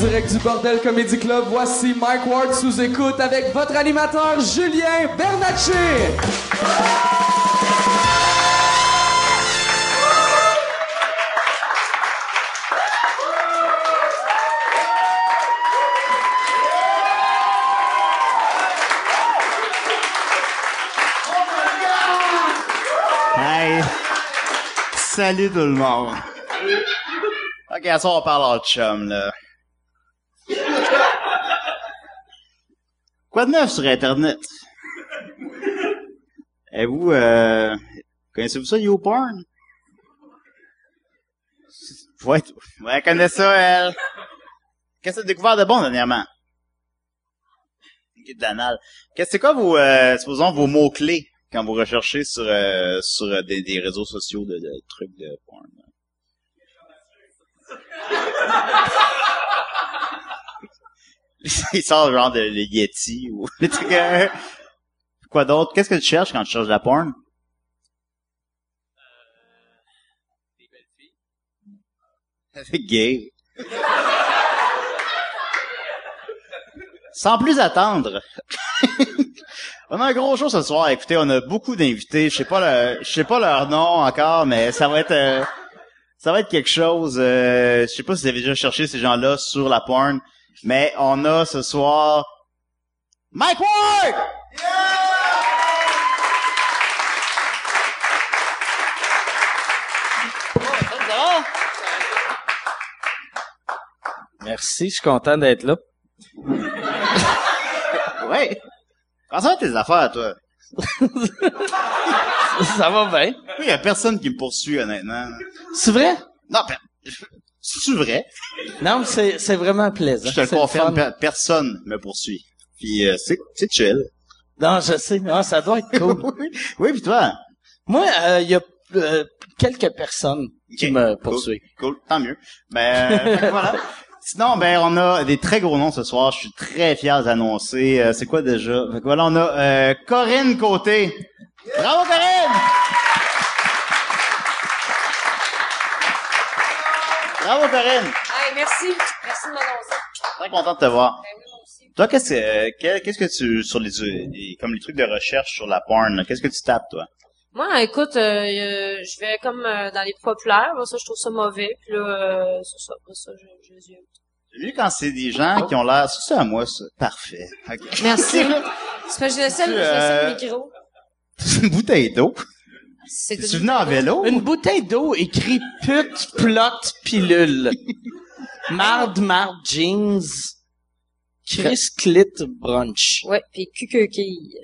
direct du Bordel Comedy Club, voici Mike Ward sous écoute avec votre animateur Julien Bernatchez. Hey! Salut tout le monde! Ok, à ça, on parle en chum, là. Quoi de neuf sur Internet? Et vous, euh, connaissez-vous ça, YouPorn? Ouais, t- ouais, elle connaît ça, elle. Qu'est-ce que t'as découvert de bon dernièrement? Ok, de l'anal. Qu'est-ce que c'est quoi vos, euh, supposons, vos mots-clés quand vous recherchez sur, euh, sur euh, des, des réseaux sociaux de, de trucs de porn? là? Il sort genre de le Yeti ou le truc, euh, Quoi d'autre? Qu'est-ce que tu cherches quand tu cherches de la porn? Euh, C'est gay. Sans plus attendre. on a un gros show ce soir. Écoutez, on a beaucoup d'invités. Je sais pas le, je sais pas leur nom encore, mais ça va être, euh, ça va être quelque chose. euh, je sais pas si vous avez déjà cherché ces gens-là sur la porn, mais on a ce soir Mike Ward. Merci, je suis content d'être là. Ouais. Comment ça va tes affaires, toi? Ça va bien. Il y a personne qui me poursuit, honnêtement. C'est vrai? Non, per- c'est-tu vrai? Non, mais c'est, c'est vraiment plaisant. Je te le C'est confirme, fun. per- personne me poursuit. Puis euh, c'est c'est chill. Non, je sais. Non, ça doit être cool. Oui, puis toi? Moi, euh, il y a euh, quelques personnes qui Ok, me cool, poursuivent. Cool, tant mieux. Ben, euh, fait que voilà. Sinon, ben, on a des très gros noms ce soir. Je suis très fier d'annoncer. Euh, c'est quoi déjà? Fait que voilà, on a euh, Corinne Côté. Bravo, Corinne! Bravo, Corinne! Hey, merci. Merci de m'annoncer. Très content de te voir. Ben oui, moi aussi. Toi, qu'est-ce que, euh, que- qu'est-ce que tu, sur les, euh, les- comme les trucs de recherche sur la porn, là, qu'est-ce que tu tapes, toi? Moi, écoute, euh, euh, je vais comme euh, dans les populaires. Moi, ça, je trouve ça mauvais. Puis là, euh, c'est ça. Après ça, je, je les aime. J'ai vu quand c'est des gens qui ont l'air, c'est ça à moi, ça. Parfait. Ok. Merci. C'est parce que je laissais, Tu, je laissais euh, le micro. C'est une bouteille d'eau. C'est Tu une- venais en vélo? Une bouteille d'eau écrit pute, plot, pilule. Marde, marde, jeans. Chris Clit Brunch. Ouais, puis cucuquille.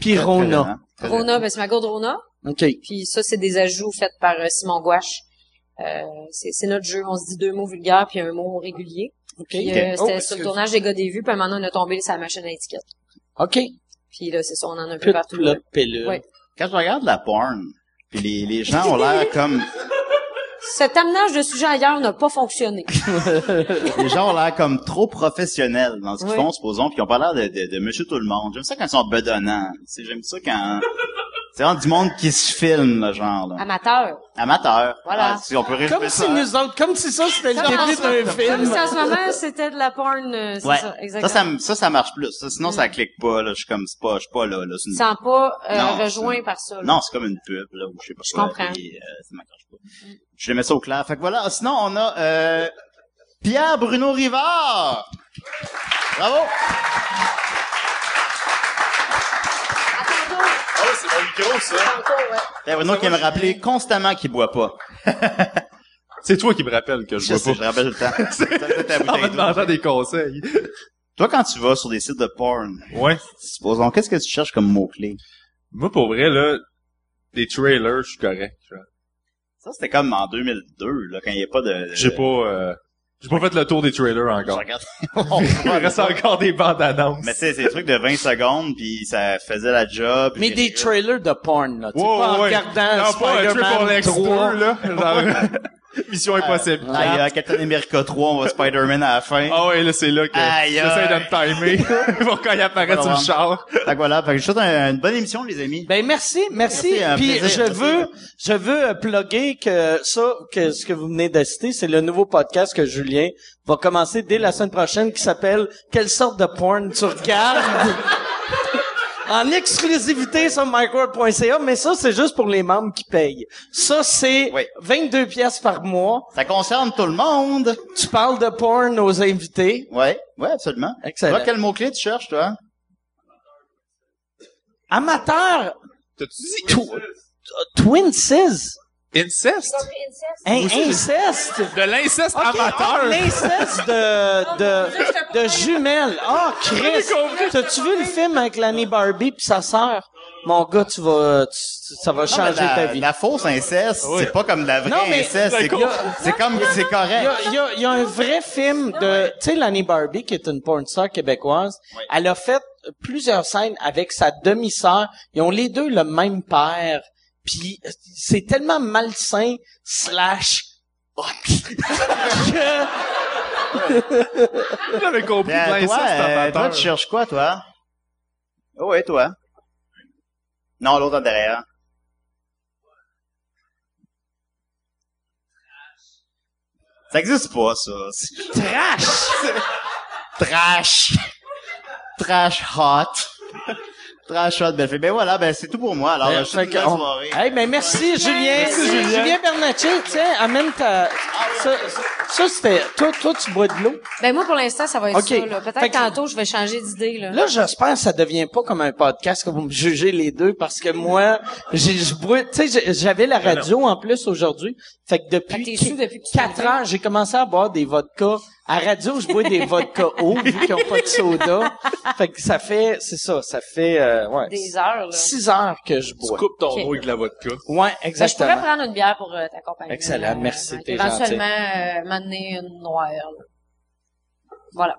Puis Rona. Très bien. Rona, ben, c'est ma gourde Rona. OK. Puis ça, c'est des ajouts faits par euh, Simon Gouache. Euh, c'est c'est notre jeu. On se dit deux mots vulgaires puis un mot régulier. OK. Puis euh, Ok. c'était Oh, sur le excuse. tournage des gars des vues. Puis maintenant, on a tombé sur la machine à étiquette. OK. Puis là, c'est ça, on en a un peu Pute, partout. plot, pilule. Ouais. Quand je regarde la porn, puis les, les gens ont l'air comme, Cet amenage de sujet ailleurs n'a pas fonctionné. les gens ont l'air comme trop professionnels dans ce qu'ils Oui. font, supposons, puis ils ont pas l'air de, de, de monsieur tout le monde. J'aime ça quand ils sont bedonnants. Tu sais, j'aime ça quand, c'est vraiment du monde qui se filme, le genre, là. Amateur. Amateur. Voilà. Ah, si on peut résumer Comme si ça. nous autres, comme si ça, c'était le Comme en début d'un ce- comme film. si en ce moment, c'était de la porn. euh, C'est Ouais. ça, Ça, exactement. Mm. ça, me- ça, ça marche plus. Ça, sinon, ça clique pas, là. Je suis comme, c'est pas, je suis pas là, là. C'est Tu une- te sens pas euh, Non, rejoint c'est- par ça. là. Non, c'est comme une pub, là, ou je sais pas Je quoi, comprends. puis, euh, ça m'accroche pas. Je vais mettre ça au clair. Fait que voilà. Sinon, on a, euh, Pierre Bruno Rivard! Bravo! Ah oui, c'est mon micro, ça. Pierre Bruno qui me rappelait constamment qu'il boit pas. C'est toi qui me rappelle que je Je, sais, vois je pas. Ah, me rappelle tout le temps. Ça, c'est ta En bouteille me d'eau. demandant des conseils. Toi, quand tu vas sur des sites de porn, Ouais. supposons, qu'est-ce que tu cherches comme mot-clé? Moi, pour vrai, là, des trailers, je suis correct. tu vois. Ça, c'était comme en 2002, là, quand il n'y a pas de... J'ai pas, euh, j'ai pas fait le tour des trailers Je encore. regarde- Il me reste encore des bandes annonces. Mais tu sais, c'est des trucs de 20 secondes, puis ça faisait la job. Mais puis- des trailers de porn, là. tu sais, Wow, pas en ouais. regardant non, pas un Spider-Man Triple X 3. 2, là. Genre- Mission Impossible. Ah, il y a Captain America 3, on va Spider-Man à la fin. Ah ouais, là, c'est là que Aïe, j'essaie de aïe. me timer pour quand il apparaît sur le char. Fait que voilà, fait que je souhaite un- une bonne émission, les amis. Ben merci, merci. Merci, un Puis plaisir, je merci. veux, je veux euh, plugger que ça, que ce que vous venez d'assister, c'est le nouveau podcast que Julien va commencer dès la semaine prochaine qui s'appelle Quelle sorte de porn tu regardes En exclusivité sur micro.ca, mais ça c'est juste pour les membres qui payent. Ça c'est Oui. 22 pièces par mois. Ça concerne tout le monde. Tu parles de porn aux invités. Ouais, ouais, absolument. Excellent. Toi, quel mot-clé tu cherches, toi? Amateur T'as-tu dit euh, Twin Six, inceste? Hein, inceste. De l'inceste Ok, amateur? ah, L'inceste de, de, de jumelles. Ah, Chris! T'as-tu vu le film avec l'année Barbie pis sa sœur? Mon gars, tu vas, tu- tu- ça va Non, mais changer la, ta vie. La fausse inceste, c'est pas comme la vraie Non, mais- inceste. C'est, D'accord. co- c'est comme, c'est Il y correct. a, il y a- il y a un vrai film de, tu sais, Lanny Barbie, qui est une porn star québécoise. Elle a fait plusieurs scènes avec sa demi-sœur. Ils ont les deux le même père. Puis c'est tellement malsain, slash, hot, que- J'avais compris Mais, euh, de toi, l'inceste euh, toi, amateur. tu cherches quoi, toi? Oh, ouais, toi. Non, l'autre en derrière. Ça existe pas, ça. C'est- trash! Trash. Trash hot. Trash hot, belle fille. Ben voilà, ben c'est tout pour moi. Alors, je Ben, te souhaite fait une belle qu'on- soirée. Hey, ben merci, Julien. Julien. Bernatchez, tiens, amène Ah, ta... Ça, ça, c'était... Toi, toi, tu bois de l'eau. Ben moi pour l'instant ça va être Ok. ça là. Peut-être Fait que- tantôt je vais changer d'idée là. Là, j'espère que ça devient pas comme un podcast que vous me jugez les deux parce que moi, j'ai, je bois, tu sais, j'ai- j'avais la Ben radio en plus aujourd'hui. Fait que Fait que depuis Ah, t'es sous depuis que tu quatre t'es- ans, j'ai commencé à boire des vodkas. À radio, je bois des vodkas eau vu qu'ils ont pas de soda. Fait que ça fait, c'est ça, ça fait, euh, ouais. Des heures là. Six heures que je bois. Coupe ton Ok. eau avec la Ouais, vodka. Ben, je pourrais exactement. prendre une bière pour euh, t'accompagner. Excellent, merci, t'es Éventuellement euh, m'amener une noire. là. Voilà.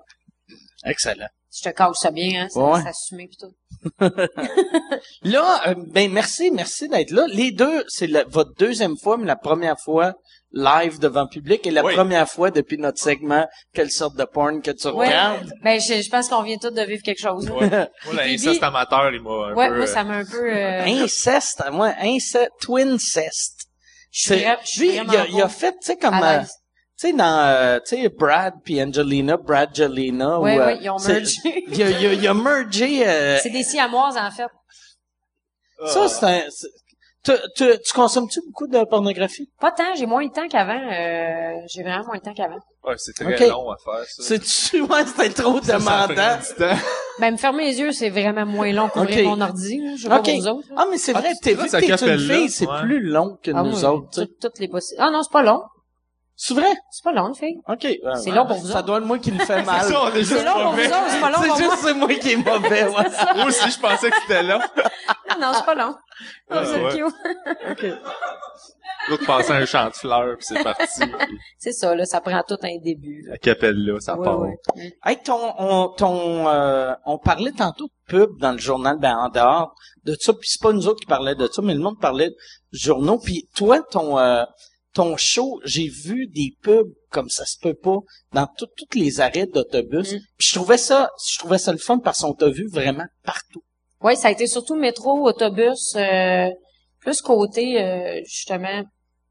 Excellent. Je te cache ça bien hein, ça Ouais. va s'assumer pis tout. Là, euh, ben merci, merci d'être là. Les deux, c'est la- votre deuxième fois, mais la première fois live devant public et la Oui. première fois depuis notre segment Quelle sorte de porn que tu Ouais. regardes. Ben je, je pense qu'on vient tous de vivre quelque chose. Ouais. Ouais, Moi, l'inceste amateur, il m'a un peu... moi euh, ça m'a un peu euh, Inceste, moi, inceste, twinceste. je suis C'est- vra- je suis Lui, il a, vraiment il a pas fait, tu sais, comme, à euh, l'aise. tu sais, dans, euh, tu sais, Brad puis Angelina, Brad Jelena. Ouais, ou, euh, ouais, ils ont c'est- mergé. Il a, il a- il a mergé, euh, C'est des siamoises en fait. Ah. ça, c'est un, c'est- tu- tu- tu consommes-tu beaucoup de pornographie? Pas tant, j'ai moins de temps qu'avant. euh, j'ai vraiment moins de temps qu'avant. euh, Ouais, c'est très Ok. long à faire, ça. C'est-tu, ouais, c'était trop Euh. Ça prend demandant. du temps. Ben, me fermer les yeux, c'est vraiment moins long qu'ouvrir Ok. mon ordi. là. Je sais pas OK. pour vous autres. là. Ah, mais c'est vrai, t'es vu vois, que ça t'es qu'appelle une là, fille, c'est ouais. plus long que Ah, nous moi, autres, tu sais. tout- Toutes les possibles. Ah non, c'est pas long. C'est vrai? C'est pas long, une fille. OK. C'est long pour vous Ça autres. doit être moi qui le fais mal. C'est ça, on est C'est juste long pour vous mauvais. autres, c'est pas long pour C'est moi. juste c'est moi qui est mauvais, ouais. Moi aussi, je pensais que c'était long. Ah non, c'est pas long. Ah, c'est ouais. cute. L'autre passait un champ de fleurs, puis c'est parti. C'est ça, là, ça prend tout un début. là. La capelle, là, ça Ouais, part. ouais. Hey, ton, on, ton, euh, on parlait tantôt de pub dans le journal, ben, en dehors de ça, puis c'est pas nous autres qui parlaient de ça, mais le monde parlait de journaux, puis toi, ton, euh, ton show, j'ai vu des pubs comme ça se peut pas dans tout- toutes les arrêts d'autobus, Mm. puis je trouvais ça, je trouvais ça le fun parce qu'on t'a vu vraiment partout. Oui, ça a été surtout métro, autobus, euh, plus côté, euh, justement.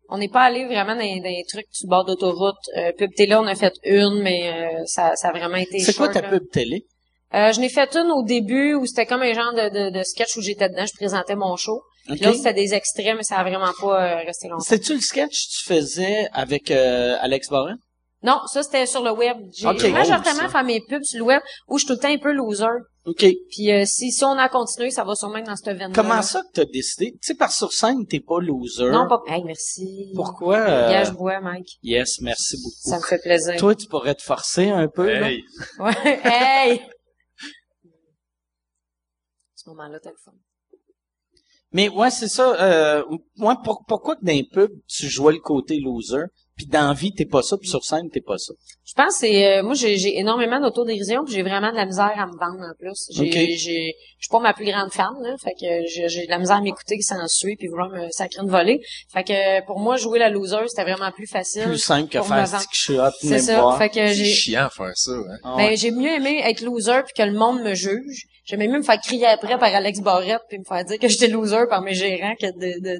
On n'est pas allé vraiment dans, dans les trucs du bord d'autoroute. Euh, pub télé, on a fait une, mais euh, ça, ça a vraiment été C'est quoi short, ta là. pub télé? Euh, je n'ai fait une au début où c'était comme un genre de, de, de sketch où j'étais dedans, je présentais mon show. Puis Ok. L'autre, c'était des extraits, mais ça a vraiment pas euh, resté longtemps. C'était-tu le sketch que tu faisais avec euh, Alex Borin? Non, ça, c'était sur le web. J'ai Ok. j'ai Drôle, ça. majoritairement fait mes pubs sur le web où je suis tout le temps un peu loser. OK. Puis euh, si, si on a continué, ça va sûrement être dans cette veine Comment ça que t'as décidé? Tu sais, par sur scène, t'es pas loser. Non, pas... Hey, merci. Pourquoi? euh, Gage bois, Mike. Yes, merci Ça beaucoup. me fait plaisir. Toi, tu pourrais te forcer un peu. là. Hey, Ouais. hey! Ce moment-là, t'as le fun. Mais ouais, c'est ça. euh, moi, pour- pourquoi que dans les pubs, tu jouais le côté loser? Puis dans la vie, t'es pas ça, puis sur scène, t'es pas ça. Je pense que c'est euh, moi j'ai j'ai énormément d'autodérision puis j'ai vraiment de la misère à me vendre en plus. J'ai Ok. j'ai je suis pas ma plus grande fan là, fait que j'ai j'ai de la misère à m'écouter sans suer puis vouloir me sacrer de voler. Fait que euh, pour moi jouer la loser, c'était vraiment plus facile. Plus simple que pour faire me vendre. stick shot, Ah C'est ça, fait que C'est j'ai chiant faire ça. Hein? ben, j'ai mieux aimé être loser puis que le monde me juge. J'aimais mieux me faire crier après par Alex Barrette puis me faire dire que j'étais loser par mes gérants que de, de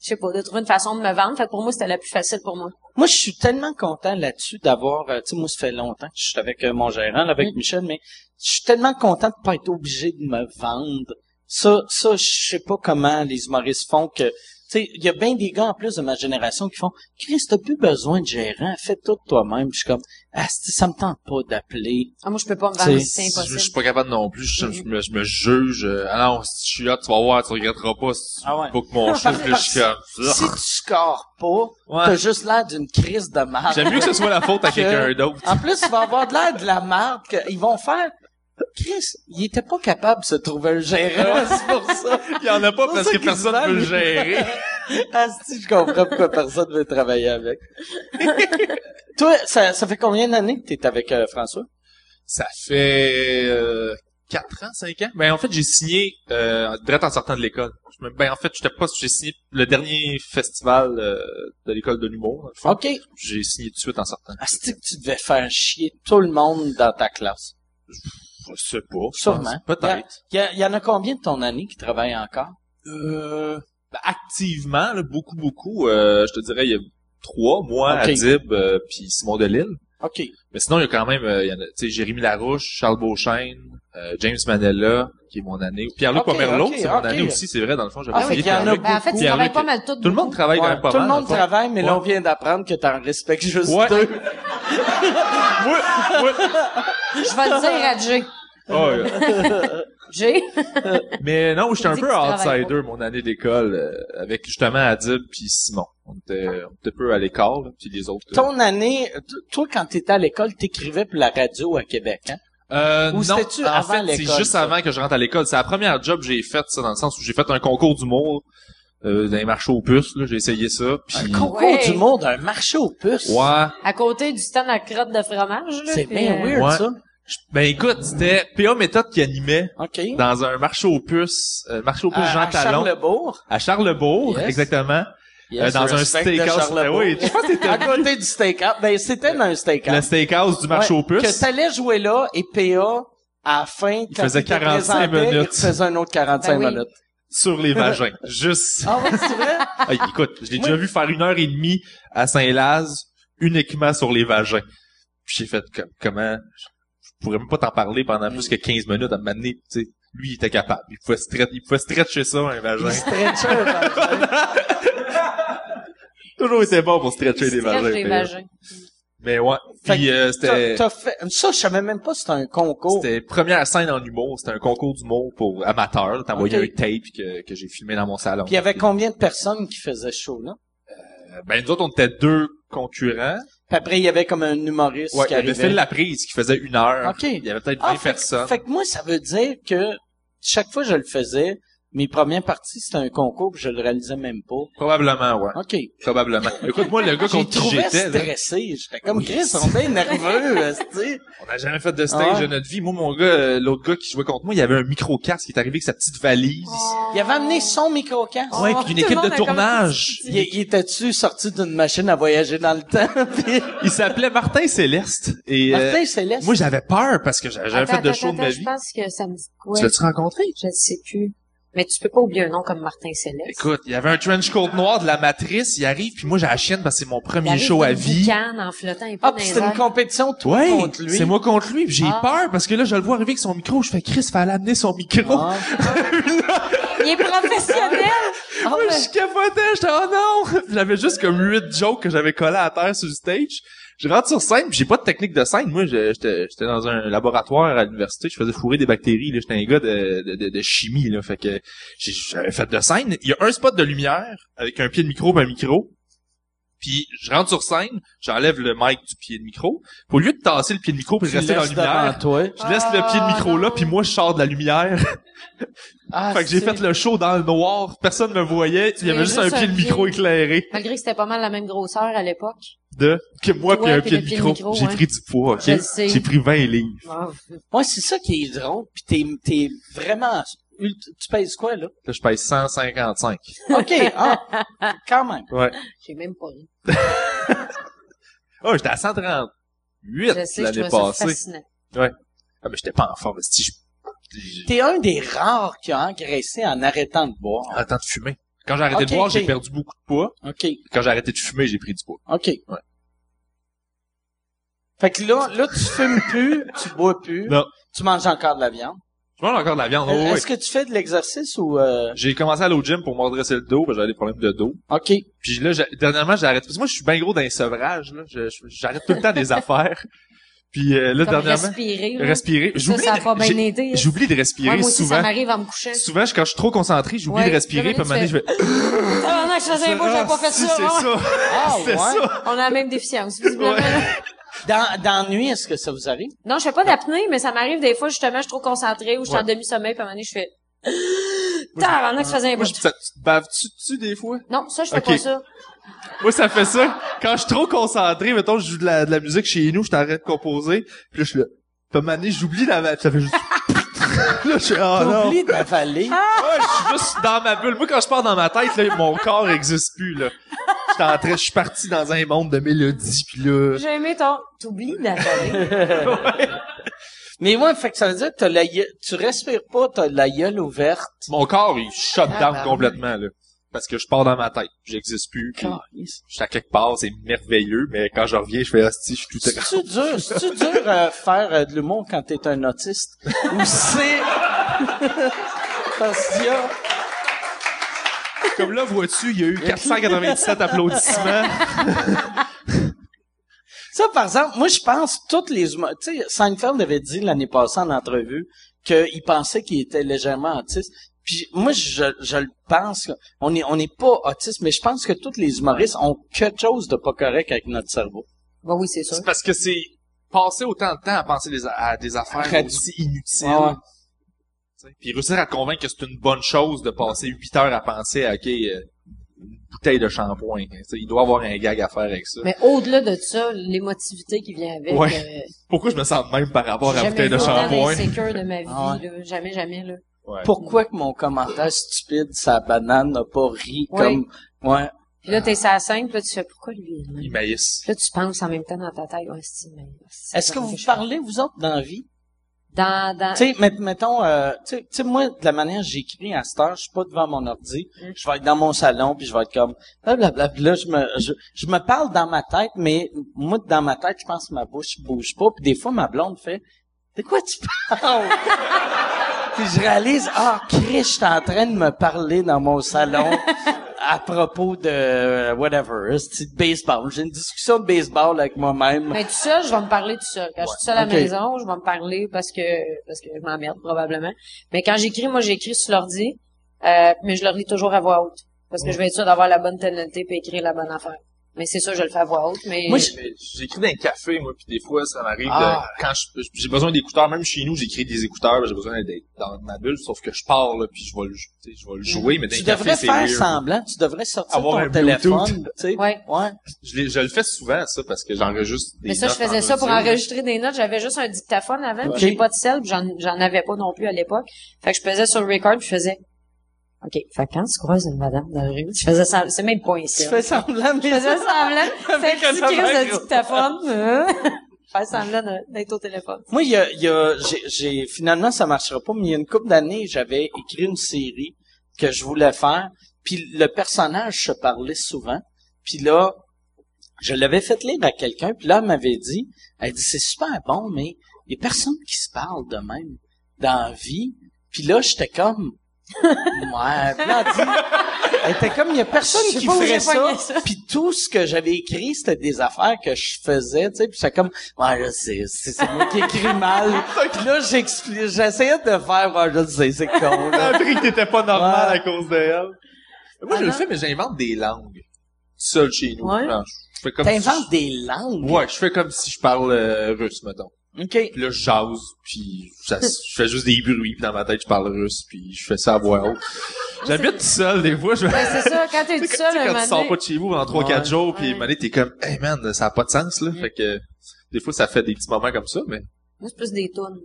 je sais pas, de trouver une façon de me vendre. Fait que pour moi, c'était la plus facile pour moi. Moi, je suis tellement content là-dessus d'avoir, euh, tu sais, moi, ça fait longtemps que je suis avec euh, mon gérant, là, avec Michel, mais je suis tellement content de pas être obligé de me vendre. Ça, ça, je sais pas comment les humoristes font que, tu sais, il y a bien des gars en plus de ma génération qui font, Chris, t'as plus besoin de gérant, fais tout toi-même. Puis Je suis comme, ah, c'est- ça me tente pas d'appeler. Ah, moi, je peux pas me vendre, C'est- c'est Je, je suis impossible. pas capable non plus. Je, je me, je me juge. euh, ah non, si tu suis hot, tu vas voir, tu regretteras pas si tu Ah ouais. bookes mon show. Puis là, je suis comme... ah. Si tu scores pas, Ouais. t'as juste l'air d'une crise de marde. J'aime mieux que ce soit la faute à quelqu'un d'autre. En plus, il va avoir de l'air de la marde qu'ils vont faire. Chris, il était pas capable de se trouver un gérant, c'est pour ça. Il y en a pas C'est ça parce que qui se personne peut le vend. gérer. Asti, je comprends pourquoi personne veut travailler avec. Toi, ça, ça fait combien d'années que t'es avec euh, François? Ça fait euh, 4 ans, 5 ans. Ben en fait, j'ai signé euh, direct en sortant de l'école. Je me- Ben en fait, j'étais pas j'ai signé le dernier festival euh, de l'école de l'humour. dans le fond. OK. J'ai signé tout de suite en sortant. Asti, que tu devais faire chier tout le monde dans ta classe. Je sais pas. je Sûrement. pense. Peut-être. Il y, a- il y en a combien de ton année qui travaillent encore? Euh, ben, activement, là, beaucoup, beaucoup. euh, je te dirais, il y a trois, moi, Ok. Adib, euh, puis Simon Delille. OK. Mais sinon, il y a quand même, euh, il y en a, tu sais, Jérémy Larouche, Charles Beauchesne, euh, James Manella, qui est mon année. Pierre-Luc Ok, Pomerleau, ok, c'est mon ok. année aussi, c'est vrai, dans le fond, j'avais Ah, fait oublié qu'il y en a Pierre-Luc. Ben, en fait, tu Pierre-Luc, travailles pas mal tout. Tout le monde travaille quand Ouais, même pas tout mal. le monde dans fond. travaille, mais Ouais. là, on vient d'apprendre que t'en respectes juste Ouais. deux. Ouais, ouais. Je vais le dire à Jay. Oh, yeah. Jay? Mais non, j'étais un Dis que peu tu travailles outsider mon année d'école euh, avec justement Adib puis Simon. On était, on était peu à l'écart, là, puis les autres. euh, Ton année, t- toi, quand t'étais à l'école, t'écrivais pour la radio à Québec, hein? Euh, Ou non, c'était-tu en avant fait, c'est l'école, juste ça? avant que je rentre à l'école. C'est la première job que j'ai faite, ça, dans le sens où j'ai fait un concours d'humour euh, dans les marchés aux puces. Là, j'ai essayé ça. Puis... Un concours Ouais. du monde, un marché aux puces. Ouais. À côté du stand à crotte de fromage, là. C'est puis, bien euh, weird, Ouais. ça. Ben écoute, c'était PA Méthode qui animait OK. dans un marché aux puces, euh, marché aux puces à, Jean à Talon, Charlebourg. à Charlebourg, Yes. exactement, Yes, euh, dans un respect de steakhouse. Ben Charlebourg. oui, je pense que c'était à côté du steakhouse. Ben, c'était dans un steakhouse. le steakhouse du marché Ouais, aux puces. Que t'allais jouer là, et PA, à la fin, quand faisait il te 45 présentait, minutes. Il te faisait un autre 45 Ben oui. minutes. sur les vagins. Juste. Ah ouais, c'est vrai? Ah, écoute, je l'ai déjà vu faire une heure et demie à Saint-Laz uniquement sur les vagins. Puis j'ai fait comme, comment je je pourrais même pas t'en parler pendant plus que 15 minutes à m'amener, tu sais. Lui, il était capable. Il pouvait, stre- il pouvait stretcher ça, un vagin. Très chill, ben. Toujours était bon pour stretcher des stretch vagins. les mais- vagins. Mais ouais. Fait Puis euh, T'as- c'était... t'as fait, ça, je savais même pas si c'était un concours. C'était première scène en humour. C'était un concours d'humour pour amateurs. T'envoyais Ok. un tape que, que j'ai filmé dans mon salon. Puis il y avait combien de personnes qui faisaient chaud, là? Ben, nous autres, on était deux concurrents. Puis après, il y avait comme un humoriste Ouais, qui il y avait arrivait. Phil Laprise qui faisait une heure. OK. Il y avait peut-être Ah, 20 fait, personnes. fait que moi, ça veut dire que chaque fois que je le faisais, mes premières parties, c'était un concours, puis je le réalisais même pas. Probablement, ouais. OK. Probablement. Écoute, moi, le gars J'ai contre qui trouvé j'étais, là, stressé. J'étais comme, Chris, on est nerveux, tu on n'a jamais fait de stage Ah ouais. de notre vie. Moi, mon gars, euh, l'autre gars qui jouait contre moi, il avait un micro-casque qui est arrivé avec sa petite valise. Il avait amené son micro-casque. Ouais, Oh, puis une tout le équipe monde de a comme- tournage. Il, il était-tu sorti d'une machine à voyager dans le temps? Puis, euh, Il s'appelait Martin Céleste. Et, euh, Martin Céleste. moi, j'avais peur parce que j'avais jamais Attends, fait de attends, show de ma attends, Je vie. pense que ça me dit quoi? Tu l'as-tu rencontré? Je ne sais plus. Mais tu peux pas oublier un nom comme Martin Céleste. Écoute, il y avait un trench coat noir de la matrice, il arrive, puis moi, j'ai la chienne parce que c'est mon Il premier arrive show dans à une vie. boucane en flottant et pas ah, dans puis les c'était une airs. compétition, toi, Ouais, contre lui. c'est moi contre lui, puis j'ai Ah. peur parce que là, je le vois arriver avec son micro, je fais Chris, fallait amener son micro. Ah. Il est professionnel! Ah, Moi, ben, Oh, je capotais, j'étais oh non! J'avais juste comme huit jokes que j'avais collés à terre sur le stage. Je rentre sur scène, puis j'ai pas de technique de scène. Moi, je- j'étais j'étais dans un laboratoire à l'université, je faisais fourrer des bactéries, là, j'étais un gars de, de, de- de chimie, là, fait que j'ai- j'avais fait de scène. Il y a un spot de lumière avec un pied de micro, puis un micro. Puis je rentre sur scène, j'enlève le mic du pied de micro. Puis Au lieu de tasser le pied de micro puis de rester dans la lumière, toi. je laisse le pied de micro là, puis moi je sors de la lumière. Ah, Ah, fait que j'ai fait le show dans le noir, personne me voyait, il y avait avais juste un pied de micro éclairé Malgré que c'était pas mal la même grosseur à l'époque. de que moi Ouais, puis un puis pied le de micro. j'ai ouais. pris du poids, ok? Je le sais. J'ai pris 20 livres. Wow. Moi, c'est ça qui est drôle. Puis t'es, t'es vraiment... ult- Tu pèses quoi, là? Là, je pèse 155. OK, ah, quand même. Ouais. J'ai même pas ri. Ah, j'étais à 138 Je sais, je l'année me ça passée. fascinant. Ah, mais j'étais pas en forme. Si je... j'ai- T'es un des rares qui a engraissé en arrêtant de boire. En temps de fumer. Quand j'ai arrêté Ok, de boire, ok. j'ai perdu beaucoup de poids. OK, Quand j'ai arrêté de fumer, j'ai pris du poids. OK. Ouais. Fait que là, là, tu fumes plus, tu bois plus, Non. tu manges encore de la viande. Je mange encore de la Euh, viande. oh, ouais. Est-ce que tu fais de l'exercice ou... euh, J'ai commencé à aller au gym pour me redresser le dos, parce que j'avais des problèmes de dos. OK. Puis là, j'ai- dernièrement, j'ai arrêté. Parce que moi, je suis bien gros dans les sevrages, là. Je- je- J'arrête tout le temps des affaires. Puis euh, là, Comme dernièrement, respirer. là. respirer. Ça, J'oublie ça a pas de- bien j'ai- aidé. hein. J'oublie de Ouais, respirer moi aussi, ça souvent. m'arrive en me couchant. Souvent, je- quand je suis trop concentré, j'oublie Ouais, de respirer, puis puis à à un un moment moment donné, donné, je vais... Ah, non, je faisais un bout, j'avais Ah, pas fait si, ça. C'est Ah, ça! Ah, C'est ça! On a la même déficience, visiblement. Ouais. Dans, dans nuit, est-ce que ça vous arrive? Non, je fais pas d'apnée, mais ça m'arrive des fois, justement, je suis trop concentrée ou je suis en Ouais. demi-sommeil, puis à un moment donné, je fais... Ah, Tabarnak, je faisais un Moi, bout. je- ça- tu te baves-tu dessus des fois? Non, ça, je fais Ok. pas ça. Moi, ça fait ça. Quand je suis trop concentré, mettons, je joue de la, de la musique chez nous, je t'arrête de composer, puis là, je suis là. Puis à un moment donné, j'oublie la... puis Ça fait juste... là, je suis... Ah, non! T'oublies d'avaler. Ouais, je suis juste dans ma bulle. Moi, quand je pars dans ma tête, là, mon corps n'existe plus, là. J'étais en train- Je suis parti dans un monde de mélodies, puis là... J'ai aimé ton... T'oublies d'avaler. Mais ouais, fait que ça veut dire que t'as la gueule- tu respires pas, t'as la gueule ouverte. Mon corps, il shut Ah, down bah, complètement, là. Parce que je pars dans ma tête. J'existe plus. puis Je suis à quelque part, c'est merveilleux, mais quand je reviens, je fais hostie, je suis tout écran. C'est-tu dur, c'est-tu dur euh, faire euh, de l'humour quand t'es un autiste? Ou c'est... Parce qu'il y a- Comme là, vois-tu, il y a eu 497 applaudissements. Ça, par exemple, moi, je pense, toutes les humains, tu sais, Seinfeld avait dit l'année passée en entrevue qu'il pensait qu'il était légèrement autiste. Puis moi, je, je le pense. que- On est, on n'est pas autiste, mais je pense que tous les humoristes ont quelque chose de pas correct avec notre cerveau. Bah oui, c'est sûr. C'est parce que c'est passer autant de temps à penser des, à des affaires Arrête. aussi inutiles. Ouais, ouais. t'sais. Puis réussir à te convaincre que c'est une bonne chose de passer 8 heures à penser à OK, euh, une bouteille de shampoing. hein. T'sais, Il doit avoir un gag à faire avec ça. Mais au-delà de ça, l'émotivité qui vient avec... Ouais. euh, Pourquoi je me sens de même par rapport à la J'ai jamais bouteille de vu autant shampoing? d'insécure de ma vie, Ah ouais. là. Jamais, jamais, là. Ouais. Pourquoi que mon commentaire stupide, sa banane n'a pas ri Ouais. comme, ouais. Puis là, t'es sur la scène, puis là, tu fais, pourquoi lui? il est Ils même? maïssent. Puis Là, tu penses en même temps dans ta tête, ouais, c'est mais c'est Est-ce que pas vous je- parlez, vous autres, dans la vie? Dans, dans, Tu sais, met- mettons, euh, tu sais- tu sais, moi, de la manière que j'écris à cette heure, je suis pas devant mon ordi. Mm. Je vais être dans mon salon, puis je vais être comme, blablabla. Puis là, je me, je, je me parle dans ma tête, mais moi, dans ma tête, je pense que ma bouche bouge pas. Puis des fois, ma blonde fait, de quoi tu parles? puis je réalise, ah, Chris, je suis en train de me parler dans mon salon à propos de, euh, whatever, c'est de baseball. J'ai une discussion de baseball avec moi-même. mais tout seul, je vais me parler tout seul. Quand je suis tout seul à la ok. maison, je vais me parler parce que, parce que je m'emmerde probablement. Mais quand j'écris, moi, j'écris sur l'ordi, euh, mais je le relis toujours à voix haute. Parce que je vais être sûr d'avoir la bonne tonalité puis écrire la bonne affaire. Mais c'est ça, je le fais à voix haute, mais... Moi, je- Mais J'écris dans un café, moi, puis des fois, ça m'arrive Ah. de, quand je- j'ai besoin d'écouteurs, même chez nous, j'écris des écouteurs, j'ai besoin d'être dans ma bulle, sauf que je pars, là, puis je vais le, tu sais, je vais le jouer, mais dans tu un café, devrais c'est faire weird. semblant, tu devrais sortir Avoir un ton Bluetooth. téléphone, tu sais. Ouais. ouais. Je, l'ai- je le fais souvent, ça, parce que j'enregistre des mais ça, je notes en faisais ça pour audio. enregistrer des notes. J'avais juste un dictaphone avant. puis Ok. J'ai pas de sel, puis j'en j'en avais pas non plus à l'époque. Fait que je faisais sur le record, puis je faisais... OK. Fait que quand tu croises une madame dans la rue, tu faisais ça... C'est même pas un Tu sel. fais semblant, mais Je faisais semblant. C'est un une petite crise appareil, de dictaphone. euh. Faire semblant de- d'être au téléphone. Moi, il y a, il y a- j'ai, j'ai- finalement, ça marchera pas, mais il y a une couple d'années, j'avais écrit une série que je voulais faire, puis le personnage se parlait souvent, puis là, je l'avais fait lire à quelqu'un, puis là, elle m'avait dit, elle dit, c'est super bon, mais il y a personne qui se parle de même dans la vie, puis là, j'étais comme, ouais, Puis là, elle dit- elle était comme, il y a personne Je sais qui pas où j'ai ferait ça, pogné ça. puis tout ce que j'avais écrit, c'était des affaires que je faisais, tu sais, puis c'est comme, ouais, je sais, c'est c'est moi qui écris mal. puis là, j'explique, j'essayais de faire, ouais, je sais, c'est con, T'as là. appris que t'étais pas normal Ouais. à cause de elle. Moi, Ah je le non? fais, mais j'invente des langues. seul chez nous. Ouais. Genre, je fais comme T'inventes si des langues. je... Ouais, Euh, je fais comme si je parle euh, russe, mettons. OK. Puis là, je jase, puis ça- je fais juste des bruits, puis dans ma tête, je parle russe, puis je fais ça à voix haute. J'habite tout seul, des fois, je vais... Ben, c'est ça, quand t'es tout Tu sais, seul, quand un tu moment sors pas donné, de chez vous pendant 3-4 jours, puis Ouais. Mm. une année, t'es comme, hey man, ça a pas de sens, là. Fait que, des fois, ça fait des petits moments comme ça, mais. moi, c'est plus des tonnes.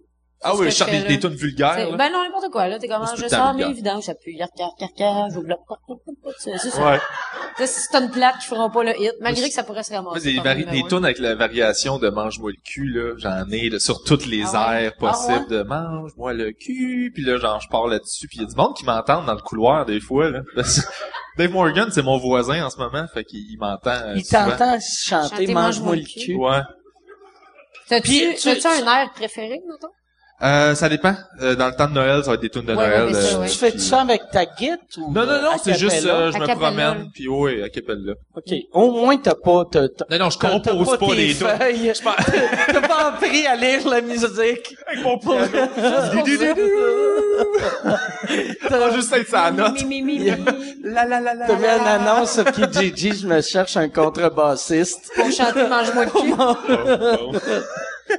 Ah ce oui, que je je chante fais, des, là. des tunes vulgaires, là. Ben non, n'importe quoi, là. T'es comme, C'est ah, tout je le temps sors vulgaire. mes vidanges, j'appuie, car, car, car, car, je bloque. C'est ça. Ouais. Ça, C'est une plate qui feront pas le hit, malgré que ça pourrait se Moi, ramasser. des, par vari- numéro des un. tunes avec la variation de mange-moi le cul, là. J'en ai, là, sur toutes les Ah ouais? airs Ah ouais? possibles de mange-moi le cul, puis là, genre, je pars là-dessus, puis il y a du monde qui m'entend dans le couloir, des fois, là. Parce que Dave Morgan, c'est mon voisin en ce moment, fait qu'il il m'entend. euh, Il souvent. t'entend chanter, Chanter, Mange-moi le cul. Ouais. T'as-tu, Puis, tu- tu un air préféré, mettons? Euh, ça dépend. Euh, dans le temps de Noël, ça va être des tunes de Ouais, ouais, Noël. mais ça, euh, ouais. Tu fais puis- ça avec ta guite ou Non, non, non, a c'est juste, cappella? euh, je A me cappella, promène, là. puis oui, à Capella. OK. Au moins, t'as pas... T'as, t'as, Non, non, je t'as- t'as compose pas tes les tunes. feuilles. t'as pas appris à lire la musique. Ah, Pas juste être sa note. Mi, mi, mi, mi, mi. La, la, la, la, T'as mis une annonce sur Kijiji, je me cherche un contrebassiste. Pour chanter Mange-moi le cul.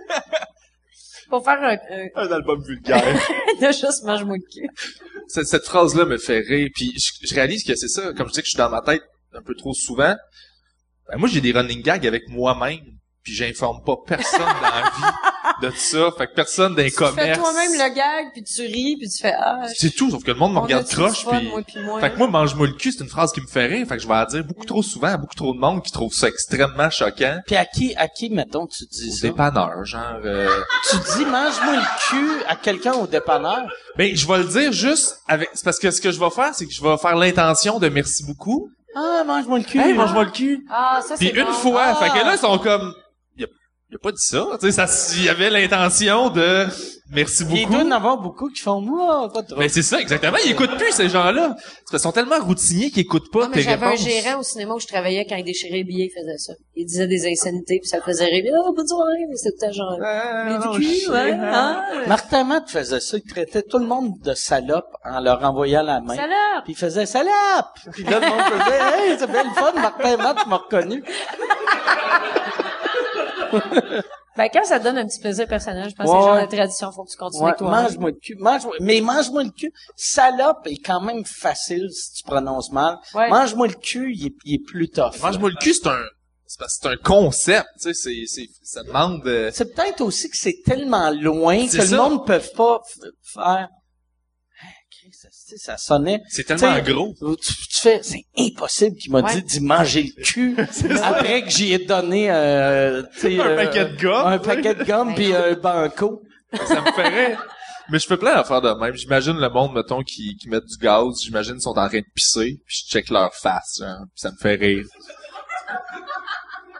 Pour faire un, un, Un album vulgaire. de juste Mange-moi le cul. cette, cette phrase-là me fait rire, puis je, je réalise que c'est ça, comme je dis que je suis dans ma tête un peu trop souvent, ben moi j'ai des running gags avec moi-même, puis j'informe pas personne dans la vie de ça, fait que personne d'un Tu fais commerce. toi-même le gag, puis tu ris, puis tu fais, ah, C'est tout, sauf que le monde me on regarde a-tu du croche, fun, puis... moi, puis moi. Fait que moi, mange-moi le cul, c'est une phrase qui me fait rire, fait que je vais la dire beaucoup trop souvent à beaucoup trop de monde qui trouve ça extrêmement choquant. Puis à qui, à qui, mettons, tu dis Au ça? dépanneur, genre... euh, Tu dis, mange-moi le cul à quelqu'un au dépanneur. Ben, je vais le dire juste avec... c'est parce que ce que je vais faire, c'est que je vais faire l'intention de « merci beaucoup Ah, mange-moi le ». cul. Hey, mange-moi le cul! Ah, ça, Puis c'est une bon. fois, Ah! fait que là, ils sont comme, il a, y a pas dit ça, tu sais, ça, s- il y avait l'intention de, merci Il doit y beaucoup. en avoir beaucoup qui font, moi, pas trop. Mais c'est ça, exactement, ils écoutent plus, ces gens-là. C'est parce qu'ils sont tellement routiniers qu'ils écoutent pas Non, Ah, mais tes j'avais un réponses. gérant au cinéma où je travaillais quand il déchirait les billets, il faisait ça. Il disait des insanités, puis ça le faisait rire. Ah, bonne soirée, mais c'était genre... Euh, Mais du cul, ouais, hein? Martin Matt faisait ça. Il traitait tout le monde de salope en leur envoyant la main. Salope! Puis il faisait salope! Puis là, le monde faisait, hey, c'est bien le fun, Martin Matt m'a reconnu. Ben, quand ça te donne un petit plaisir personnel, je pense Ouais, que c'est genre ouais. la tradition, faut que tu continues Ouais, toi. hein? mange-moi le cul, mange-moi, mais mange-moi le cul. Salope est quand même facile si tu prononces mal. Ouais. Mange-moi le cul, il est, il est plus tough. Mange-moi le cul, c'est un, c'est parce que c'est un concept, tu sais, c'est, c'est, ça demande euh, de, C'est peut-être aussi que c'est tellement loin que C'est le ça. monde ne peut pas f- faire. Ah, Christ, ça, tu sais, ça sonnait. c'est tellement T'sais, gros. Tu, tu fais, c'est impossible qu'il m'a Ouais. dit d'y manger le cul après que j'y ai donné euh, tu sais, Un euh, paquet de gommes. un paquet de gomme puis un banco. ça me ferait. Mais je fais plein d'affaires de même. J'imagine le monde, mettons, qui, qui mettent du gaz, j'imagine qu'ils sont en train de pisser, puis je check leur face, genre, puis ça me fait rire.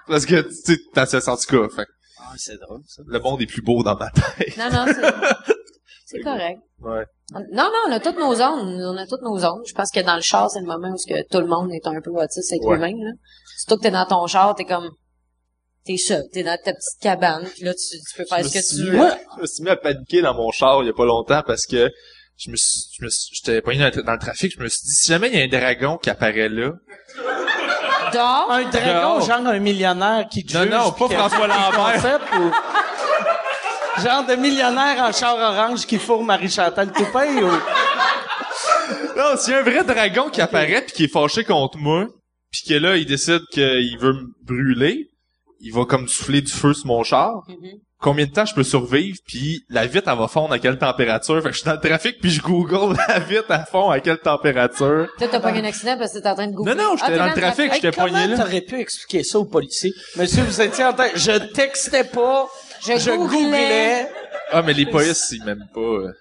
Parce que, tu sais, t'as ce sens cas, fait que Ah, c'est drôle ça. le monde est plus beau dans ma tête. Non, non, c'est, c'est correct. Ouais. On- Non, non, on a toutes nos zones. On a toutes nos zones. Je pense que dans le char, c'est le moment où ce que tout le monde est un peu autiste avec Ouais. lui-même. Là. Surtout que t'es dans ton char, t'es comme... T'es seul, t'es dans ta petite cabane, puis là, tu, tu peux faire je, me ce que suis tu mis, veux. à- je me suis mis à paniquer dans mon char il y a pas longtemps parce que je me suis, je me suis, j'étais poigné dans le, tra- dans le trafic, je me suis dit, si jamais il y a un dragon qui apparaît là. Dors! Un dragon, Non. genre un millionnaire qui te Non, juge non, puis pas qui- François Lambert. concept ou genre de millionnaire en char orange qui fourre Marie-Chantal Toupin ou Non, s'il y a un vrai dragon qui apparaît puis qui est fâché contre moi, puis que là il décide qu'il veut me brûler, il va comme souffler du feu sur mon char. Mhm. Combien de temps je peux survivre puis la vitre elle va fondre à quelle température Fait que je suis dans le trafic puis je google la vitre à fond à quelle température. Toi, t'as pas eu un accident parce que t'es en train de goûter. Non non, j'étais dans le trafic, j'étais poigné comment là. t'aurais pu expliquer ça au policier Monsieur, vous étiez en train je textais pas, Je googlais. Ah mais les polices ils m'aiment pas. euh.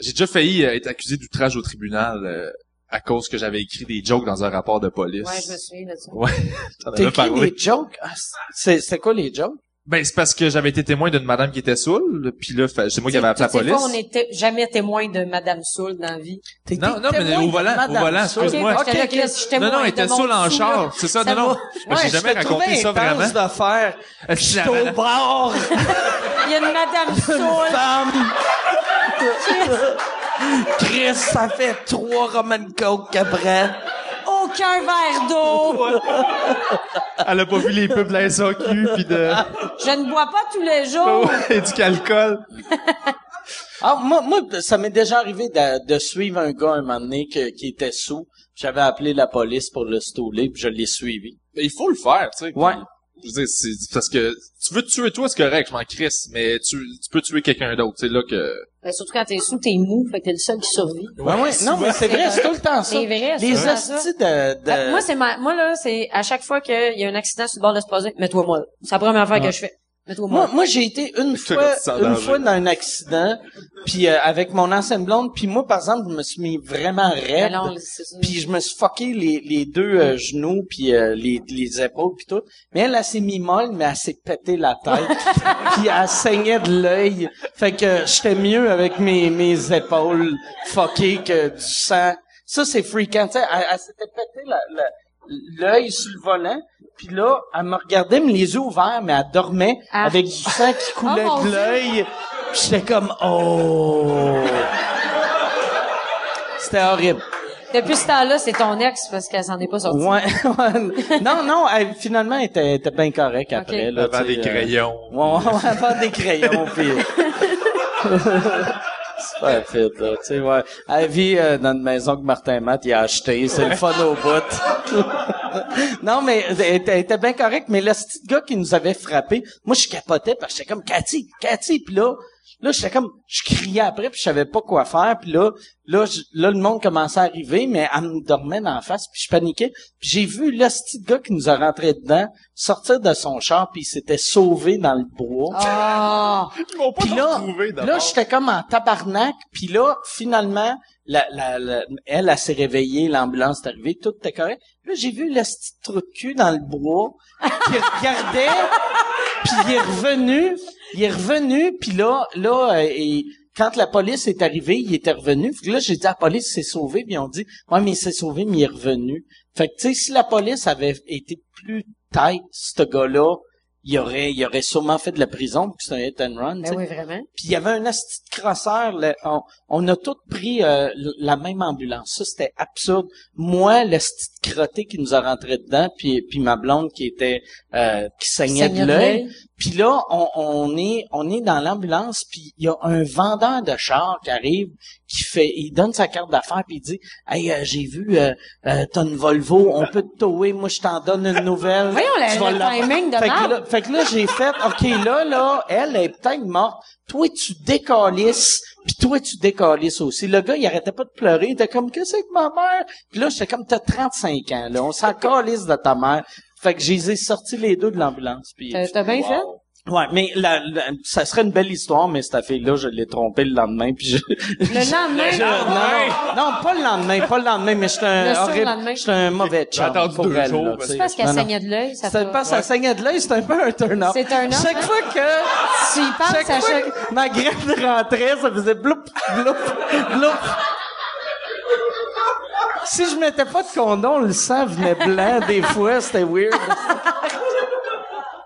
J'ai déjà failli euh, être accusé d'outrage au tribunal euh, à cause que j'avais écrit des jokes dans un rapport de police. Ouais, je me souviens de ça. T'en avais T'es qui parlé. les jokes Ah, C'est c'est quoi les jokes Ben c'est parce que j'avais été témoin d'une madame qui était saoule, puis là fa- c'est moi qui avais appelé la Toutes ces police. fois, on n'était jamais témoin de Madame Soul dans la vie. T'es- Non, t'es non, mais témoin au de volant, au Madame volant, Soul. excuse-moi. Ok, Ok, j'étais là, ok. Oh, Chris, j'étais Non, non, témoin elle de était mon saoule en sous, là. char. C'est ça, Ça non, non. va. Mais J'ai Ouais, jamais je te raconté trouvais ça intense vraiment. de faire. Je J'étais au bord, Il y a une Madame Soul. femme. Chris, ça fait trois Roman Coke après. OK, aucun verre d'eau. Elle a pas vu les pubs de la SAQ puis de, Je ne bois pas tous les jours. et du calcol. Ah, moi, moi, ça m'est déjà arrivé de, de suivre un gars un moment donné que- qui était sous. J'avais appelé la police pour le stouler, puis je l'ai suivi. Ben, il faut le faire, tu sais. Ouais. Je veux dire, c'est parce que tu veux te tuer toi, c'est correct, je m'en crisse, mais tu, tu peux tuer quelqu'un d'autre, c'est là que... Ben, surtout quand t'es sous, t'es mou, fait que t'es le seul qui survit. Ouais, ouais. Non, mais c'est vrai, c'est tout le temps ça. C'est vrai, c'est Les vrai, ça. hosties de... de- Euh, Moi, c'est ma... moi, là, c'est à chaque fois qu'il y a un accident sur le bord de se poser, mets-toi moi. là. C'est la première affaire que je fais. Mets-toi moi. Moi, moi j'ai été une Tout fois, le sans une danger. fois dans un accident, puis euh, avec mon ancienne blonde, puis moi, par exemple, je me suis mis vraiment raide, Allons, c'est ça. puis je me suis fucké les, les deux euh, genoux, puis euh, les, les épaules, puis tout. Mais elle, elle s'est mis molle, mais elle s'est pété la tête, puis elle saignait de l'œil. Fait que j'étais mieux avec mes, mes épaules fuckées que du sang. Ça, c'est fréquent. Elle, elle s'était pété la- la- l'œil sur le volant, puis là, elle me regardait, mais les yeux ouverts, mais elle dormait Ah. avec du sang qui coulait Oh, mon de Dieu. l'œil. Puis J'étais comme « Oh! » C'était horrible. Depuis ce temps-là, c'est ton ex parce qu'elle s'en est pas sortie. Ouais, ouais. non, non, elle, finalement, elle était, elle était bien correcte après. Là, Avant tu sais, des euh, crayons. Ouais, ouais, ouais, avant des crayons, puis... Super fit, là, tu sais, ouais. Elle vit euh, dans une maison que Martin Matt il a acheté, c'est le fun au bout. non, mais elle était, elle était bien correcte, mais le petit gars qui nous avait frappé, moi, je capotais, parce que j'étais comme « Cathy, Cathy! » Puis là, là, j'étais comme... Je criais après, puis je savais pas quoi faire, puis là, là, je- là, le monde commençait à arriver, mais elle me dormait dans la face, puis je paniquais. Puis j'ai vu le petit gars qui nous a rentré dedans sortir de son char, puis il s'était sauvé dans le bois. Ah! Ils m'ont pas Puis là, trouvé là j'étais comme en tabarnak. Puis là, finalement, la, la, la- elle, elle s'est réveillée, l'ambulance est arrivée, tout était correct. Là, j'ai vu le petit trou de cul dans le bois qui regardait, puis il est revenu, il est revenu, puis là, là, euh, et quand la police est arrivée, il était revenu. Fait que là, j'ai dit à la police, c'est sauvé, puis ils ont dit, ouais, mais il s'est sauvé, mais il est revenu. Fait que, tu sais, si la police avait été plus tight, ce gars-là, il aurait, il aurait sûrement fait de la prison, puis c'est un hit and run, tu sais. Ben oui, vraiment. Puis il y avait un asti de crosseur. là. on, on a tous pris euh, l- la même ambulance. Ça, c'était absurde. Moi, le asti de crotté qui nous a rentré dedans, puis, puis ma blonde qui était euh, qui saignait de Seigneur l'œil. Lay. Puis là, on, on est on est dans l'ambulance, puis il y a un vendeur de char qui arrive, qui fait, il donne sa carte d'affaires, puis il dit, hey, euh, j'ai vu, euh, euh, t'as une Volvo, on peut te tower, moi je t'en donne une nouvelle. Ah. Voyons, le- Tu vas le l'avoir. timing de fait que, marde. là, fait que là, j'ai fait, ok, là, là, elle est peut-être morte. Toi, tu décalisses, puis toi, tu décalisses aussi. Le gars, il arrêtait pas de pleurer, il était comme, qu'est-ce que ma mère? Puis là, j'étais comme, t'as 35 ans, là, on s'en calisse de ta mère. Fait que je les ai sortis les deux de l'ambulance. puis- Euh, T'as- t'as bien fait? Ouais, mais la, la- ça serait une belle histoire, mais cette fille-là, je l'ai trompée le lendemain, puis je... Le lendemain, je- non, non, non, pas le lendemain, pas le lendemain, mais j'étais Le un surlendemain. horrible, j'étais un mauvais J'ai chum attendu pour deux elle, jours, là, parce tu sais. c'est parce qu'elle Non, non. saignait de l'œil, ça Ça te- passe à saigner de l'œil, c'est un peu un turn-off. C'est un turn-off, Chaque hein? fois que, Tu y penses chaque à fois chaque- que ma graine rentrait, ça faisait bloup, bloup, bloup. Si je mettais pas de condom, le sang venait blanc des fois, c'était weird.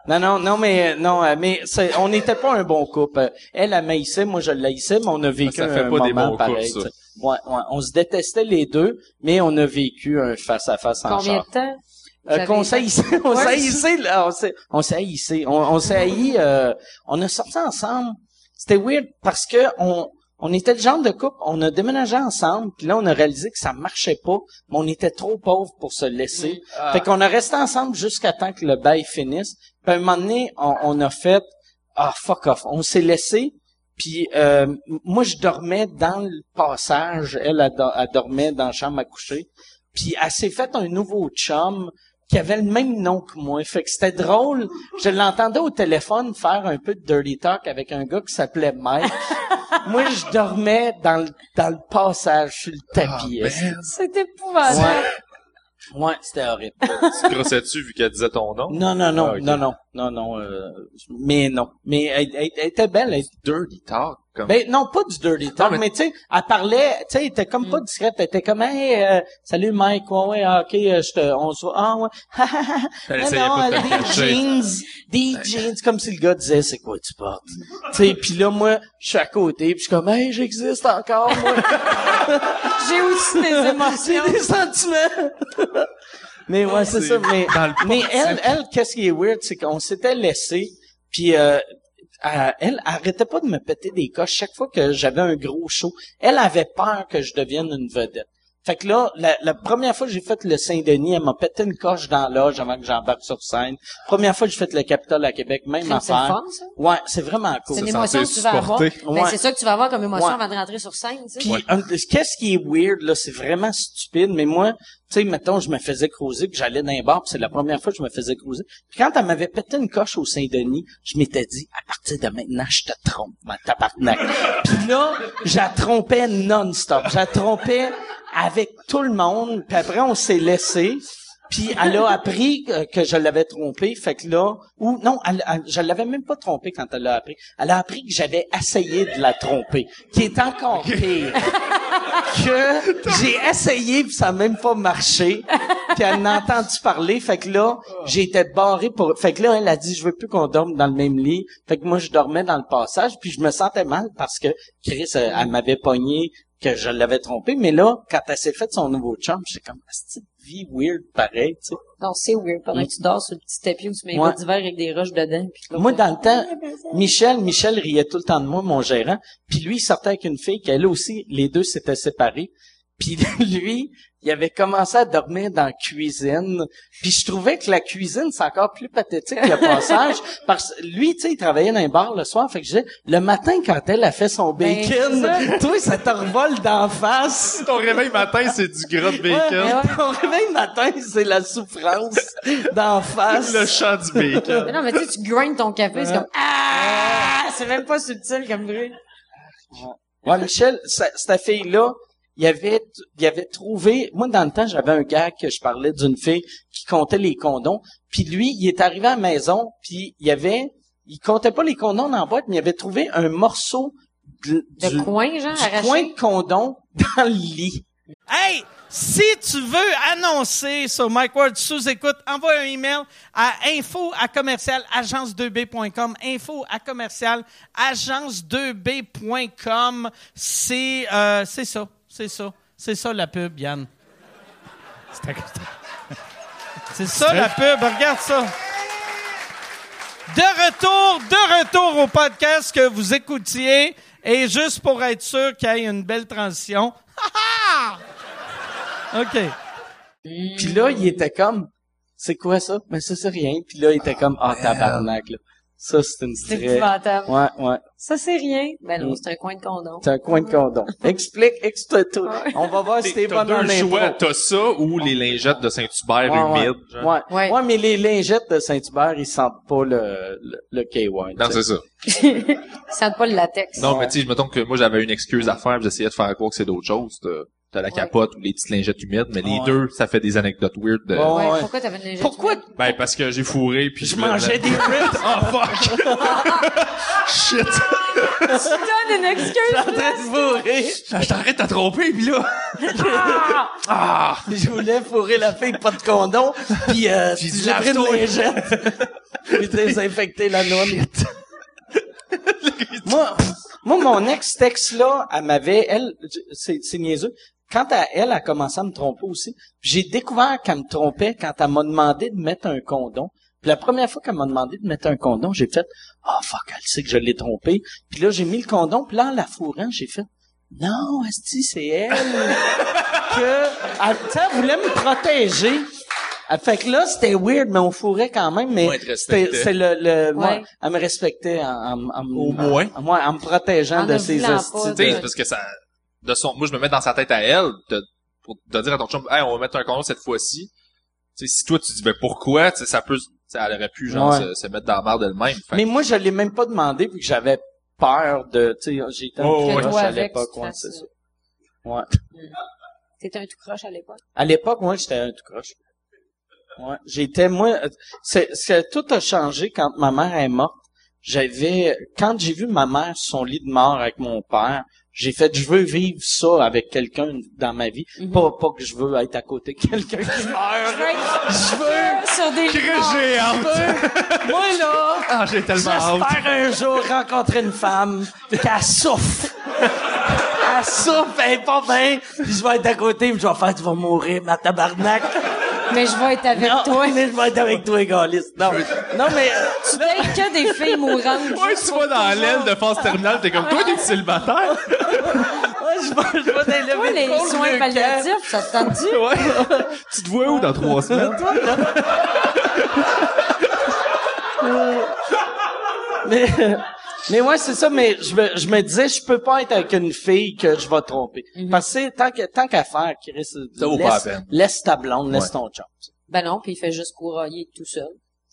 Non, non, non, mais euh, non, euh, mais c'est- on n'était pas un bon couple. Euh, Elle, elle m'haïssait, moi je l'haïssais, mais on a vécu Ça fait un pas des moment bons pareil. couples, ça. tu sais. Ouais, ouais, on se détestait les deux, mais on a vécu un face-à-face en Combien char. de temps? Euh, J'avais- qu'on s'est haïssé, on s'est Ouais. haïssé, là, on s'est, on s'est haïssé, on, on s'est haï, euh, on a sorti ensemble. C'était weird parce que on, on était le genre de couple, on a déménagé ensemble, puis là on a réalisé que ça marchait pas, mais on était trop pauvres pour se laisser. Ah. Fait qu'on a resté ensemble jusqu'à temps que le bail finisse. Puis à un moment donné, on, on a fait ah fuck off, on s'est laissé. Puis euh, m- moi je dormais dans le passage, elle, elle, do- elle dormait dans la chambre à coucher. Puis elle s'est faite un nouveau chum qui avait le même nom que moi. Fait que c'était drôle. Je l'entendais au téléphone faire un peu de dirty talk avec un gars qui s'appelait Mike. moi, je dormais dans le, dans le passage sur le Ah, tapis. ben. C'est épouvantable. ouais, ouais c'était horrible. Tu te crossais-tu vu qu'elle disait ton nom? Non, non, non, Ah, ok. non, non, non, non, euh, mais non. Mais elle, elle- elle était belle. elle- Dirty talk, comme. ben, non, pas du dirty talk, mais, mais- Mm. tu sais, elle parlait, tu sais, elle était comme pas discrète. Elle était comme, hey, euh, salut Mike, ouais, ouais, ah, ok, euh, je te, on se voit, ah, ouais, ha, ha, ha, Elle non, essayait non, pas de te des cacher. jeans, des jeans, comme si le gars disait, c'est quoi tu portes? tu sais, puis là, moi, je suis à côté, puis je suis comme, hey, j'existe encore, moi. J'ai aussi des émotions. J'ai des sentiments. Mais ouais, c'est ça. Mais, Ah, dans le mais elle, elle, qu'est-ce qui est weird, c'est qu'on s'était laissé, puis euh, elle, elle arrêtait pas de me péter des coches chaque fois que j'avais un gros show. Elle avait peur que je devienne une vedette. Fait que là, la, la première fois que j'ai fait le Saint-Denis, elle m'a pété une coche dans la loge avant que j'embarque sur scène. Première fois que j'ai fait le Capitole à Québec, même C'est le affaire. fun, ça? Ouais, c'est vraiment cool. C'est une se émotion que sentir tu vas avoir. supporté. Ben, Ouais. c'est ça que tu vas avoir comme émotion Ouais. avant de rentrer sur scène, tu sais. Puis, un- qu'est-ce qui est weird, là, c'est vraiment stupide, mais moi, tu sais, mettons, je me faisais croiser, puis j'allais dans un bar, puis c'est la première fois que je me faisais croiser. Puis quand elle m'avait pété une coche au Saint-Denis, je m'étais dit, à partir de maintenant, je te trompe, ma tabarnak. puis là, je la trompais non-stop. Je la trompais avec tout le monde, puis après, on s'est laissé. Puis elle a appris euh, que je l'avais trompé, fait que là, ou non, elle, elle- je l'avais même pas trompé quand elle l'a appris. Elle a appris que j'avais essayé de la tromper, qui est encore pire. que j'ai essayé puis ça a même pas marché. Puis elle n'a entendu parler, fait que là, j'ai été barré pour. Fait que là, elle a dit, je veux plus qu'on dorme dans le même lit. Fait que moi, je dormais dans le passage, puis je me sentais mal parce que Chris, euh, elle, elle m'avait pogné que je l'avais trompé, mais là, quand elle s'est faite son nouveau chum, j'étais comme, c'est vie weird pareil, tu sais. Non, c'est weird. Pendant que tu dors sur le petit tapis où tu mets un Ouais. verre d'hiver avec des roches dedans. Puis là, Moi, dans le temps, Michel, Michel riait tout le temps de moi, mon gérant. Puis lui, il sortait avec une fille qu'elle aussi, les deux s'étaient séparés. Puis lui, il avait commencé à dormir dans la cuisine. Puis je trouvais que la cuisine, c'est encore plus pathétique que le passage. Parce que lui, tu sais, il travaillait dans un bar le soir. Fait que je disais, le matin, quand elle a fait son Ben, bacon, c'est toi, ça te revole d'en face. Ton réveil matin, c'est du gras de Ouais, bacon. Ton réveil le matin, c'est la souffrance d'en face. Le chant du bacon. Mais non, mais tu sais, tu grindes ton café, c'est comme, ah! C'est même pas subtil comme bruit. Ouais, Michel, sa- cette fille-là, il avait, il avait trouvé, moi, dans le temps, j'avais un gars que je parlais d'une fille qui comptait les condoms. Puis lui, il est arrivé à la maison, puis il avait, il comptait pas les condoms dans la boîte, mais il avait trouvé un morceau de, De du, coin, genre, du arraché. coin de condom dans le lit. Hey, si tu veux annoncer sur Mike Ward sous écoute, envoie un email à info à commercial agence2b.com. Info à commercial agence2b.com. C'est, euh, c'est ça, c'est ça. C'est ça la pub, Yann. C'est un- C'est ça la pub, regarde ça. De retour, de retour au podcast que vous écoutiez. Et juste pour être sûr qu'il y ait une belle transition. Ha, ha! OK. Puis là, il était comme, c'est quoi ça? Mais ça, c'est rien. Puis là, il était comme, ah, tabarnak, là. Ça, c'est une C'est vraie... épouvantable. Ouais, Mm. ouais. Ça, c'est rien. Ben non, c'est un coin de condom. C'est un coin de condom. Explique, explique tout. On va voir si t'es T'as bonne en deux impro. choix. T'as ça ou les lingettes de Saint-Hubert Ouais, humides. ouais. genre. Ouais. Ouais. Ouais, mais les lingettes de Saint-Hubert, ils sentent pas le, le, le KY. Non, tu c'est sais. ça. Ils sentent pas le latex. Non, mais tu sais, mettons que moi, j'avais une excuse à faire, puis j'essayais de faire croire que c'est d'autres choses. T'as- T'as la capote ou les petites lingettes humides, mais les Ouais. deux, ça fait des anecdotes weird. de- Ouais. Ouais, pourquoi t'avais une légère Pourquoi Ben, parce que j'ai fourré, puis je mangeais des rips? Oh, fuck! Shit! tu donnes une excuse? en train de fourrer. Ah, Je t'arrête de tromper, puis là... Ah! Je voulais fourrer la fille, pas de condom. Puis, euh, Puis du j'ai pris une lave-toi. lingette. Puis désinfecté la noune. moi, moi, mon ex-texte, là, elle m'avait, elle, c'est, c'est niaiseux. Quant à elle, elle a commencé à me tromper aussi. Puis J'ai découvert qu'elle me trompait quand elle m'a demandé de mettre un condom. Puis la première fois qu'elle m'a demandé de mettre un condom, j'ai fait « Ah, fuck, elle sait que je l'ai trompée. » Puis là, j'ai mis le condom. Puis là, en la fourrant, j'ai fait « Non, esti, c'est elle. » que elle, tu sais, elle voulait me protéger. Elle- Fait que là, c'était weird, mais on fourrait quand même. Mais Ouais, elle te c'était respectait. c'était le... le moi, Ouais. elle me respectait en, en, en- Au moins. en- moi, en me protégeant En de ne ses voulant hosties pas de- Tu sais, parce que ça... De son... Moi, je me mets dans sa tête à elle, de, pour, de dire à ton chum, « Hey, on va mettre un condom cette fois-ci. » Tu sais, si toi, tu dis, « Ben, pourquoi? » Tu sais, ça peut... tu sais, elle aurait pu, genre, Ouais. se, se mettre dans la merde elle-même. Fait Mais moi, je l'ai même pas demandé puis que j'avais peur de, tu sais, ah, j'étais Oh, Que ouais. toi, à avec, l'époque, tu ouais, fasses c'est ça. ça. Ouais. T'étais un tout croche à l'époque. À l'époque, moi, j'étais un tout croche. Ouais. J'étais, moi, euh, c'est, c'est- tout a changé quand ma mère est morte. J'avais, quand j'ai vu ma mère sur son lit de mort avec mon père, j'ai fait, je veux vivre ça avec quelqu'un dans ma vie. Mm-hmm. Pas, pas que je veux être à côté de quelqu'un qui meurt. Mhm. Je veux sur des j'ai moi, là, Ah, j'ai tellement hâte! J'espère un jour rencontrer une femme qu'elle souffre. elle souffre, elle est pas bien. Puis je vais être à côté, puis je vais faire, tu vas mourir, ma tabarnak. Mais je vais être avec Non, toi. mais je vais être avec toi, Galice. Non, non mais... Tu dates que des filles mourantes. Ouais, tu vois dans l'aile de phase terminale, t'es comme, toi, t'es célibataire? Ouais, je vais, je vais dans le Toi, les Midcoast, soins le camp. palliatifs, ça te tente-tu? Ouais. tu te vois où dans trois semaines? Mais, mais ouais, c'est ça, mais je me, je me disais, je peux pas être avec une fille que je vais tromper. Parce que c'est tant qu'à tant qu'à faire, Chris, Mhm. Ça vaut laisse, pas la peine. laisse ta blonde, laisse ton chum. Ben non, puis il fait juste courailler tout seul.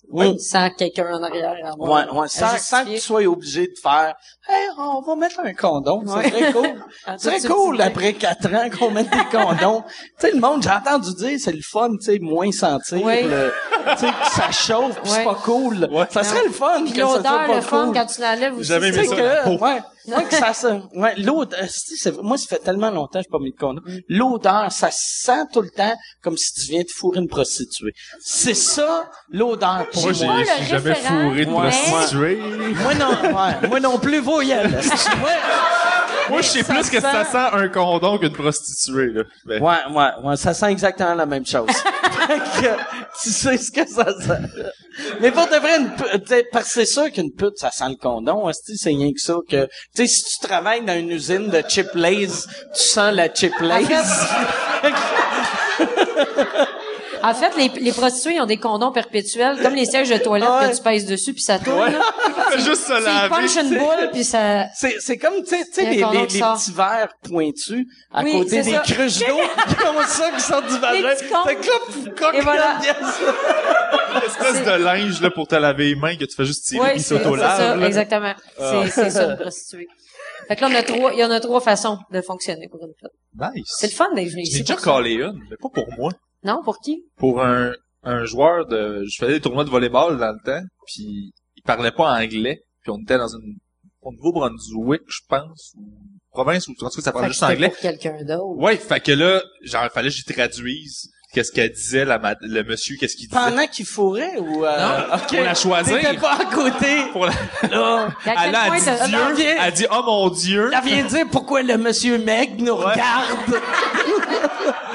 Oui. Sans quelqu'un en arrière. à moi, Ouais, ouais, à sans, sans que justifier. tu sois obligé de faire Hey, on va mettre un condom, c'est très cool. Ah, C'est tu très cool dis- après quatre ans qu'on mette des condoms. tu sais, le monde, j'ai entendu dire c'est le fun, tu sais, moins sentir Ouais. le- tu sais, que ça chauffe, pis c'est Ouais. pas cool. Ça serait le fun Puis que ça soit l'odeur, pas le fun, cool. quand tu l'enlèves aussi. Jamais Tu sais ça que, dans la peau. ouais, ouais, que ça sent- ouais, l'odeur, euh, si, c'est- moi, ça fait tellement longtemps que j'ai pas mis de condom. Mm. L'odeur, ça sent tout le temps comme si tu viens de fourrer une prostituée. C'est ça, l'odeur pour Moi, moi. j'ai- je suis jamais référent, fourré de mais- prostituée. Moi non, ouais, moi non plus, voyez. Moi, je sais ça plus que ça sent- sent un condom qu'une prostituée, là. Ben, Mais- Ouais, ouais, ouais, ça sent exactement la même chose. Fait que, tu sais ce que ça sent. Mais pour de vrai, une pute, tu sais, parce que c'est sûr qu'une pute, ça sent le condom. hostie, C'est rien que ça que, tu sais, si tu travailles dans une usine de chip lays, tu sens la chip lays. En fait, les, les prostituées ils ont des condoms perpétuels, comme les sièges de toilette Ouais. que tu pèses dessus puis ça tourne. là. Juste se Tu y laver. punches une boule puis ça... C'est, c'est comme, tu sais, tu sais, Il y a un les, condom les, qui les sort. petits verres pointus à Oui, côté c'est des ça. cruches d'eau comme ça qui sortent du vagin. petits cons. Fait que là, pff, coque, Et voilà. yes. espèce de C'est- linge là pour te laver les mains que tu fais juste tirer Ouais, puis c'est c'est s'auto-lave. ça, là. Ah. exactement. C'est c'est ça, une prostituée. Fait que là, on a trois, il y en a trois façons de fonctionner. pour une femme. Nice. C'est le fun d'être venu J'ai ici. déjà pour ça. collé une, mais pas pour moi. Non, pour qui? Pour un, un joueur de... Je faisais des tournois de volleyball dans le temps, puis il parlait pas anglais, puis on était dans une... Au Nouveau-Brunswick, je pense, ou province, ou en tout cas, ça Fait parlait que juste c'était anglais. Pour quelqu'un d'autre. Ouais, fait que là, genre, fallait que j'y traduise qu'est-ce qu'elle disait, la, ma- le monsieur, qu'est-ce qu'il disait. Pendant qu'il fourrait ou, euh, ok. Pour la choisir. T'étais pas à côté. Pour la... Là, Et à quel Elle a point dit t'as- non, Dieu, viens. elle dit « Oh mon Dieu! elle vient dire pourquoi le monsieur Meg nous regarde. »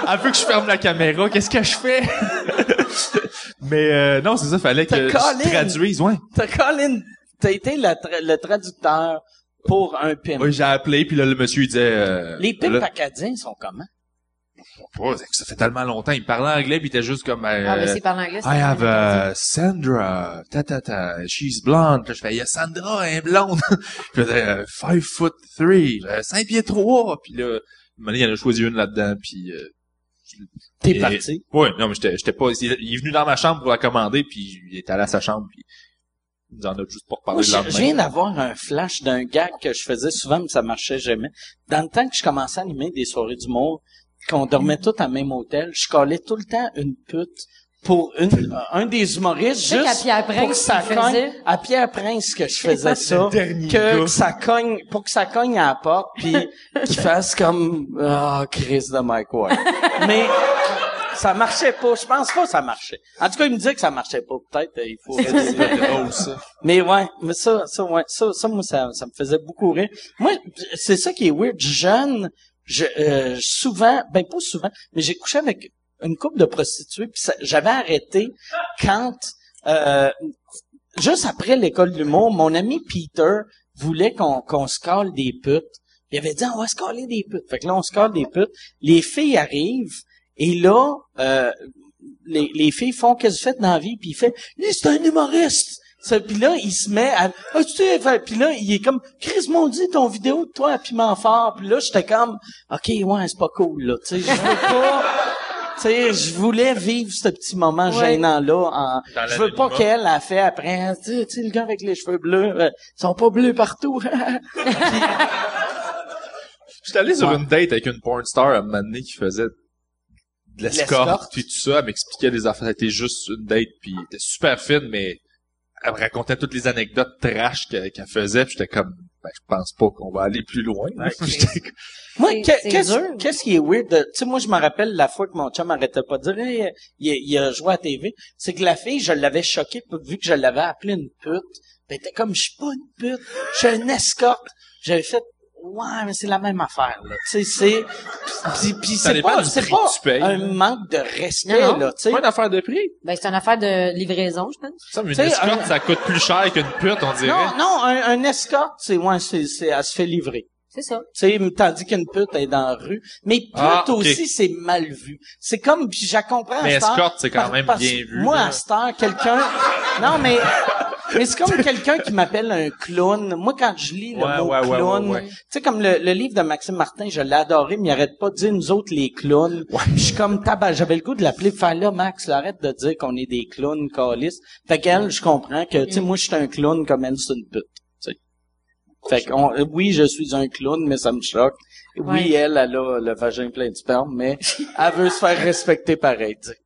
Elle veut que je ferme la caméra, qu'est-ce que je fais? Mais euh, non, c'est ça, fallait que T'as collé. je traduise, ouais. T'as Colin, t'as été la tra- le traducteur pour un pimp. Oui, j'ai appelé, puis là, le monsieur, il disait... euh, Les pimps là, acadiens sont comment? oh, c'est que ça fait tellement longtemps, il parlait anglais, puis il était juste comme... euh, Ah, mais c'est par l'anglais. I have uh, Sandra, ta ta ta, she's blonde. Puis je fais, il y a Sandra, elle est blonde. puis là, 5 foot 3, 5 pieds 3. Puis là, il y en a choisi une là-dedans, puis... euh, T'es Et- parti. Ouais, non, mais j'étais, j'étais pas. Il, il est venu dans ma chambre pour la commander, puis il est allé à sa chambre, puis il nous en a juste pas Moi, reparlé je, le lendemain. je viens d'avoir un flash d'un gag que je faisais souvent, mais ça marchait jamais. Dans le temps que je commençais à animer des soirées d'humour, qu'on dormait tous à même hôtel, je collais tout le temps une pute pour une, un des humoristes sais juste qu'à Pierre Prince, pour que ça tu le cogne. faisais. À Pierre Prince que je faisais ça, dernier que, gars. que ça cogne, pour que ça cogne à la porte, puis qu'il fasse comme ah Chris de Mike Ward. Mais ça marchait pas. Je pense pas que ça marchait. En tout cas, il me disait que ça marchait pas. Peut-être euh, il faut. C'est drôle, ça. Mais ouais, mais ça, ça, ouais, ça, ça, moi, ça, ça me faisait beaucoup rire. Moi, c'est ça qui est weird. Jeune, je, euh, souvent, ben pas souvent, mais j'ai couché avec une couple de prostituées, puis ça- j'avais arrêté quand, euh, juste après l'école de l'humour, mon ami Peter voulait qu'on qu'on se colle des putes. Il avait dit, Ah, on va se coller des putes. Fait que là, on se colle des putes. Les filles arrivent, et là, euh, les, les filles font qu'est-ce que vous faites dans la vie puis il fait lui c'est un humoriste Ça, puis là il se met à ah, tu sais fait- puis là il est comme Chris m'ont dit ton vidéo de toi à piment fort puis là j'étais comme ok ouais c'est pas cool là tu sais je veux pas tu sais je voulais vivre ce petit moment Ouais. gênant là en Dans je veux pas l'anonymat. qu'elle a fait après hein. tu sais- tu sais le gars avec les cheveux bleus euh, ils sont pas bleus partout J'étais allé sur Ouais. une date avec une porn star à un moment donné qui faisait de l'escorte, l'escorte. puis tout ça. Elle m'expliquait des affaires. C'était juste une date, puis elle était super fine, mais elle me racontait toutes les anecdotes trash que- qu'elle faisait, puis j'étais comme, ben, je pense pas qu'on va aller plus loin. J'étais comme, Moi, C'est- que- c'est qu'est-ce dur. qu'est-ce qui est weird? de- Tu sais, moi, je me rappelle la fois que mon chum arrêtait pas de dire, Hey, il, a- il a joué à TV. C'est que la fille, je l'avais choquée p- vu que je l'avais appelée une pute. Ben, elle était comme, je suis pas une pute, je suis un escorte. J'avais fait, ouais, mais c'est la même affaire, là. Tu sais, c'est, pis, pis Ça c'est dépend pas, du c'est prix pas que tu payes. un manque de respect, Non, non. là, tu sais. Pas une affaire de prix. Ben, c'est une affaire de livraison, je pense. Ça, mais une T'sais, escorte, un- ça coûte plus cher qu'une pute, on dirait. Non, non, un, un escorte, c'est, ouais, c'est, c'est, elle se fait livrer. C'est ça. Tu sais, tandis qu'une pute elle est dans la rue. Mais pute Ah, ok. aussi, c'est mal vu. C'est comme, puis je la comprends. à Mais cette heure, escorte, c'est quand par- même parce- bien vu, Moi, là. à cette heure, quelqu'un... Non, mais... Mais c'est comme quelqu'un qui m'appelle un clown. Moi, quand je lis le Ouais, mot ouais, ouais, clown, ouais, ouais. tu sais, comme le, le livre de Maxime Martin, je l'ai adoré, mais il arrête pas de dire, nous autres, les clowns. Puis Je suis comme tabac. J'avais le goût de l'appeler, faire là, Max, là, arrête de dire qu'on est des clowns, calices. Fait qu'elle, je comprends que, tu sais, moi, je suis un clown comme elle, c'est une pute. Fait que on- euh, oui, je suis un clown, mais ça me choque. Oui, Ouais. elle, elle a le vagin plein de sperme, mais elle veut se faire respecter pareil. tu sais.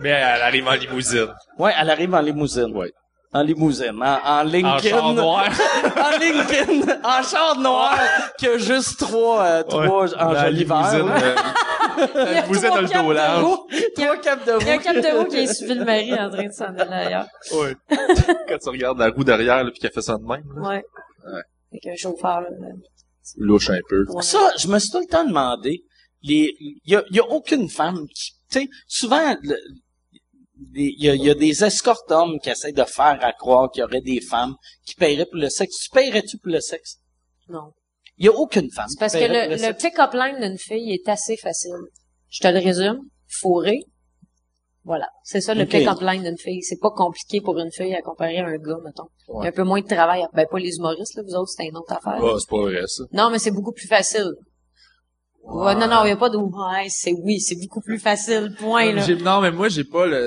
Mais elle arrive en limousine. Ouais, elle arrive en limousine. Ouais. En limousine, en, en En Lincoln. char noir. en Lincoln, en char noir, qui a juste trois, euh, trois en Dans joli vert. limousine, là. euh, Il y a Vous êtes dans le dos large. Trois capes de Il y a un roue. cap de roue qui est suivi le mari en train de s'en aller ailleurs. Ouais. Quand tu regardes la roue derrière, là, pis qu'elle fait ça de même, là. Ouais. Ouais. Avec un chauffeur, là. là. Louche un peu. Ouais. Ça, je me suis tout le temps demandé. Les, y a, y a aucune femme qui, tu sais, souvent, le- les- y a, y a des escortes hommes qui essayent de faire à croire qu'il y aurait des femmes qui paieraient pour le sexe. Tu paierais-tu pour le sexe? Non. Il y a aucune femme. C'est parce Ben, que qui paierait le, pour le sexe. pick-up line d'une fille est assez facile. Je te le résume. Fourré. Voilà. C'est ça le Ok. pick-up line d'une fille. C'est pas compliqué pour une fille à comparer à un gars, mettons. Il y Ouais. a un peu moins de travail. Ben, pas les humoristes, là. Vous autres, c'est une autre affaire. Ah, c'est pas vrai, ça. Non, mais c'est beaucoup plus facile. Ouais, non, non, il n'y a pas de ouais, c'est oui, c'est beaucoup plus facile, point, là. J'ai- Non, mais moi, j'ai pas le.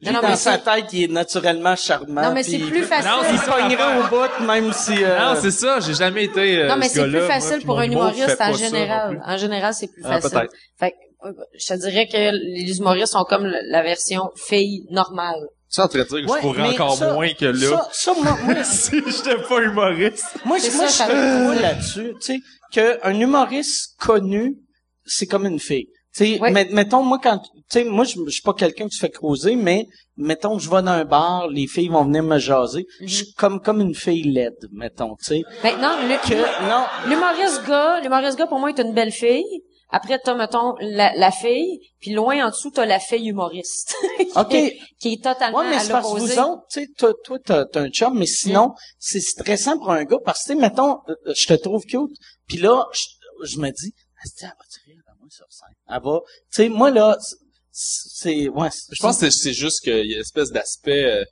Lui, Non, non, dans mais sa c'est- tête, il est naturellement charmant. Non, mais Ah, c'est puis- plus facile. Non, Il c'est ça, pognerait au l'affaire. bout, même si... euh, Non, Ah, c'est ça, j'ai jamais été. euh, Non, mais ce c'est plus gars-là, facile moi, pour mon un humour fait humoriste pas en ça non général. plus. En général, c'est plus Ah, facile. peut-être. Fait que, euh, je te dirais que les humoristes sont comme le- la version fille normale. Tu es en train de dire que Ouais, je pourrais mais encore ça- moins que là. Ça, ça, moi, moi, si j'étais pas humoriste. Moi, C'est je- moi, je ça, suis ça- moi, là-dessus, tu sais, qu'un humoriste connu, c'est comme une fille. Tu sais, Oui. met- mettons, moi, quand, tu sais, moi, je je suis pas quelqu'un qui se fait croiser, mais, mettons, je vais dans un bar, les filles vont venir me jaser. Mhm. Je suis comme, comme une fille laide, mettons, tu sais. Maintenant, le- Que, non, l'humoriste gars, l'humoriste gars, pour moi, est une belle fille. Après, t'as, mettons, la, la fille, puis loin en dessous, t'as la fille humoriste. qui OK. est- Qui est totalement Ouais, mais à Mm. c'est parce que l'opposé. vous autres, tu sais, toi, toi, t'as, t'as un chum, mais sinon, c'est stressant pour un gars parce que, tu sais, mettons, euh, euh, je te trouve cute, puis là, je, je me dis, Asti, elle va-tu rire de moi sur scène? Elle va, tu sais, moi, là, c'est- c'est, ouais. c'est- Je pense que c'est- c'est juste qu'il y a une espèce d'aspect. euh,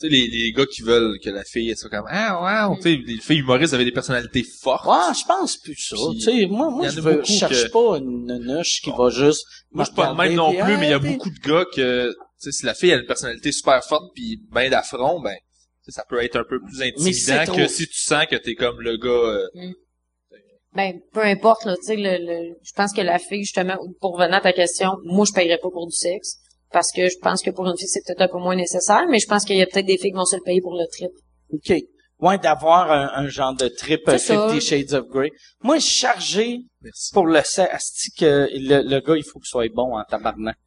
Tu sais, les, les gars qui veulent que la fille soit comme Hmm. Ah, wow! Tu sais, les filles humoristes avaient des personnalités fortes. Ouais, je pense plus ça. Puis, Tu sais, moi, y moi, en je a veux, beaucoup je cherche que- pas une nunuche qui va juste. ah, Moi, je suis pas de même non plus, mais il y a beaucoup beaucoup de gars que, tu sais, si la fille a une personnalité super forte puis ben d'affront, ben, tu sais, ça peut être un peu plus Mais si c'est intimidant trop- que si tu sens que t'es comme le gars, euh, Ben, peu importe, là, tu sais, le, le- je pense que la fille, justement, pour revenir à ta question, moi, je paierais pas pour du sexe. Parce que je pense que pour une fille, c'est peut-être un peu moins nécessaire, mais je pense qu'il y a peut-être des filles qui vont se le payer pour le trip. OK. Ouais, d'avoir un, un genre de trip euh, C'est ça. Fifty Shades of Grey. Moi, je suis chargé Merci. pour le sexe. Asti que le, le gars, il faut qu'il soit bon en tabarnak.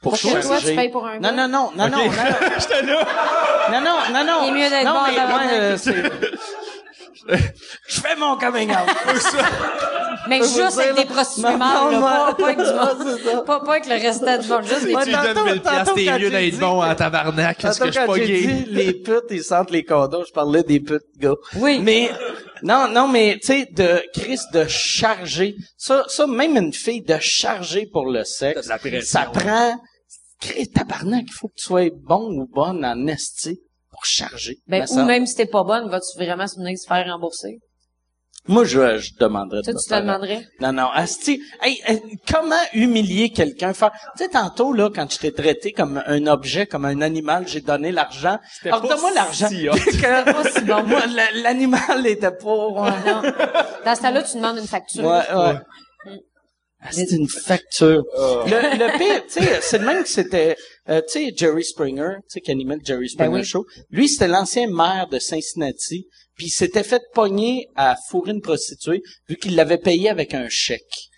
Pour Parce que toi, tu charger- payes pour un Non, non, non, non, non, non. Non, non, non, non. Il est mieux d'être Non, bon en mais, tabarnak. ouais, euh, c'est- Je fais mon coming out. Mais Je veux juste avec dire, des prostituées non, mâles, non, là, moi- pas, pas avec du monde. Ouais, c'est ça. Pas, pas avec le restant du monde, juste des Ouais, Tu lui donnes tantôt- 1000 piastres, tantôt, t'es quand j'ai mieux d'être dit bon en tabarnak, parce Tantôt, que je suis quand pas j'ai gay. dit les putes, ils sentent les condoms, je parlais des putes gars. Oui. Mais, non, non, mais, tu sais, de, Chris, de charger. Ça, ça, même une fille de charger pour le sexe. T'as de la pression. ça prend, Chris, tabarnak, il faut que tu sois bon ou bonne en esti pour charger. Ben, me ou semble. même si t'es pas bonne, vas-tu vraiment se venir se faire rembourser? Moi, je, je demanderais Ça, de me tu te faire- demanderais? Non, non, asti. Hey, euh, comment humilier quelqu'un? Faire, tu sais, tantôt, là, quand je t'ai traité comme un objet, comme un animal, j'ai donné l'argent. Alors, pas donne-moi l'argent. si hot. Que- Pas si bon. Moi, la- l'animal était pauvre. Ah, non. Dans ce temps-là, tu demandes une facture. Ouais, ouais. Ah, C'est une facture. Le, le pire, tu sais, c'est le même que c'était, euh, tu sais, Jerry Springer, tu sais, qui animait le Jerry Springer oui. Show. Lui, c'était l'ancien maire de Cincinnati, puis il s'était fait pogner à fourrer une prostituée, vu qu'il l'avait payé avec un chèque.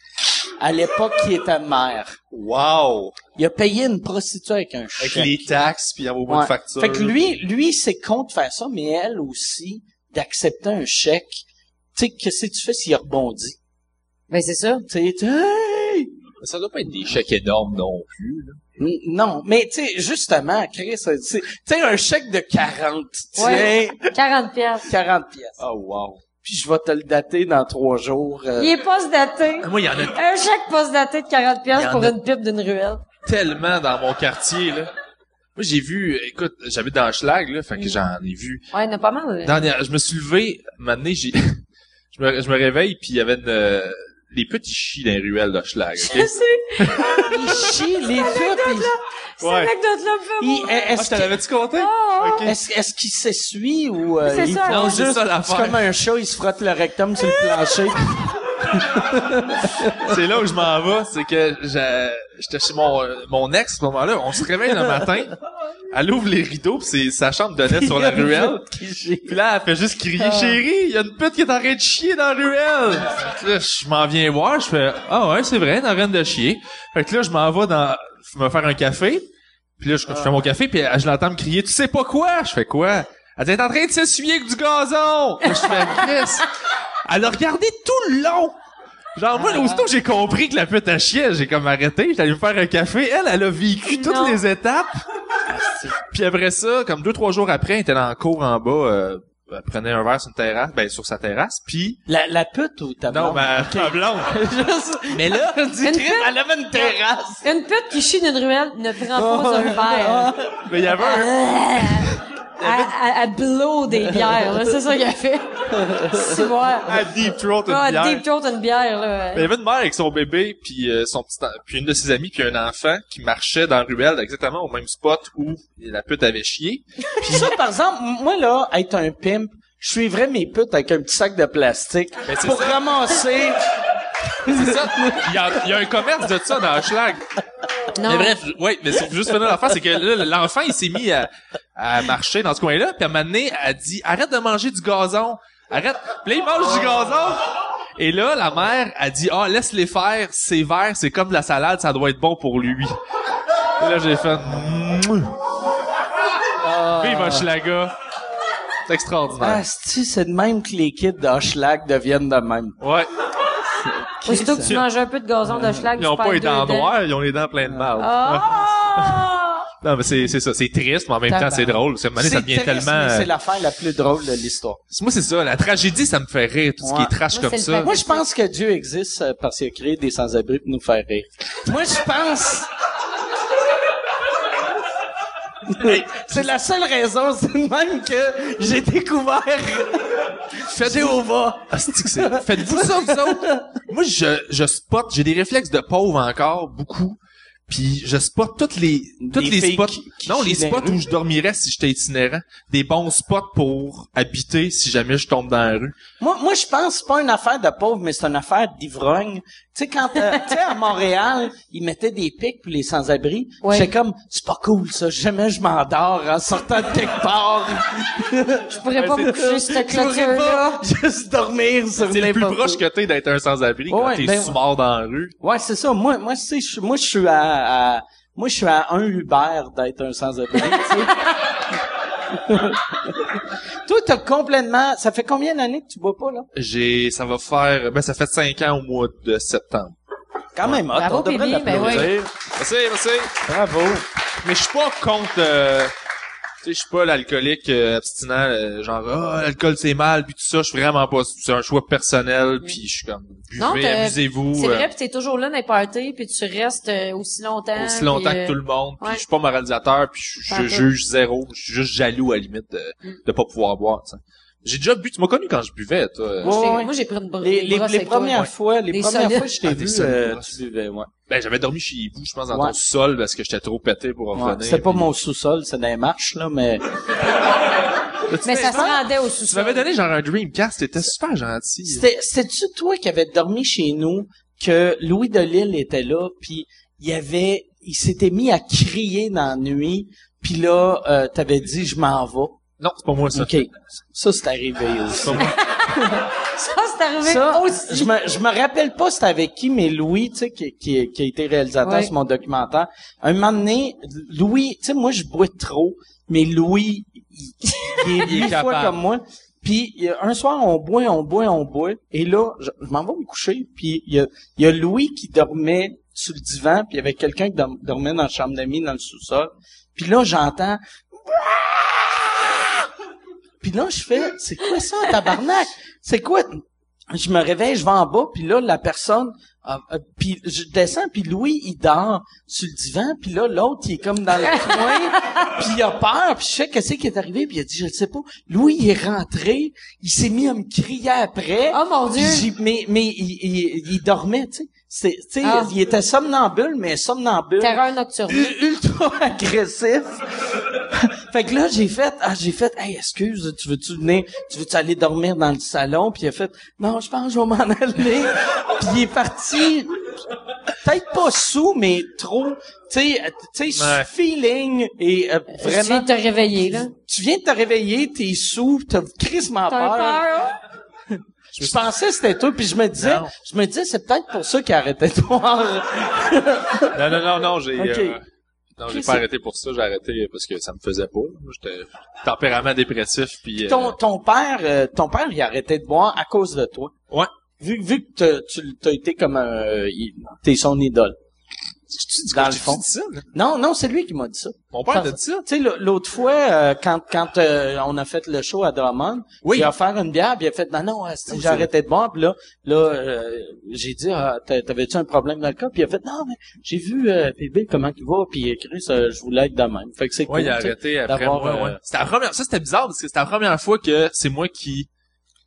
À l'époque, il était maire. Wow! Il a payé une prostituée avec un Avec chèque. les taxes puis avoir moins Ouais. de factures. Fait que lui, lui, c'est contre faire ça, mais elle aussi, d'accepter un chèque. tu sais, qu'est-ce que tu fais s'il rebondit? Ben, c'est ça. Tu sais, tu- hey! Ça doit pas être des chèques énormes non plus. là. N- Non, mais tu sais, justement, Chris, c'est- tu sais, un chèque de 40, tiens, Ouais. 40 piastres. 40 pièces. Oh wow. Puis je vais te le dater dans trois jours. euh, Il est poste daté. Ah, Moi, il y en a Un chèque poste daté de 40 piastres pour une pipe d'une ruelle. Tellement dans mon quartier là. Moi j'ai vu, écoute, j'habite dans Schlag là, Mm. fait que j'en ai vu Ouais, il y en a pas mal. hein. Dernière, je me suis levé, maintenant j'ai, je me, je me réveille puis il y avait une, euh, les petits chis dans les ruelles de Schlag, ok? Je sais. Il chie, les putes, Cette anecdote-là me fait il- mourir. il- est-ce qu'il- Ah, tu compté? est-ce- est-ce qu'il s'essuie ou euh, C'est il ça, prend ouais. C'est juste ça, l'affaire. c'est comme un chat, il se frotte le rectum sur le plancher. c'est là où je m'en vais, c'est que j'a- j'étais chez mon, mon ex à ce moment-là, on se réveille le matin, elle ouvre les rideaux pis c'est sa chambre donnait sur la ruelle. Puis là, elle fait juste crier Chérie, il y a une pute qui est en train de chier dans la ruelle! » Fait que là, je m'en viens voir, je fais « Ah ouais, c'est vrai, elle est en train de chier. » Fait que là, je m'en vais dans me faire un café. Puis là, je, je fais mon café, puis elle- je l'entends me crier « Tu sais pas quoi? » Je fais « Quoi? » Elle dit « Elle est en train de s'essuyer avec du gazon! » Là, Je fais « Chris! » Elle a regardé tout le long! Genre, moi, aussitôt, j'ai compris que la pute à chier, j'ai comme arrêté, j'étais allé me faire un café. Elle, elle a vécu toutes Non. les étapes. Puis après ça, comme deux, trois jours après, elle était dans la cour en bas, euh, elle prenait un verre sur une terrasse, ben, sur sa terrasse, puis... La, la pute ou ta Non, blonde? ben, ma blonde. Mais là, on dit, Une Chris, pute? elle avait une terrasse. Une pute qui chie d'une ruelle ne prend pas un verre. Mais il y Ah. avait un... Ah. Elle, elle, elle blow des bières, là. C'est ça qu'elle fait. C'est moi. un deep throat, une Ah, bière. deep throat, une bière, là. Mais il y avait une mère avec son bébé, puis euh, son petit, puis une de ses amies, puis un enfant qui marchait dans la ruelle exactement au même spot où la pute avait chié. Puis ça, par exemple, moi, là, être un pimp, je suivrais mes putes avec un petit sac de plastique Ben, c'est pour ça. ramasser... C'est ça. Il y, a, il y a un commerce de ça dans Schlag. non. Mais bref, oui, mais sauf juste finir l'enfant, c'est que là, l'enfant, il s'est mis à, à marcher dans ce coin-là, puis à un moment donné, elle dit « Arrête de manger du gazon! Arrête! » Puis là, il mange du gazon! Et là, la mère, a dit « Ah, laisse-les faire, c'est vert, c'est comme de la salade, ça doit être bon pour lui. » Et là, j'ai fait « Mouh! Vive Hochelaga! » C'est Ah, extraordinaire. c'ti, c'est de même que les kids d'Hochelag deviennent de même. Ouais. Aussitôt que tu manges un peu de gazon de schlag, Ils tu ont perds pas les deux dents noires, ils ont les dents pleines de mal. Ah! Non, mais c'est c'est ça, c'est triste, mais en même temps, c'est drôle. C'est à un moment donné, ça devient triste, tellement... mais euh, C'est l'affaire la plus drôle de l'histoire. Moi, c'est ça. La tragédie, ça me fait rire. Tout ce qui Ouais. est Moi, trash comme c'est le ça. fait- Moi, je pense que Dieu existe euh, parce qu'il a créé des sans-abri pour nous faire rire. Moi, je pense... c'est la seule raison, c'est de même que j'ai découvert Jéhovah. Asti que Ah, c'est- Faites-vous ça, vous autres? Moi, je, je spot. J'ai des réflexes de pauvre encore, beaucoup. Puis je spot toutes les, toutes Des les filles spots. qui- qui non, chient les dans la spots où je dormirais si j'étais itinérant. Des bons spots pour habiter si jamais je tombe dans la rue. Moi, moi je pense que c'est pas une affaire de pauvre, mais c'est une affaire d'ivrogne. Tu sais, quand euh, tu sais, à Montréal, ils mettaient des pics pour les sans-abri. Ouais. J'étais comme, c'est pas cool ça. Jamais je m'endors en sortant de quelque part. Je pourrais pas me coucher sur cette Je pourrais clôture-là. pas juste dormir sur C'est le plus n'importe proche où. que t'es d'être un sans-abri quand Ouais, t'es ben- sous-mort dans la rue. Ouais, c'est ça. Moi, moi, tu sais, je- moi, je suis à, à- moi, je suis à un Uber d'être un sans-abri. tu sais. Toi, t'as complètement. Ça fait combien d'années que tu bois pas là J'ai, ça va faire, ben, ça fait cinq ans au mois de septembre. Quand même, hot, Bravo, on devrait Billy, ben l'applaudir. oui. Merci, merci. Bravo. Mais je suis pas contre. euh, tu sais, je suis pas l'alcoolique euh, abstinent, euh, genre ah l'alcool c'est mal, puis tout ça. Je suis vraiment pas. C'est un choix personnel, puis je suis comme Non, buvez, t'as- amusez-vous. C'est euh, vrai, puis t'es toujours là dans les parties, puis tu restes euh, aussi hein, longtemps. aussi longtemps puis, euh, que tout le monde. Puis ouais. je suis pas moralisateur, puis je, je Parfait. juge zéro. Je suis juste jaloux à la limite de, Mm. de pas pouvoir boire. tu sais. J'ai déjà bu. Tu m'as connu quand je buvais, toi. euh, euh, moi, Ouais, j'ai- ouais. Moi, j'ai pris une bro- Les, une les, brosse les avec toi. premières fois, les Des premières solides. fois que je t'ai Ah, des vu, solides, euh, ouais. tu buvais, ouais. Ben j'avais dormi chez vous, je pense dans Ouais. ton sol parce que j'étais trop pété pour Ouais, revenir. C'était pas puis- mon sous-sol, c'est dans les marches, là, mais... Mais ça se rendait au sous-sol. Tu m'avais donné genre un Dreamcast, t'étais super gentil. C'était- C'était-tu toi qui avais dormi chez nous, que Louis Delisle était là, puis il y avait... Il s'était mis à crier dans la nuit, puis là, euh, t'avais dit « Je m'en vais Non, c'est pas moi ». ça. OK. Ça, c'est arrivé aussi. Ça, c'est arrivé Ça, aussi. je me, je me rappelle pas c'était avec qui, mais Louis, tu sais, qui, qui, qui a été réalisateur Ouais. sur mon documentaire, un moment donné, Louis, tu sais, moi, je bois trop, mais Louis, il, il est huit fois capable. comme moi. Puis il y a- un soir, on boit, on boit, on boit. Et là, je, je m'en vais me coucher. Puis il y a, il y a Louis qui dormait sur le divan. Puis il y avait quelqu'un qui dorm- dormait dans la chambre d'amis, dans le sous-sol. Puis là, j'entends... Puis là, je fais, c'est quoi ça, tabarnak? C'est quoi? Je me réveille, je vais en bas, puis là, la personne... ah, ah, puis je descends, puis Louis, il dort sur le divan, puis là, l'autre, il est comme dans le coin, puis il a peur, puis je sais qu'est-ce qui est arrivé, puis il a dit, je le sais pas. Louis, il est rentré, il s'est mis à me crier après. Oh, mon Dieu. J'ai- mais mais il, il, il dormait, tu sais. C'est- tu sais, Ah. Il était somnambule, mais somnambule Terreur nocturne. u- ultra agressif. fait que là, j'ai fait, ah, j'ai fait, hey, excuse, tu veux-tu venir, tu veux-tu aller dormir dans le salon? Puis il a fait, non, je pense que je vais m'en aller. Puis il est parti, peut-être pas sous, mais trop, tu sais, euh, tu sais, Ouais. feeling et euh, Tu viens vraiment. de te réveiller, là. Tu viens de te réveiller, t'es sous, t'as crissement T'as peur? je pensais que c'était toi, puis je me disais, Non. je me disais, c'est peut-être pour ça qu'il arrêtait de boire. Non, non, non, non, j'ai, Ok. euh, non, j'ai pas arrêté pour ça, j'ai arrêté parce que ça me faisait pas. J'étais tempérament dépressif puis. euh, ton, ton père, euh, ton père, il a arrêté de boire à cause de toi. Ouais. Vu, vu que t'as- tu t'as été comme un, il- t'es son idole. Dans le fond. j'ai dit ça, là. Non, non, c'est lui qui m'a dit ça. Mon père Parce- t'a dit ça. Tu sais, l- l'autre fois, euh, quand, quand euh, on a fait le show à Drummond, Oui. il a offert une bière, puis il a fait, non, non, asti, j'ai arrêté de boire, puis là, là euh, j'ai dit, ah, t'a- t'avais-tu un problème d'alcool? Puis il a fait, non, mais j'ai vu euh, bébé, comment il va, puis Chris, euh, je voulais être de même. Fait que c'est Ouais, cool, il a tu sais. arrêté après d'avoir, moi. euh, ouais. C'était la première, ça c'était bizarre parce que c'était la première fois que c'est moi qui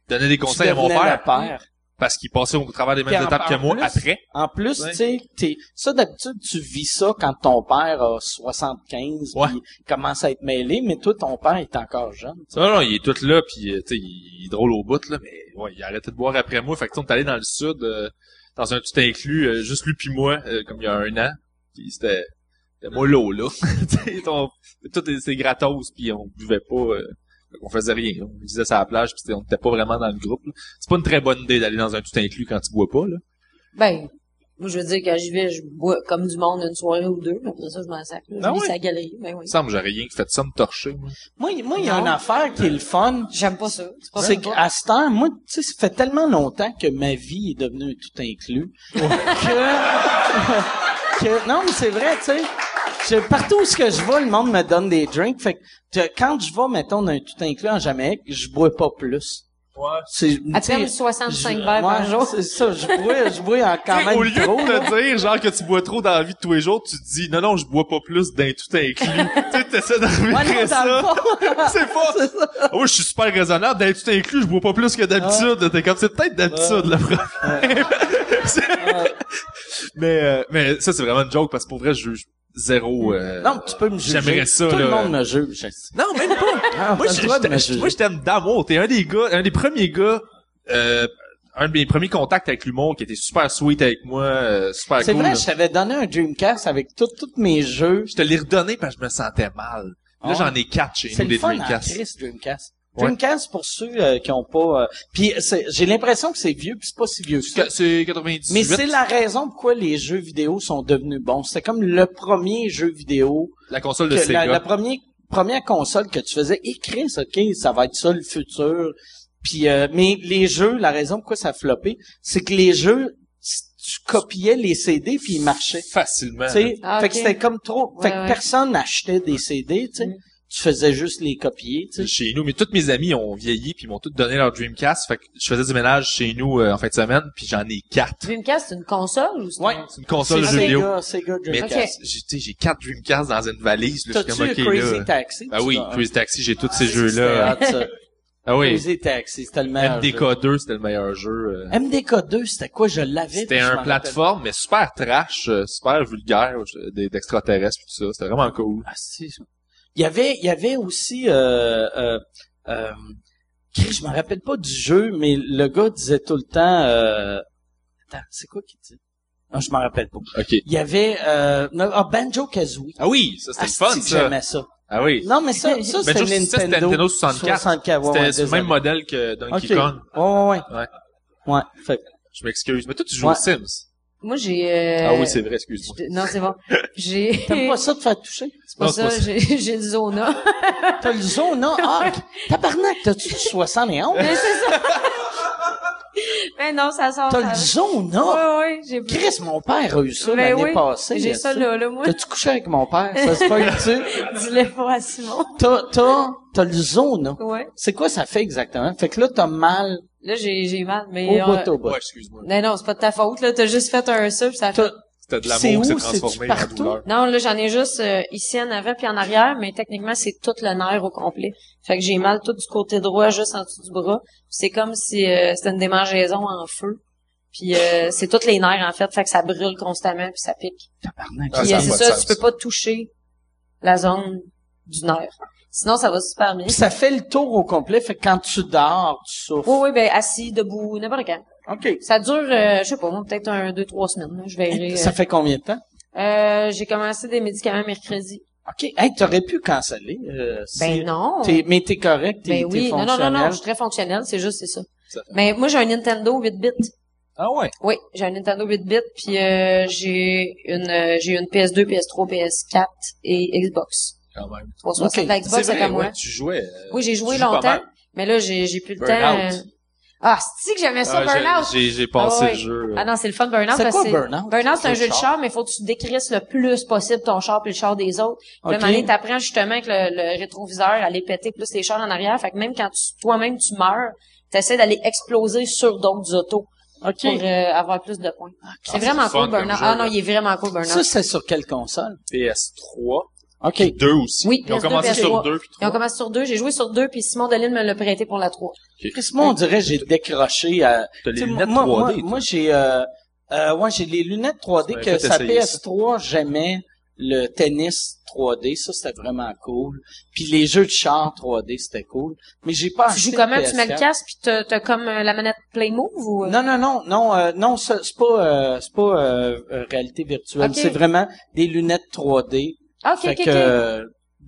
donnais des Tu conseils à mon devenais le père parce qu'il passait au travers des mêmes Puis en- étapes que en moi plus- après. En plus, Ouais. tu sais, t'es- ça d'habitude, tu vis ça quand ton père a 75 Ouais. puis commence à être mêlé, mais toi, ton père est encore jeune. Non, non, il est tout là, puis euh, tu sais, il, il est drôle au bout, là, mais ouais, il a arrêté de boire après moi. Fait que tu sais, on est allé dans le sud, euh, dans un tout inclus, euh, juste lui puis moi, euh, comme il y a un an. Puis c'était c'était mollo, là. Tu sais, on- tout est- c'est gratos, puis on buvait pas, euh, on faisait rien. On disait ça à la plage, puis c'était- on était pas vraiment dans le groupe. là. C'est pas une très bonne idée d'aller dans un tout inclus quand tu bois pas, là. Ben, moi, je veux dire, quand j'y vais, je bois comme du monde une soirée ou deux, mais après ça, je m'en sac. là. Je Ah lis ouais? sa galerie, ben oui. Il me semble que j'aurais rien que fait ça me torcher, moi. Moi, il- moi, il y a Non. une affaire qui est le fun. J'aime pas ça. C'est pas C'est vrai. qu'à ce temps, moi, tu sais, ça fait tellement longtemps que ma vie est devenue un tout inclus que, que- non, mais c'est vrai, tu sais. Je- partout où ce que je vais, le monde me donne des drinks. Fait que tu- quand je vais, mettons, dans un tout inclus en Jamaïque, je bois pas plus. Ouais. C'est, tu À sais, terme, 65 je- verres par ouais, jour. C'est ça, je bois, je bois en- quand T'sais, même au lieu trop. de là. te dire genre que tu bois trop dans la vie de tous les jours, tu te dis non non je bois pas plus d'un tout inclus. tu sais, t'essaies Ouais, d'arriver non, dans le ça. fond. C'est fort. C'est ça. Oh je suis super raisonnable, d'un tout inclus, je bois pas plus que d'habitude. T'es comme c'est peut-être d'habitude le problème. mais euh, mais ça c'est vraiment une joke parce que pour vrai je juge zéro. euh, Non, tu peux me juger. J'aimerais ça, Tout le là. monde me juge. Ah, Non, même pas. moi, t'as je, le droit de je- me je- juger. moi, je t'aime d'amour. T'es un des gars, un des premiers gars, euh, un de mes premiers contacts avec l'humour qui était super sweet avec moi, euh, super C'est cool. vrai, je t'avais donné un Dreamcast avec tous tous mes jeux. Je te l'ai redonné parce que je me sentais mal. Là, Ah. j'en ai quatre chez C'est nous, le des fun en Dreamcast. Chris, Dreamcast. Ouais. Dreamcast, pour ceux euh, qui ont pas... euh, puis c'est- j'ai l'impression que c'est vieux, puis c'est pas si vieux que ça. Que- C'est 98. Mais c'est la raison pourquoi les jeux vidéo sont devenus bons. C'était comme le premier jeu vidéo, la console de que la, Sega. la premier, première console que tu faisais. Et Chris, OK, ça va être ça le futur. Puis, euh, mais les jeux, la raison pourquoi ça a floppé, c'est que les jeux, tu copiais les CD, puis ils marchaient. Facilement. Tu sais, Ah, Fait ok. que c'était comme trop. fait que Ouais, ouais. personne n'achetait des CD, tu sais. Mm. Tu faisais juste les copier, tu sais. Chez nous. Mais tous mes amis ont vieilli puis ils m'ont tous donné leur Dreamcast. Fait que je faisais du ménage chez nous euh, en fin de semaine puis j'en ai quatre. Dreamcast, c'est une console ou c'est Ouais. Ah, un- C'est une console de C'est jeux vidéo. Sega, Sega Mais Dreamcast. t'as- j'ai tu sais, j'ai quatre Dreamcast dans une valise. Là, je suis T'as-tu comme, le ok, Crazy là. Taxi? hein? Ah, Ah Tu oui, l'as- Crazy Taxi, j'ai tous ces C'était jeux-là. hot, ça. Ah oui, Crazy Taxi, c'était le meilleur jeu. MDK2, c'était le meilleur jeu. euh. MDK2, c'était quoi? Je l'avais. C'était puis je un m'en plateforme, mais super trash, euh, super vulgaire, euh, des- d'extraterrestres pis tout ça. C'était vraiment cool. rappelle. Ah, si. Il y avait, il y avait aussi, euh, euh, euh, Chris, je me rappelle pas du jeu, mais le gars disait tout le temps, euh, attends, c'est quoi qu'il dit? Non, je m'en rappelle pas. OK. Il y avait, euh, non, ah, Banjo Kazooie. Ah oui, ça c'était le fun, ça. J'aimais ça. Ah oui. Ben, Non, mais ça, ça, c'était Banjo, Nintendo. c'était Nintendo 64. 64, ouais, C'était ouais, le désolé. même modèle que Donkey Ok. Kong. Ouais, ouais, ouais. Ouais. Ouais, fait que- Je m'excuse. Mais toi, tu joues Ouais. aux Sims. Moi, j'ai... euh, Ah oui, c'est vrai, excuse-moi. j'ai- Non, c'est bon. J'ai... T'aimes pas ça de faire toucher? C'est pas Non, c'est ça, pas ça. j'ai j'ai le zona. T'as le zona. Ah, tabarnak, t'as-tu du 71? Mais c'est ça. Mais non, ça sort. T'as le ça... zona. Oui, oui, j'ai Chris, mon père a eu ça Ben l'année oui, passée. J'ai là, ça tu- là, là, moi. T'as-tu couché avec mon père? Ça se fait tu Dis-le pas à Simon. T'as, t'as, t'as le zona. Ouais. C'est quoi ça fait exactement? Fait que là, t'as mal Là, j'ai j'ai mal, mais... au euh, bout, au bout. Ouais, excuse-moi. Non, non, c'est pas de ta faute, là. T'as juste fait un ça, puis ça a T'as- fait... C'était de C'est où, l'amour qui s'est c'est-tu transformé en partout? douleur. Non, là, j'en ai juste euh, ici en avant puis en arrière, mais techniquement, c'est tout le nerf au complet. Fait que j'ai mal tout du côté droit, juste en dessous du bras. C'est comme si euh, c'était une démangeaison en feu. Puis euh, c'est toutes les nerfs, en fait. Fait que ça brûle constamment, puis ça pique. Tabarnak. Ah, Puis ça euh, a pas de c'est ça, sens. tu peux pas toucher la zone du nerf. Sinon, ça va super bien. Puis ça fait le tour au complet. Fait que quand tu dors, tu souffres. Oui, oui, ben assis, debout, n'importe quand. OK. Ça dure, euh, je sais pas, moi, peut-être un, deux, trois semaines. là. Je verrai. euh. Ça fait combien de temps? Euh, j'ai commencé des médicaments mercredi. OK. Hey, t'aurais pu canceller. euh, si- Ben non. T'es, mais t'es correct, t'es, Ben t'es oui, non, non, non, fonctionnel. non, je suis très fonctionnel, c'est juste, c'est ça. Ça fait- Mais moi, j'ai un Nintendo 8-bit. Ah ouais? Oui, j'ai un Nintendo 8-bit, puis euh, j'ai une euh, j'ai une PS2, PS3, PS4 et Xbox. Quand même. 360 Ok, la Xbox, c'est vrai, comme moi. ouais, tu jouais. euh, Oui, j'ai joué tu joues pas longtemps, mal. mais là, j'ai j'ai plus le Burnout. temps. euh. Ah, c'est que j'aimais ça, Ah, j'ai- Burnout? J'ai j'ai passé Ah ouais. le jeu. euh, Ah non, c'est le fun Burnout. C'est parce quoi, que Burnout? Burnout, Ben c'est un Jeu de jeu de char, mais faut que tu décrisses le plus possible ton char puis le char des autres. Puis Ok. là, à un moment donné, t'apprends justement que le, le rétroviseur allait péter plus les chars en arrière. Fait que même quand tu- toi-même tu meurs, t'essaies d'aller exploser sur d'autres autos OK. Ah, pour euh, avoir plus de points. c'est c'est vraiment le fun cool comme Burnout. jeu, Ah non, là. il est vraiment cool Burnout. Ça, c'est sur quelle console? PS3. OK. Deux aussi. Oui, Ils ont PS2, commencé PS3. sur deux. puis Et on trois. commence sur deux. J'ai joué sur deux, puis Simon Deline me l'a prêté pour la trois. Chris, moi, on dirait que j'ai décroché à... T'as les Tu sais, lunettes moi, moi, 3D. moi, j'ai... Euh, euh, ouais, j'ai les lunettes 3D m'avais que fait sa essayer ça. PS3, j'aimais le tennis 3D. Ça, c'était vraiment cool. Puis les jeux de char 3D, c'était cool. Mais j'ai pas Tu acheté joues comment? de Tu mets le PS4. casque, puis t'as t'as comme euh, la manette Play Move ou... euh? Non, non, non, non, euh, non, ça, c'est pas, euh, c'est pas euh, euh, réalité virtuelle. Ok. C'est vraiment des lunettes 3D. Ah, Ok, fait ok, ok. que euh,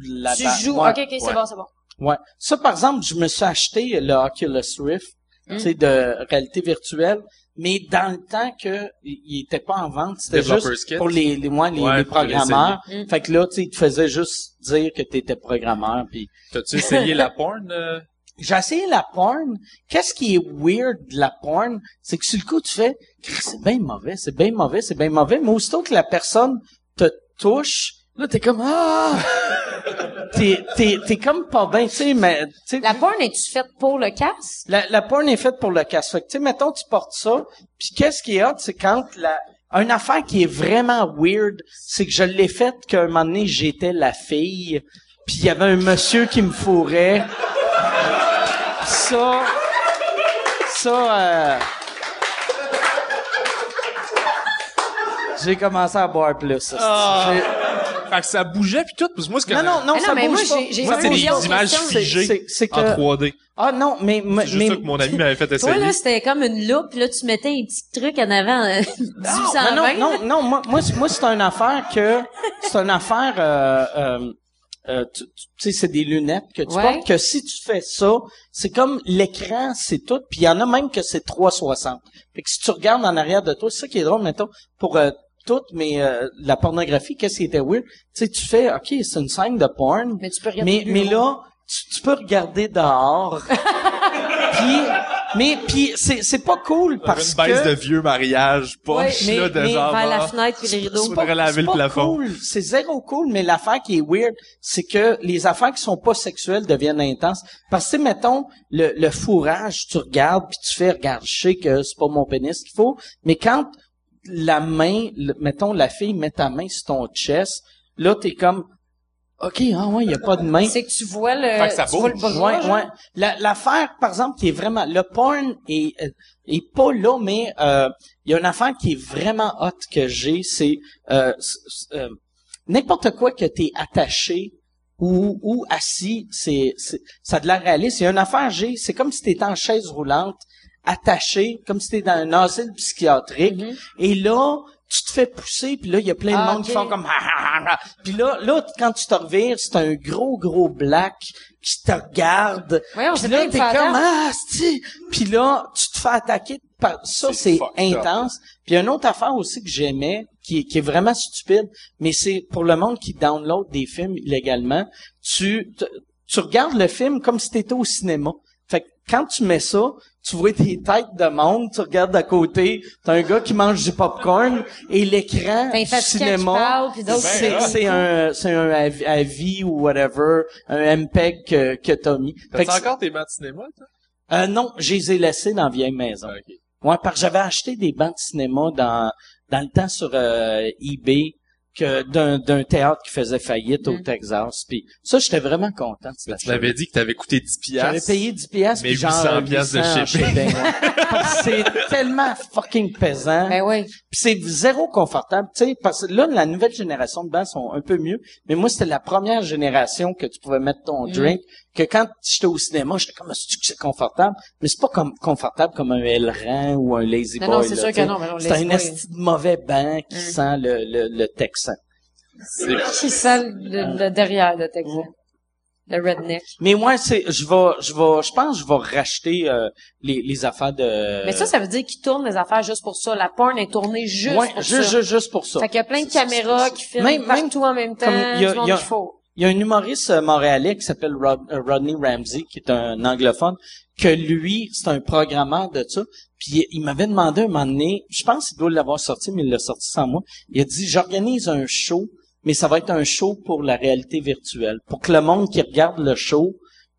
la tu ba- joues. ouais, ok, ok, c'est ouais. bon, c'est bon. Ouais. Ça, par exemple, je me suis acheté le Oculus Rift, tu sais, de réalité virtuelle, mais dans le temps que il il était pas en vente, c'était Developer's juste kit. pour les, les, moi, les, Ouais, les pour programmeurs. l'essayer. Mm. Fait que là, tu sais, ils te faisaient juste dire que tu étais programmeur. Puis T'as-tu essayé la porn? euh? j'ai essayé la porn. Qu'est-ce qui est weird de la porn, c'est que sur le coup, tu fais, Christ, c'est bien mauvais, c'est bien mauvais, c'est bien mauvais. Mais aussitôt que la personne te touche, là, t'es comme ah. t'es t'es t'es comme pas bien, tu sais, mais tu sais, La porn, es-tu faite pour le casque? la, la porn est faite pour le casse. Fait que, tu sais, mettons, tu portes ça, puis qu'est-ce qui est hot, c'est quand la... Une affaire qui est vraiment weird, c'est que je l'ai faite qu'à un moment donné, j'étais la fille, puis il y avait un monsieur qui me fourrait. Ça... Ça... euh, J'ai commencé à boire plus. ça. Ah, Fait que ça bougeait puis tout. Parce que moi, ce que Non, non, non, Ah non, ça mais moi, bouge pas. j'ai- j'ai Ça un c'est bouge des million pas. de images questions. C'est- figées c'est- c'est en que- 3D. Ah non, mais... mais- C'est juste mais- ça que mon ami m'avait fait Toi, essayer. là, c'était comme une loupe, puis là, tu mettais un petit truc en avant, euh, 1820. Non, non, non, non, moi, moi, c'est- moi, c'est une affaire que, c'est une affaire, euh, euh, euh, tu tu- tu sais, c'est des lunettes que tu Ouais. portes, que si tu fais ça, c'est comme l'écran, c'est tout, puis il y en a même que c'est 360. Fait que si tu regardes en arrière de toi, c'est ça qui est drôle, mettons, pour euh, tout, mais euh, la pornographie, qu'est-ce qui était weird? Tu sais, tu fais, OK, c'est une scène de porn, Mais tu peux regarder mais, plus mais loin. là, tu, tu peux regarder dehors. puis, mais puis c'est c'est pas cool parce une baisse que de vieux mariage poche Ouais, là mais- de mais genre Vers la ah, fenêtre, puis les rideaux. c'est pas- relaver c'est le plafond. cool, c'est zéro cool, mais l'affaire qui est weird, c'est que les affaires qui sont pas sexuelles deviennent intenses. Parce que, tu sais, mettons, le, le fourrage, tu regardes, puis tu fais, regarde, je sais que c'est pas mon pénis qu'il faut, mais quand la main, le- mettons, la fille met ta main sur ton chest, là, t'es comme, OK, ah ouais, il y a pas de main. C'est que tu vois Fait que ça le, Euh, tu vois le bouge. bras, Ouais, genre. ouais. La- L'affaire, par exemple, qui est vraiment... Le porn est, euh, est pas là, mais euh, il y a une affaire qui est vraiment hot que j'ai, c'est euh, s- s- euh, n'importe quoi que t'es attaché ou, ou assis, c'est c'est- ça a de la réaliste. Il y a une affaire, j'ai, c'est comme si t'étais en chaise roulante, attaché, comme si t'étais dans un asile psychiatrique, et là... Tu te fais pousser, puis là, il y a plein de Mm-hmm. Ah, monde qui ok. font comme... Ah, ah, ah, ah. Puis là, là, quand tu te revires, c'est un gros, gros black qui te regarde. Voyons, Puis c'est là, plein de t'es patentes. comme, ah, c'ti. Puis là, tu te te fais attaquer par ça, c'est intense. Puis une autre affaire aussi que j'aimais, qui, qui est vraiment stupide, mais c'est pour le monde qui download des films illégalement, tu, tu, tu regardes le film comme si t'étais au cinéma. Fait que quand tu mets ça, tu vois des têtes de monde, tu regardes d'à côté, t'as un gars qui mange du popcorn, et l'écran T'as un du fatigant qui cinéma, parle, puis d'autres- c'est c'est un, c'est un avi- avis ou whatever, un MPEG que, que t'as mis. Fait que T'as encore tes bancs de cinéma, toi? euh, non, je les ai laissés dans la vieille maison. Ah, ok. Ouais, parce que j'avais acheté des bancs de cinéma dans, dans le temps sur euh, eBay que d'un, d'un théâtre qui faisait faillite au Texas. Puis ça, j'étais vraiment content. de cet Tu achat. m'avais dit que t'avais coûté 10 J'avais piastres. payé 10 piastres, mais puis genre 800 800 piastres de en shipping. shipping, ouais. Parce que c'est tellement fucking pesant. Ben oui. Puis c'est zéro confortable, tu sais, parce que là, la nouvelle génération de bancs sont un peu mieux, mais moi, c'était la première génération que tu pouvais mettre Mm. ton drink, que quand j'étais au cinéma, j'étais comme, Ah, c'est-tu que c'est confortable? Mais c'est pas comme confortable comme un Elran ou un Lazy Non, Boy. non, là, c'est sûr tu sais. que non, mais non, C'est un Lazy Boy. Mm. esti de mauvais banc qui sent le, le, le texan. Qui sent le, le derrière de Texas. Le redneck. Mais moi, c'est, je vais, je vais, je pense, que je vais racheter euh, les, les affaires de... Mais ça, ça veut dire qu'ils tournent les affaires juste pour ça. La porn est tournée juste Ouais, pour juste, ça. juste, juste pour ça. Fait qu'il y a plein de caméras qui filment Même- même partout en même temps. comme il y a- du monde il y a- qui faut. Il y a un humoriste euh, montréalais qui s'appelle Rod- euh, Rodney Ramsey, qui est un anglophone, que lui, c'est un programmeur de ça. Puis il m'avait demandé un moment donné, je pense qu'il doit l'avoir sorti, mais il l'a sorti sans moi. Il a dit, j'organise un show, mais ça va être un show pour la réalité virtuelle. Pour que le monde qui regarde le show,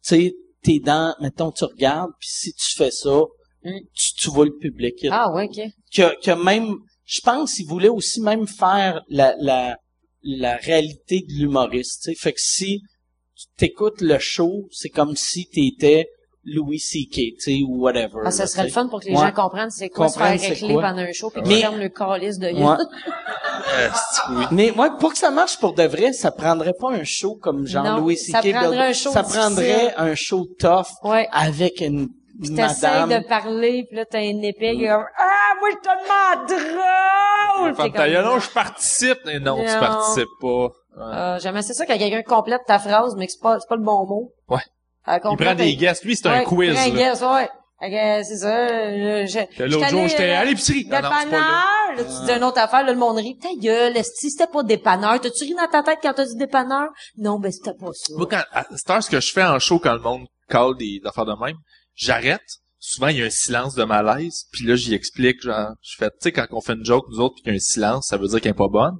tu sais, t'es dans, mettons, tu regardes, puis si tu fais ça, tu, tu vois le public. Il a- Ah, ouais, ok. que, que même, je pense qu'il voulait aussi même faire la, la, la réalité de l'humoriste. tu sais. Fait que si tu t'écoutes le show, c'est comme si t'étais Louis C.K. tu sais, ou whatever. Ah, ça là, serait le tu sais. fun pour que les Ouais. gens comprennent c'est quoi se faire Comprennent c'est régler quoi. pendant un show puis Mais- qu'ils ferment le calice de Ouais. Mais ouais, pour que ça marche pour de vrai, ça prendrait pas un show comme genre Non, Louis C.K. ça Bill- prendrait un show ça prendrait difficile. un show tough Ouais. avec une T'essayes madame. de parler, puis là, t'as une épée, qui est comme « Ah, moi, je suis tellement drôle! » Femme T'es comme, ta gueule, non, je participe. Mais non, tu Non. participes pas. Euh, J'aime assez ça quand quelqu'un complète ta phrase, mais que c'est pas, c'est pas le bon mot. Ouais. Il prend des guests. Lui, c'est un quiz. Un là. guess, ouais. Fait que, c'est ça. euh, je- Que L'autre j'étais jour, allée, j'étais euh, à l'épicerie. Non, non, c'est pas là. Dépanneur! Là, tu dis une autre affaire, là, le monde rit. Ta gueule, si c'était pas dépanneur, t'as-tu ri dans ta tête quand t'as dit dépanneur? Non, ben c'était pas ça. Moi, quand, à cette heure, ce que je fais en show quand le monde call des, des affaires de même, j'arrête. Souvent, il y a un silence de malaise. Puis là, j'y explique, genre, je fais, tu sais, quand on fait une joke, nous autres, puis qu'il y a un silence, ça veut dire qu'elle est pas bonne.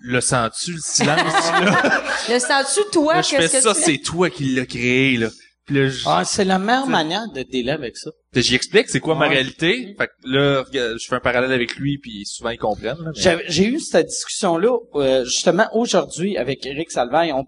le sens-tu, le silence, là? Le sens-tu, toi, Là, que je fais ce que ça, tu- c'est toi qui l'as créé, là. Puis là, j- Ah, c'est la meilleure manière de délai avec ça. Puis j'y explique c'est quoi ma Ouais. réalité. Fait que là, regarde, je fais un parallèle avec lui, puis souvent, ils comprennent, là. mais- J'avais- J'ai eu cette discussion-là euh, justement aujourd'hui avec Eric Salvaille. On,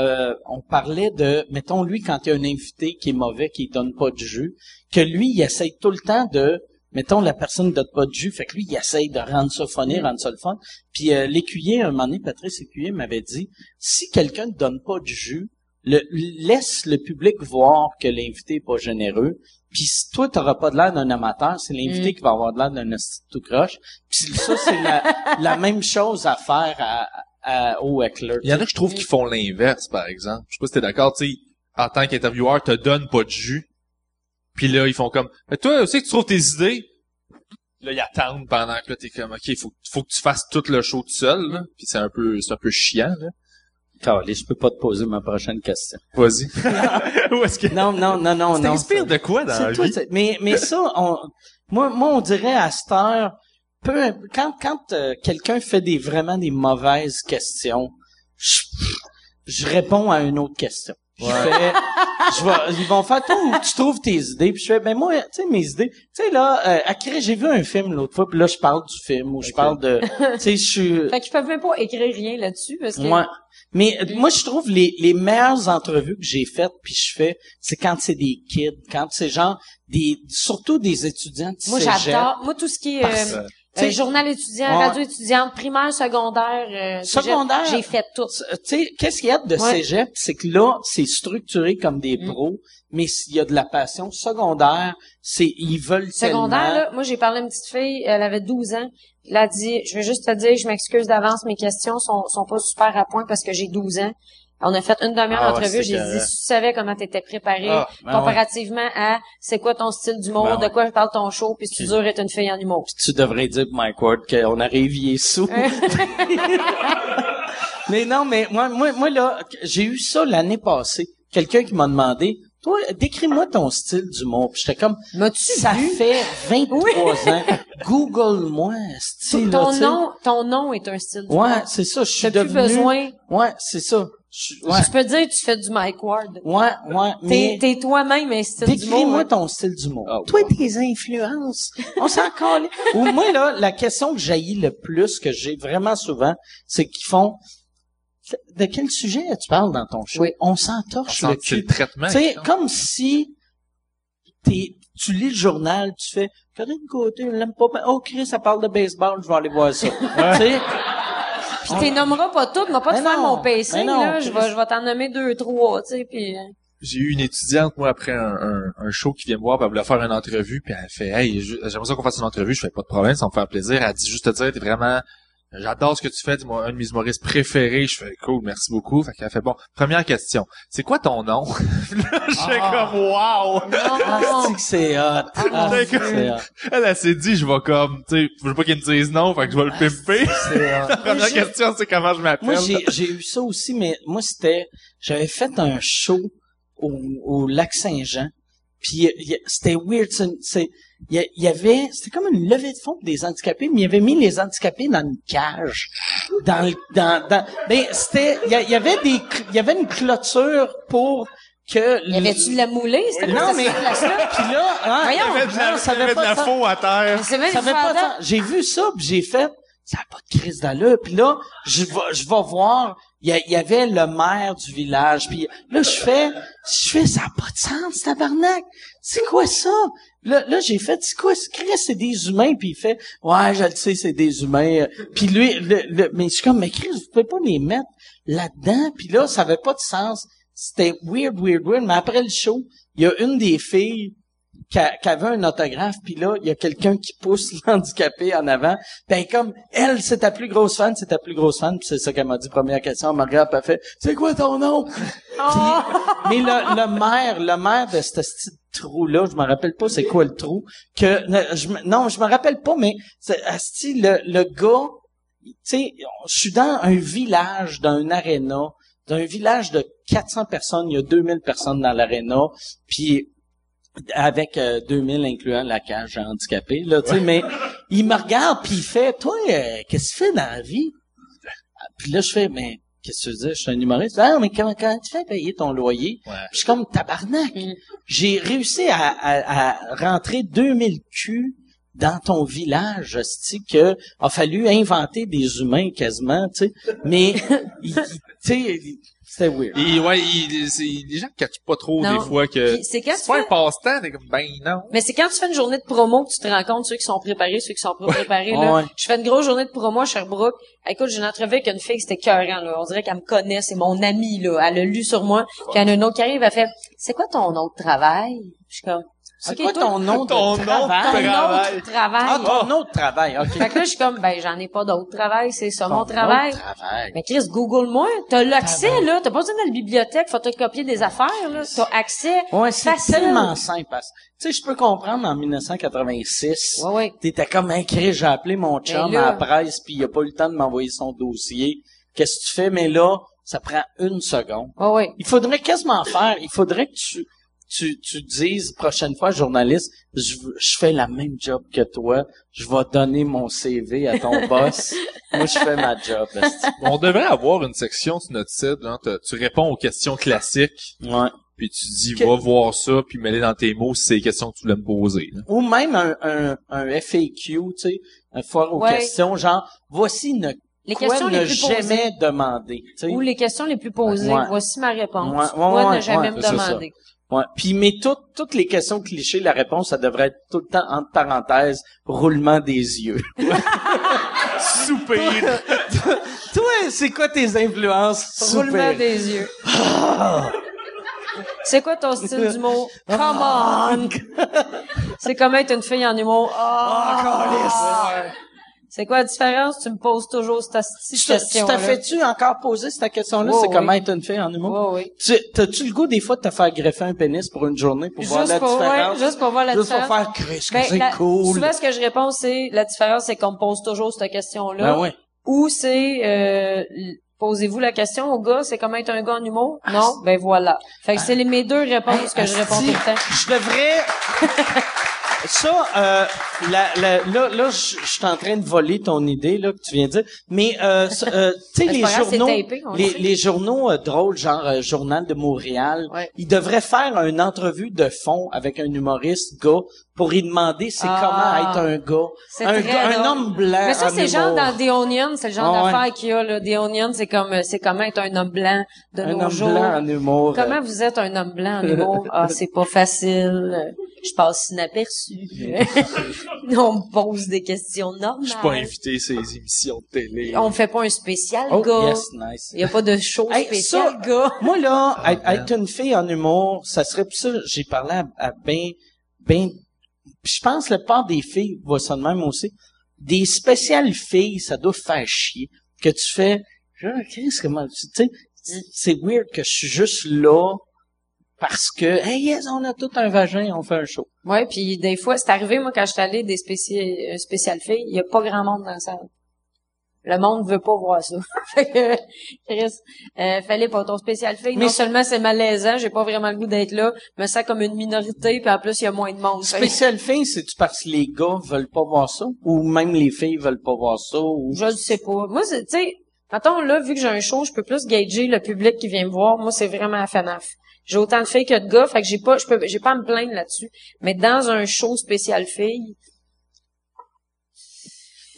euh, on parlait de, mettons lui quand il y a un invité qui est mauvais, qui donne pas de jus, que lui il essaye tout le temps de, mettons la personne donne pas de jus, fait que lui il essaye de rendre ça funny, rendre ça le fun. Puis euh, l'écuyer, un moment donné, Patrice Écuyer m'avait dit, si quelqu'un ne donne pas de jus, le, laisse le public voir que l'invité est pas généreux. Puis si toi, t'auras pas de l'air d'un amateur, c'est l'invité qui va avoir de l'air d'un hostie de tout croche. Puis ça, c'est la, la même chose à faire à, à, au heckler. Il y en a que je trouve qui font l'inverse, par exemple. Je sais pas si t'es d'accord, tu sais, en tant qu'intervieweur, te donne pas de jus. Puis là, ils font comme, mais toi, aussi que tu trouves tes idées? Là, ils attendent pendant que là, t'es comme, OK, faut, faut que tu fasses tout le show tout seul, là. Puis c'est un peu, c'est un peu chiant, là. Calais, je peux pas te poser ma prochaine question. Vas-y. Où est-ce que... Non, non, non, non, non. T'inspires ça- de quoi dans la C'est toi, vie? c'est- mais, mais ça, on, moi, moi, on dirait à cette heure, peu, imp- quand, quand euh, quelqu'un fait des vraiment des mauvaises questions, je, je réponds à une autre question. Je fais, je vais- ils vont faire, toi, où tu trouves tes idées? Puis je fais, ben moi, tu sais, mes idées, tu sais, là, euh, à Cré- j'ai vu un film l'autre fois, puis là, je parle du film, ou je parle de, tu sais, je suis... Fait qu'ils peuvent même pas écrire rien là-dessus, parce que... Ouais. Mais euh, moi, je trouve les, les meilleures entrevues que j'ai faites, puis je fais, c'est quand c'est des kids, quand c'est genre des, surtout des étudiants de Moi, cégep. j'adore. Moi, tout ce qui est Parce- euh, euh, t'sais- journal étudiant, Ouais. radio étudiante, primaire, secondaire. euh, cégep, Secondaire. J'ai fait tout. Tu sais, qu'est-ce qu'il y a de Ouais. Mm. cégep, c'est que là, c'est structuré comme des pros, mais s'il y a de la passion secondaire, c'est ils veulent Secondaire, tellement- là, moi, j'ai parlé à une petite fille, elle avait 12 ans. Elle a dit, je veux juste te dire, je m'excuse d'avance, mes questions sont, sont pas super à point parce que j'ai 12 ans. On a fait une demi-heure Ah ouais, d'entrevue, c'est j'ai correct. dit, tu savais comment t'étais préparé Ah, ben comparativement à c'est quoi ton style d'humour, Ben de quoi je parle ton show, puis si tu dures être une fille en humour. Tu devrais dire, Mike Ward, qu'on arrive, il est sous. mais non, mais moi, moi, moi là, j'ai eu ça l'année passée. Quelqu'un qui m'a demandé, toi, décris-moi ton style d'humour. Puis j'étais comme, ça fait 23 ans. Google-moi, style. ton là, tu sais. nom, ton nom est un style d'humour. Ouais, c'est ça. Je suis T'as plus devenu. besoin. Ouais, c'est ça. Je suis- Ouais, Tu peux dire que tu fais du Mike Ward. ouais, ouais. T'es Mais t'es toi-même un style d'humour. décris-moi hein. ton style d'humour. Toi, tes influences. On s'en colle. Ou moi là, la question que jaillit le plus que j'ai vraiment souvent, c'est qu'ils font. De quel sujet tu parles dans ton show Oui. On s'entorche Sans- le C'est cul. le traitement. Tu sais, comme si t'es- tu lis le journal, tu fais Corinne Côté, je l'aime pas. mais- Oh, Chris, ça parle de baseball, je vais aller voir ça. tu sais, Puis t'es nommeras pas toutes, mais pas de Mais faire non, mon PC, mais non, là. Je Chris. vais, je vais t'en nommer deux, trois, tu sais, puis... euh, j'ai eu une étudiante, moi, après un, un- un show qui vient me voir, puis elle voulait faire une entrevue, puis elle fait Hey, je- j'aimerais ça qu'on fasse une entrevue, je fais pas de problème, ça me fait plaisir. Elle dit juste te dire, t'es vraiment. J'adore ce que tu fais, dis-moi un de mes humoristes préférés. Je fais cool, merci beaucoup. Fait qu'elle fait bon. Première question, c'est quoi ton nom? Puis là, je fais comme wow! Non, ah, non. c'est que c'est hot. Ah, c'est que c'est hot. Elle, elle s'est dit, je vais comme, tu sais, je veux pas qu'ils me disent non, fait que je vais le pimper. C'est hot. La première question, c'est comment je m'appelle. Moi, j'ai, j'ai eu ça aussi, mais moi, c'était... J'avais fait un show au, au Lac-Saint-Jean, puis euh, y a- c'était weird. c'est- c'est- Il y, a- il y avait... C'était comme une levée de fonds pour des handicapés, mais il avait mis les handicapés dans une cage. Dans le... Dans, dans, ben, c'était... Il y, a- il y avait des... cl- Il y avait une clôture pour que... Y avait-tu de la moulée? C'était quoi Non, cette mais... place-là? Puis là... hein, Voyons, il y avait de la- ça Il y avait avait de la pas de sens. faux à terre. C'est même Ça fait pas de effrayant. sens. J'ai vu ça, puis j'ai fait, ça n'a pas de crise d'allure. Puis là, je vais, je vais voir, il y, a- il y avait le maire du village. Puis là, je fais, je fais, ça n'a pas de sens, tabarnak. C'est quoi ça? Là, là j'ai fait, c'est quoi, ce Chris, c'est des humains. Puis il fait, ouais, je le sais, c'est des humains. Puis lui, le, le- mais je suis comme, mais Chris, vous pouvez pas les mettre là-dedans. Puis là, ça avait pas de sens. C'était weird, weird, weird. Mais après le show, il y a une des filles qui a- qui avait un autographe, puis là, il y a quelqu'un qui pousse l'handicapé en avant. Ben comme, elle, c'est ta plus grosse fan, c'est ta plus grosse fan, puis c'est ça qu'elle m'a dit, première question, elle m'a regardé, puis elle fait, c'est quoi ton nom? Puis- mais le, le maire, le maire de ce petit trou-là, je me rappelle pas c'est quoi le trou, que, ne- je me- non, je me rappelle pas, mais, c'est- asti, le, le gars, tu sais, on- je suis dans un village, dans un aréna, d'un village de 400 personnes, il y a 2000 personnes dans l'aréna, puis avec euh, 2000 incluant la cage à handicapés, là, tu sais, mais il me regarde puis il fait, toi, euh, qu'est-ce que tu fais dans la vie? Puis là, je fais, mais qu'est-ce que tu veux dire? Je suis un humoriste. Ah, mais comment, comment tu fais payer ton loyer? Puis je suis comme tabarnak. J'ai réussi à, à, à rentrer 2000 culs dans ton village, hostie, que a fallu inventer des humains quasiment, tu sais. Mais, il- il- tu sais, il- c'était weird. Et ouais, il- c'est- les gens catchent pas trop Non. des fois que Puis c'est quand tu pas un fais- passe-temps, t'es comme ben non. Mais c'est quand tu fais une journée de promo que tu te rends compte ceux qui sont préparés, ceux qui sont pas préparés. là. Ouais. Je fais une grosse journée de promo à Sherbrooke. Écoute, j'ai une entrevue avec une fille, c'était cœurant, là. On dirait qu'elle me connaît, c'est mon amie, là. Elle a lu sur moi. Puis il y en a une autre qui arrive, elle fait, c'est quoi ton autre travail? Je suis comme, C'est Ok, quoi toi, ton nom ton nom de ton de travail? autre travail. Ah, ton autre travail, OK. Fait que là, je suis comme, ben, j'en ai pas d'autre travail, c'est ça, mon Ton travail. autre travail. Mais Chris, Google-moi. T'as l'accès, là. T'as pas besoin d'aller à la bibliothèque, photocopier des affaires, là. T'as accès. Ouais, c'est facile. tellement simple. parce- Tu sais, je peux comprendre en 1986. Ouais, ouais. T'étais comme incré, j'ai appelé mon chum là- à la presse, puis il a pas eu le temps de m'envoyer son dossier. Qu'est-ce que tu fais? Mais là, ça prend une seconde. Ouais, ouais. Il faudrait quasiment faire. Il faudrait que tu tu tu dises prochaine fois journaliste, je, veux- je fais la même job que toi. Je vais donner mon CV à ton boss. Moi, je fais ma job. esti. On devrait avoir une section sur notre site, là, t'as- tu réponds aux questions classiques, Ouais. puis tu dis Que- va voir ça, puis mets-les dans tes mots si c'est les questions que tu voulais me poser. là. ou même un, un, un FAQ, tu sais, un foire aux Ouais. questions, genre, voici ne, Les quoi questions ne les plus posées. jamais demander, tu sais. Ou les questions les plus posées. Ouais. Voici ma réponse. Ouais, ouais, Moi, ouais, ne ouais, jamais me c'est ça. demander. Ouais. Puis, mais toutes toutes les questions clichés, la réponse, ça devrait être tout le temps, entre parenthèses, roulement des yeux. Soupir. Toi, c'est quoi tes influences? Roulement Super. des yeux. c'est quoi ton style d'humour? Come on! c'est comme être une fille en humour. Ah, Ah, câlisse. C'est quoi la différence? Tu me poses toujours cette Oh, Tu petite te- tu question. t'as fait-tu encore poser cette question-là? Ouais, c'est ouais. comment être une fille en humour? oui. Tu, t'as-tu le goût des fois de te faire greffer un pénis pour une journée pour voir Juste la pour, ouais, différence? juste pour voir la Juste pour différence. faire Christ, que Ben, c'est la- cool. Souvent, ce que je réponds, c'est la différence, c'est qu'on me pose toujours cette question-là. Ben ouais. Ou c'est euh, l- posez-vous la question au gars, c'est comment être un gars en humour? Ah, non, ben voilà. Fait que c'est les- mes deux réponses que je réponds tout Asti, le temps. Je devrais. Ça, euh, la- la- là, là, je je suis en train de voler ton idée là que tu viens de dire. Mais euh, ça, euh, tu sais, Mais c'est les pas grave, c'est journaux, tapé, on le les, sait. les journaux euh, drôles, genre euh, Journal de Montréal, Ouais. ils devraient faire une entrevue de fond avec un humoriste gars pour y demander c'est Ah. comment être un gars, C'est un, très gars- un drôle. homme blanc. Mais ça, en c'est genre humour. dans The Onion, c'est le genre Ah ouais. d'affaire qu'il y a, là. The Onion, c'est comme, euh, c'est comment être un homme blanc de un nos homme jours. blanc en humour. euh, Comment vous êtes un homme blanc en humour? Ah, c'est pas facile. Je passe inaperçu. on me pose des questions normales. Je suis pas invité à ces émissions de télé. On fait pas un spécial, Oh, Oh, gars. yes, nice. Il y a pas de show Hey, spécial, ça- gars. Moi, là, être, être une fille en humour, ça serait pis ça. J'ai parlé à, à ben, ben, pis je pense que la part des filles voit ça de même aussi. Des spéciales filles, ça doit faire chier. Que tu fais, genre, qu'est-ce que moi, tu sais, Mm. c'est weird que je suis juste là parce que, hey, yes, on a tout un vagin, on fait un show. Ouais, puis des fois, c'est arrivé, moi, quand je suis allée des spéci- euh, spéciales filles, il y a pas grand monde dans la salle. Le monde veut pas voir ça. fait que, Chris, euh, fallait pas ton spécial fille. Mais non c'est- seulement c'est malaisant, j'ai pas vraiment le goût d'être là, je me sens comme une minorité, puis en plus, il y a moins de monde. Fait que Spéciales filles, c'est-tu parce que les gars veulent pas voir ça? Ou même les filles veulent pas voir ça? Ou... Je le sais pas. Moi, c'est- tu sais, mettons, là, vu que j'ai un show, je peux plus gager le public qui vient me voir. Moi, c'est vraiment à FANAF. J'ai autant de filles que de gars, fait que j'ai pas, je peux, j'ai pas à me plaindre là-dessus. Mais dans un show spécial filles,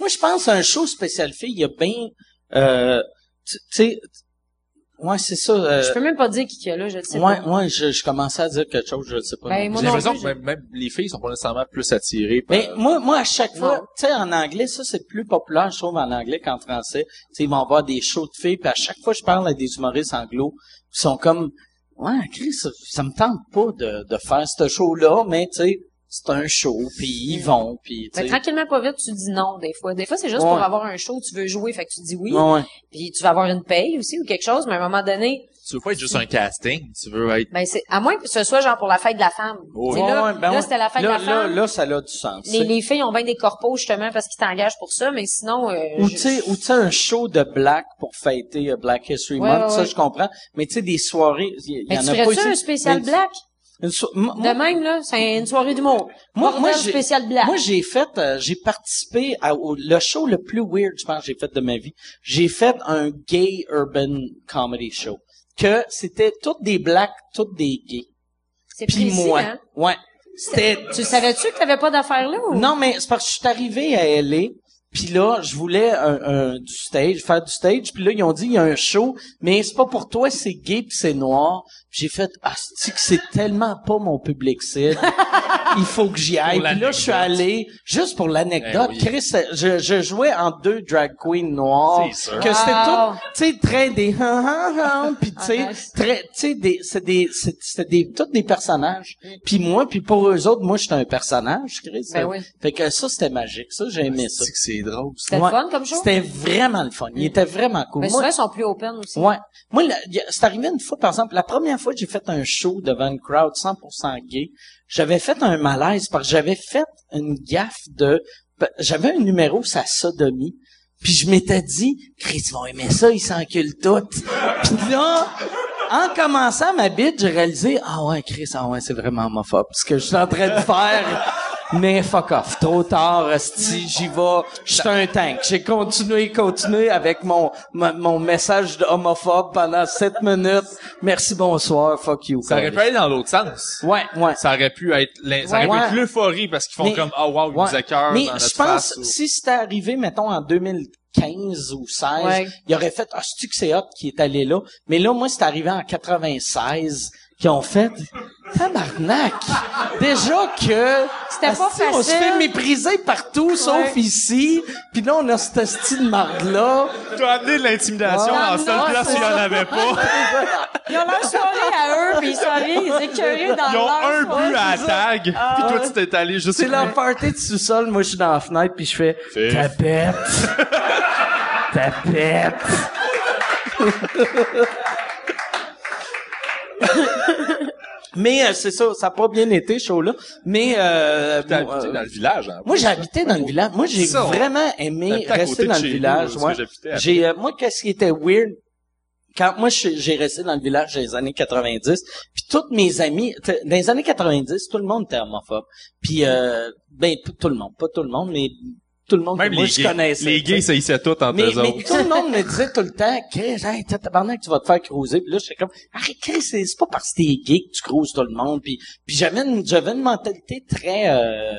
Moi, je pense à un show spécial fille, il y a bien, euh, tu tu sais, ouais, c'est ça. euh, je peux même pas dire qui qu'il y a là, je le sais ouais, pas. ouais, je, je commençais à dire quelque chose, je ne sais pas. Ben, moi J'ai non l'impression plus, que même, même les filles sont pas nécessairement plus attirées par... mais moi, moi, à chaque fois, Non. tu sais, en anglais, ça, c'est plus populaire, je trouve, en anglais qu'en français. Tu sais, ils vont avoir des shows de filles, puis à chaque fois, je parle à des humoristes anglo, ils sont comme, ouais, Chris, ça, ça me tente pas de, de faire ce show-là, mais tu sais, c'est un show, puis ils vont, puis tu Fait que sais. Ben, tranquillement, pas vite, tu dis non, des fois. Des fois, c'est juste Ouais. pour avoir un show, tu veux jouer, fait que tu dis oui. Ouais, ouais. Puis tu vas avoir une paye aussi ou quelque chose, mais à un moment donné, Tu veux pas être juste un casting, tu veux être... ben, c'est, à moins que ce soit genre pour la fête de la femme. Tu sais, Ouais, là, ouais, ben là, ouais. c'était la fête là, de la là, femme. là, ça a du sens. les, les filles ont bien des corpos, justement, parce qu'ils t'engagent pour ça, mais sinon, euh, Ou je- tu sais, ou tu sais, un show de black pour fêter euh, Black History Ouais, Month, ouais, ça ouais. je comprends. Mais tu sais, des soirées, il y, Mais y en Ben, tu a pas ferais-tu ici. un spécial Mais- black? une so- moi- De même, là, c'est une soirée d'humour. moi, moi, Bordel j'ai- spécial black. moi, j'ai fait, euh, j'ai participé à, au- le show le plus weird, je pense, que j'ai fait de ma vie. J'ai fait un gay urban comedy show que c'était toutes des blacks, toutes des gays. c'est Puis précis, moi, hein? ouais, c'était Tu savais-tu que t'avais pas d'affaires là ou? Non, mais c'est parce que je suis arrivé à LA, puis là, je voulais un, un- du stage, faire du stage, puis là, ils ont dit, il y a un show, mais c'est pas pour toi, c'est gay puis c'est noir. Puis J'ai fait, ah, c'est-tu que c'est tellement pas mon public cible. Il faut que j'y aille. Puis là, je suis allé, juste pour l'anecdote, Eh oui. Chris, je, je jouais en deux drag queens noires. C'est sûr. Que Wow. c'était tout, tu sais, très des, hum, hum, hum, puis tu sais, Ah, nice. très, tu sais, des, c'est des, c'est- c'était des, tous des personnages. Puis moi, puis pour eux autres, moi, j'étais un personnage, Chris. Ben oui. Fait que ça, c'était magique. Ça, j'ai aimé ça. Mm. C'est que c'est drôle, ça. C'était le fun comme show? C'était vraiment le fun. Il était vraiment cool. Mais Moi- Ben, souvent, ils sont plus open aussi. Ouais. Moi, la- y a- c'est arrivé une fois, par exemple, la première fois que j'ai fait un show devant une crowd 100% gay, j'avais fait un malaise parce que j'avais fait une gaffe de... ben, J'avais un numéro, ça sodomie. Puis je m'étais dit, Chris, ils vont aimer ça, ils s'enculent tout. Puis là, en commençant ma bite, j'ai réalisé, ah ouais, Chris, ah ouais, c'est vraiment homophobe. Ce que je suis en train de faire... Mais fuck off, trop tard, esti, j'y vais, je suis un tank. J'ai continué, continué avec mon, ma- mon message de homophobe pendant sept minutes. Merci, bonsoir, fuck you. Ça aurait pu aller dans l'autre sens. Ouais, ouais. Ça aurait pu être, l'in- ça aurait Ouais. pu être l'euphorie parce qu'ils font Mais- comme, ah wow, ils nous Ouais. accueillent Mais dans notre je pense, face ou- si c'était arrivé, mettons, en 2015 ou 16, Ouais. il aurait fait, ah, c'est-tu que c'est hot qui est allé là? Mais là, moi, c'est arrivé en 96 qu'ils ont fait, tabarnak! Déjà que, C'était pas asti, on se facile. fait mépriser partout, sauf ici, puis là, on a cette esti de marde-là. Tu as amené de l'intimidation dans Ouais. la Non, seule place c'est où il n'y en ça. avait pas. Ils ont leur soirée à eux, puis ils sont allés, ils écœurés dans Ils ont leur un soirée. but à la tag, Ah, puis toi, ouais. tu t'es allé juste... C'est leur party de sous-sol, moi je suis dans la fenêtre puis je fais tapette. tapette. Mais euh, c'est ça, ça n'a pas bien été ce show là, mais euh, T'as bon, habité euh, dans le village, hein. moi, j'habitais dans le village. Moi, j'ai Ça, on- vraiment aimé T'habitais à rester côté de dans le chez nous, village. où est-ce ouais. que j'habitais après. J'ai, euh, moi, qu'est-ce qui était weird? Quand moi, je- j'ai resté dans le village des années 90, puis toutes mes amis, t- dans les années 90, tout le monde était homophobe. Puis, euh, ben, p- tout le monde, pas tout le monde, mais tout le monde que moi, je connaissais. les gays, tu sais. ça hissait tout entre mais, eux mais autres. tout le monde me disait tout le temps, Chris, hey, t'as- tabarnak, tu vas te faire croiser. Puis là, j'étais comme, arrête, Chris, c'est c'est pas parce que t'es gay que tu croises tout le monde. Puis, puis j'avais une, j'avais une mentalité très euh,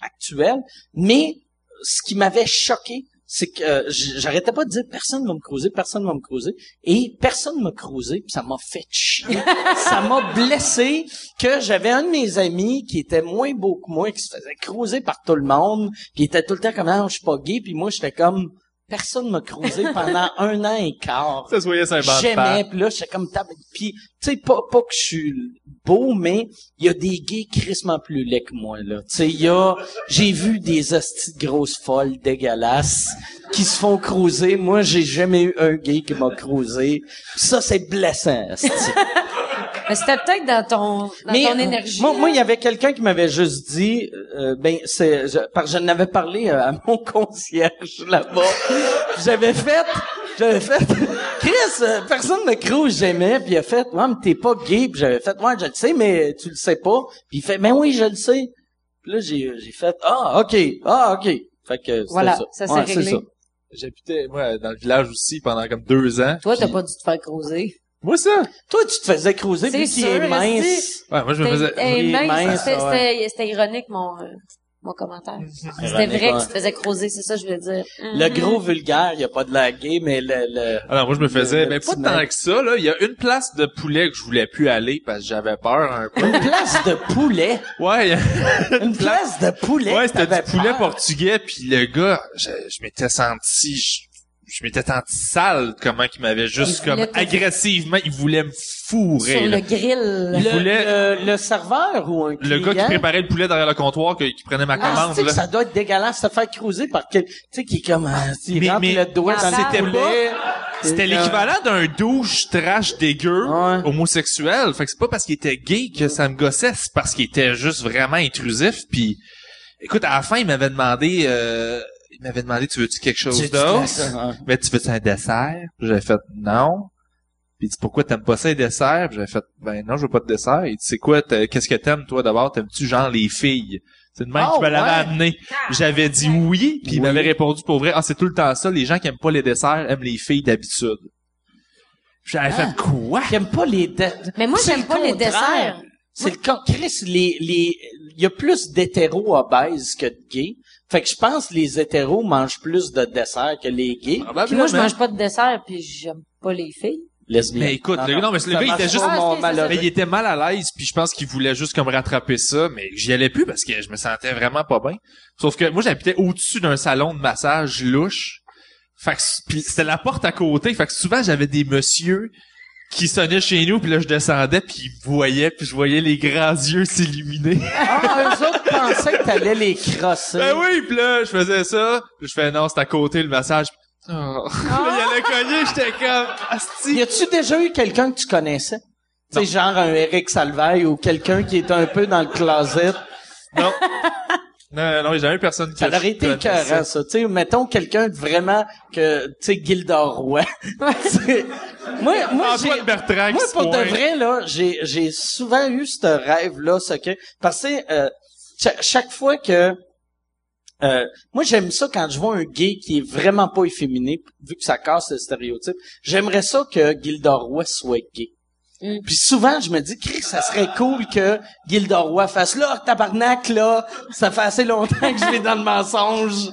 actuelle, mais ce qui m'avait choqué, c'est que euh, j- j'arrêtais pas de dire personne va me croiser, personne va me croiser et personne m'a croisé, puis ça m'a fait chier. ça m'a blessé que j'avais un de mes amis qui était moins beau que moi qui se faisait croiser par tout le monde, qui était tout le temps comme ah, je suis pas gay, puis moi j'étais comme personne m'a croisé pendant un an et quart. Ça se voyait sur un banc de J'aimais, pâte. puis là, j'étais comme... tab- Puis, tu sais, pas, pas que je suis beau, mais il y a des gays crissement plus laids que moi, là. Tu sais, il y a... J'ai vu des hosties de grosses folles dégueulasses qui se font croiser. Moi, j'ai jamais eu un gay qui m'a croisé. Ça, c'est blessant, hostie. Mais c'était peut-être dans ton, dans ton euh, énergie. Moi, là. moi, il y avait quelqu'un qui m'avait juste dit, euh, ben, c'est, je, parce que je n'avais parlé euh, à mon concierge là-bas. j'avais fait, j'avais fait, Chris, euh, personne ne croit j'aimais, puis il a fait, ouais, mais t'es pas gay, puis j'avais fait, ouais, je le sais, mais tu le sais pas, puis il fait, ben oui, je le sais. Puis là, j'ai, j'ai fait, ah, ok, ah, ok. Fait que c'était Voilà, ça ça s'est Ouais, réglé. c'est ça. J'habitais, moi, dans le village aussi pendant comme deux ans. Toi, t'as pas dû te faire croiser. Moi, ça? Toi, tu te faisais croiser, C'est puis qui sûr, est mince. esti. Ouais, moi, je me faisais... T'es- hey, oui, mince, mince, c'était- ouais. c'était- C'était ironique, mon, euh, mon commentaire. C'était Ironique, vrai que ouais. tu te faisais croiser, c'est ça que je voulais dire. Le Mhm. gros vulgaire, il a pas de la gay, mais le, le... Alors moi je me faisais le mais petit pas tant mec. que ça là, il y a une place de poulet que je voulais plus aller parce que j'avais peur un peu. une place de poulet. Ouais, il y a- Une place de poulet. ouais, que c'était t'avais du poulet peur. portugais puis le gars, je, je m'étais senti je, je m'étais senti sale comment qu'il m'avait juste Il voulait comme te- agressivement, il voulait me Sur fourrer. là. le grill. Il Le, voulait- le- le serveur ou un Le, client. gars qui préparait le poulet derrière le comptoir que- qui prenait ma Ah, commande c'est que là. ça doit être dégueulasse de se faire cruiser par quel, tu sais, qui est comme, ah, il Mais- rentre mais- le doigt dans c'était le poulet. C'était Et, euh, l'équivalent d'un douche trash dégueu Ouais. homosexuel. Fait que c'est pas parce qu'il était gay que ça me gossait, c'est parce qu'il était juste vraiment intrusif. Puis, écoute, à la fin, il m'avait demandé, euh, il m'avait demandé, tu veux-tu quelque Tu- hein. chose tu d'autre? laisses- Mais tu veux-tu un dessert? Puis J'avais fait non. Puis il dit pourquoi t'aimes pas ça les desserts? Puis J'avais fait ben non, je veux pas de dessert. Il dit c'est quoi t'as- qu'est-ce que t'aimes toi d'abord? T'aimes-tu genre les filles? C'est de même Ah, Oh, qui me l'avait ouais. amené. J'avais dit oui, puis Oui. il m'avait répondu pour vrai. Ah, c'est tout le temps ça, les gens qui aiment pas les desserts aiment les filles d'habitude. Puis J'avais Ah. fait quoi? J'aime pas les de- Mais moi, C'est j'aime le pas les contraire. desserts. C'est le cas. Chris, les, les, il y a plus d'hétéros obèses que de gays. Fait que je pense que les hétéros mangent plus de desserts que les gays. Puis moi, je mange pas de dessert, puis j'aime pas les filles. Lesbiennes. Mais écoute, Non, le- non, non, mais le ça gars, il marche était juste- pas, mon Ah, ok, ça, ça, malheureux. Mais il était mal à l'aise, puis je pense qu'il voulait juste comme rattraper ça, mais j'y allais plus parce que je me sentais vraiment pas bien. Sauf que moi, j'habitais au-dessus d'un salon de massage louche. Fait que, puis c'était la porte à côté. Fait que souvent, j'avais des messieurs qui sonnaient chez nous, puis là, je descendais, puis ils me voyaient, puis je voyais les grands yeux s'illuminer. Ah, eux autres pensaient que t'allais les crosser. ben oui, puis là, je faisais ça. Puis je fais non, c'est à côté, le massage. Oh. Là, il allait cogner, j'étais comme, Ah. Y asti. a-tu déjà eu quelqu'un que tu connaissais? Tu sais, genre un Eric Salveille ou quelqu'un qui est un peu dans le closet. Non. Non, non, j'avais personne qui Ça aurait été écœurant, ça. Tu sais, mettons quelqu'un de vraiment que, tu sais, Gildor Roy. Tu sais, moi, moi, j'ai... Antoine Bertrand, Moi, qui se pour de pointe. vrai, là, j'ai, j'ai souvent eu ce rêve-là, ce que, parce que, euh, cha- chaque fois que, euh, moi, j'aime ça quand je vois un gay qui est vraiment pas efféminé, vu que ça casse le stéréotype. J'aimerais ça que Gildoroy soit gay. Mm. Puis souvent, je me dis, Chris, ça serait cool que Gildoroy fasse là, tabarnak, là, ça fait assez longtemps que je vais dans le mensonge.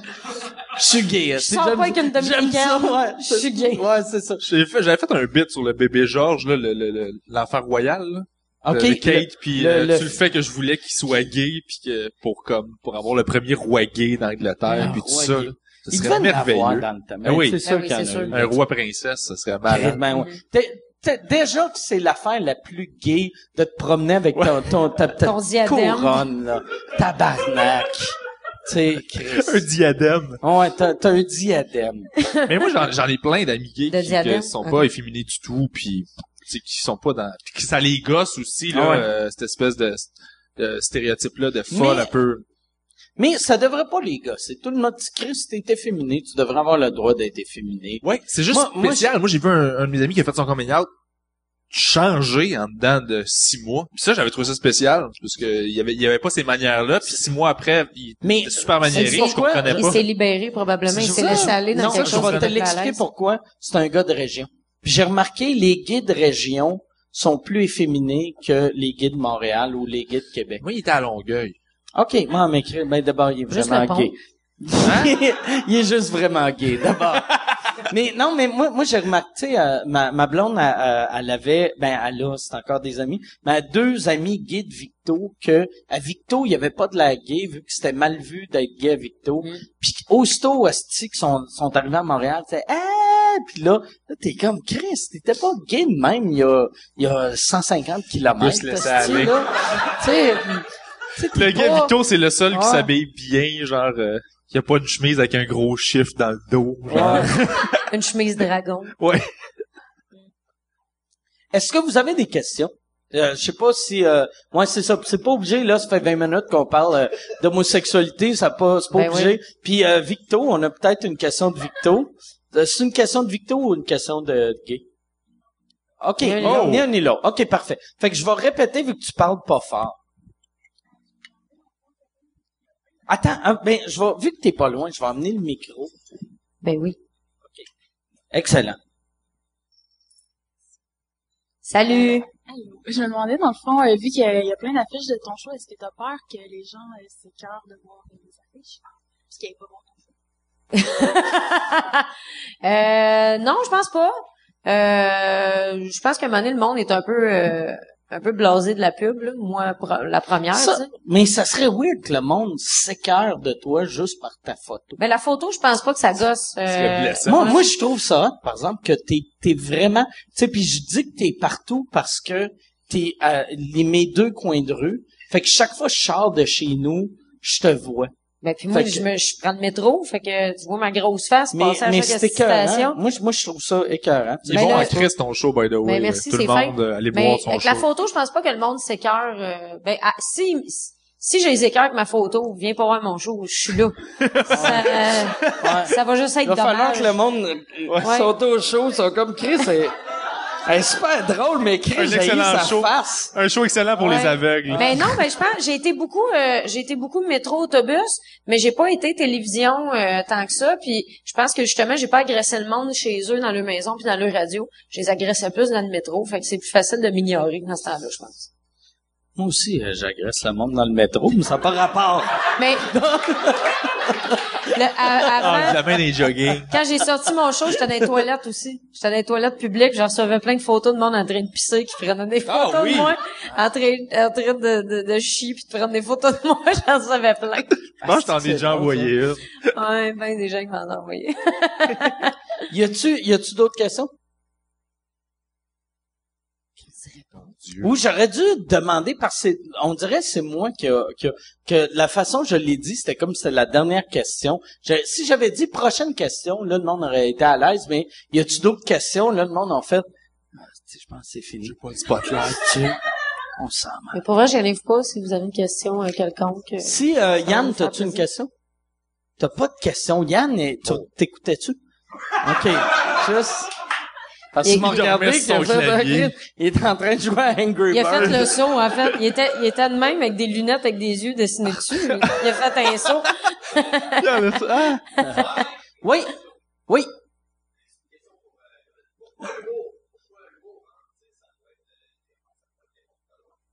Je suis gay. Je sors pas avec une J'aime ça, dominicaine. ouais. Je suis gay. Ouais, c'est ça. J'ai fait- J'avais fait, un bit sur le bébé Georges, là, le- le- le- l'enfant royal, là. OK. Le- le Kate, puis le- euh, le- sur le fait que je voulais qu'il soit gay, puis que pour comme pour avoir le premier roi gay d'Angleterre, Ah, puis tout roi ça, gay. là. ce Il devait serait en avoir merveilleux. dans le temps. Ah oui. C'est sûr Ah oui, qu'il y en c'est a eu. sûr. Un roi princesse, ce serait Ben, malade. ouais. T'es- t'es- déjà que c'est l'affaire la plus gay de te promener avec ton, ton, ta, ta Ton diadème. couronne, là. Tabarnak. Tu sais, Un Chris. diadème. Ouais, t'as, t'as un diadème. Mais moi, j'en, j'en ai plein d'amis gays De qui, diadème, qui sont ok. pas efféminés du tout, puis tu sais, qui sont pas dans... Puis que ça les gosse aussi, là, Ah ouais. euh, cette espèce de, euh, de stéréotype-là de folle Mais- un peu. Mais ça devrait pas, les gars. C'est tout le monde. Chris, si t'es efféminé, tu devrais avoir le droit d'être efféminé. Ouais, c'est juste Moi- moi, spécial. Moi, j'ai vu un, un de mes amis qui a fait son coming out changer en dedans de six mois. Puis ça, j'avais trouvé ça spécial parce que il y avait, il y avait pas ces manières-là. Puis six mois après, il Mais- était super maniéré. c'est Je quoi? comprenais Il pas. s'est libéré probablement, il C'est s'est ça. laissé aller dans non, quelque je chose vais te de l'expliquer pourquoi. C'est un gars de région. Puis j'ai remarqué, les gays de région sont plus efféminés que les gays de Montréal ou les gays de Québec. Moi, il était à Longueuil. OK, moi, mais Chris, ben d'abord, il est Juste vraiment le pont. gay. il est juste vraiment gay, d'abord. mais non, mais moi, moi j'ai remarqué, tu sais, euh, ma, ma blonde, elle, euh, elle avait, ben elle a, c'est encore des amis, mais elle a deux amis gays de Victo que, à Victo, il n'y avait pas de la gay, vu que c'était mal vu d'être gay à Victo. Puis aussitôt, esti, qui sont, sont arrivés à Montréal, tu sais, Ah! Puis là, là, t'es comme, Chris, t'étais pas gay de même il y a, il y a 150 kilomètres. se laisser esti, aller. là. Tu sais, tu sais, Le t'es gars pas- Vito, c'est le seul qui Ah. Ouais. s'habille bien, genre euh, il y a pas une chemise avec un gros chiffre dans le dos. genre. Une chemise dragon. Ouais. Est-ce que vous avez des questions? Euh, je sais pas si euh, moi c'est ça c'est pas obligé là ça fait 20 minutes qu'on parle euh, d'homosexualité ça pas c'est pas Ben obligé puis euh, Victo on a peut-être une question de Victo Euh, c'est une question de Victo ou une question de, de gay ok Oh. Ni un ni ni un ni l'autre ok parfait fait que je vais répéter vu que tu parles pas fort attends ah, ben je vais vu que t'es pas loin je vais emmener le micro Ben oui. excellent Salut! Allô. Je me demandais, dans le fond, euh, vu qu'il y, a- il y a plein d'affiches de ton show, est-ce que t'as peur que les gens euh, s'écœurent de voir euh, les affiches? Parce qu'il n'y a pas beaucoup. Euh, non, je pense pas. Euh, je pense qu'à un moment donné, le monde est un peu euh, un peu blasé de la pub, là. moi pro- la première. Ça- tu sais. mais ça serait weird que le monde s'écœure de toi juste par ta photo. Mais Ben, la photo, je pense pas que ça gosse. serait euh, blessant. Moi, moi, je trouve ça, hot, par exemple, que t'es es vraiment, tu sais, puis je dis que t'es partout parce que t'es à les, mes deux coins de rue. Fait que chaque fois que je sors de chez nous, je te vois. Ben puis moi, Fait que- je, me, je prends le métro, fait que tu vois ma grosse face Mais, passer à mais hein? chaque c'est écœurant. station. Moi, je- moi, je trouve ça écœurant. C'est Ben bon là- à Chris ton show by the way. Ben, merci, Tout le c'est monde euh, allez Mais voir son avec show. la photo, je pense pas que le monde s'écœure. euh, ben ah, si si j'ai les écœurs avec ma photo, viens pas voir mon show, je suis là. ça, Ouais. ça va juste être Il va falloir dommage. que le monde Ouais. saute au show, sont comme Chris, elle, elle est super drôle, mais Un Chris, j'ai eu excellent sa show. face. Un show excellent pour Ouais. les aveugles. Ben non, ben je pense j'ai été beaucoup euh, j'ai été beaucoup métro autobus, mais j'ai pas été télévision euh, tant que ça puis je pense que justement j'ai pas agressé le monde chez eux dans leur maison puis dans leur radio, je les agressais plus dans le métro, fait que c'est plus facile de m'ignorer dans ce temps-là, je pense. Moi aussi, euh, j'agresse le monde dans le métro, mais ça n'a pas rapport. Mais le- à- Ah, avant la main des jogging. quand j'ai sorti mon show, j'étais dans les toilettes aussi. J'étais dans les toilettes publiques, j'en recevais plein de photos de monde en train de pisser, qui prenaient des Ah, photos oui. de moi, en train, en train de, de, de chier puis de prendre des photos de moi, j'en recevais plein. Moi, je t'en ai déjà envoyé une. Ouais, ben des gens qui m'en ont envoyé. Y a-tu, y a-tu d'autres questions? Ou j'aurais dû demander parce que c'est- on dirait que c'est moi qui a, qui a- que la façon dont je l'ai dit c'était comme si c'était la dernière question. Je- si j'avais dit prochaine question là le monde aurait été à l'aise mais y a-tu d'autres questions là le monde en fait Ah, tu sais, je pense que c'est fini. J'ai pas de spotlight. on s'en marre. Mais pour vrai, j'y arrive pas si vous avez une question euh, quelconque. euh. Si euh, Ah, Yann, ça t'as-tu fait une plaisir. question T'as pas de question, Yann et tu t'écoutais-tu Ok, juste. Parce Il- qu'il m'a il dormait regardé, sur il a son fait, clavier. Ok, il est en train de jouer à Angry Il a fait Birds. le saut, en fait. Il était, il était de même avec des lunettes, avec des yeux dessinés dessus. Il a fait un saut. ah, Oui, oui.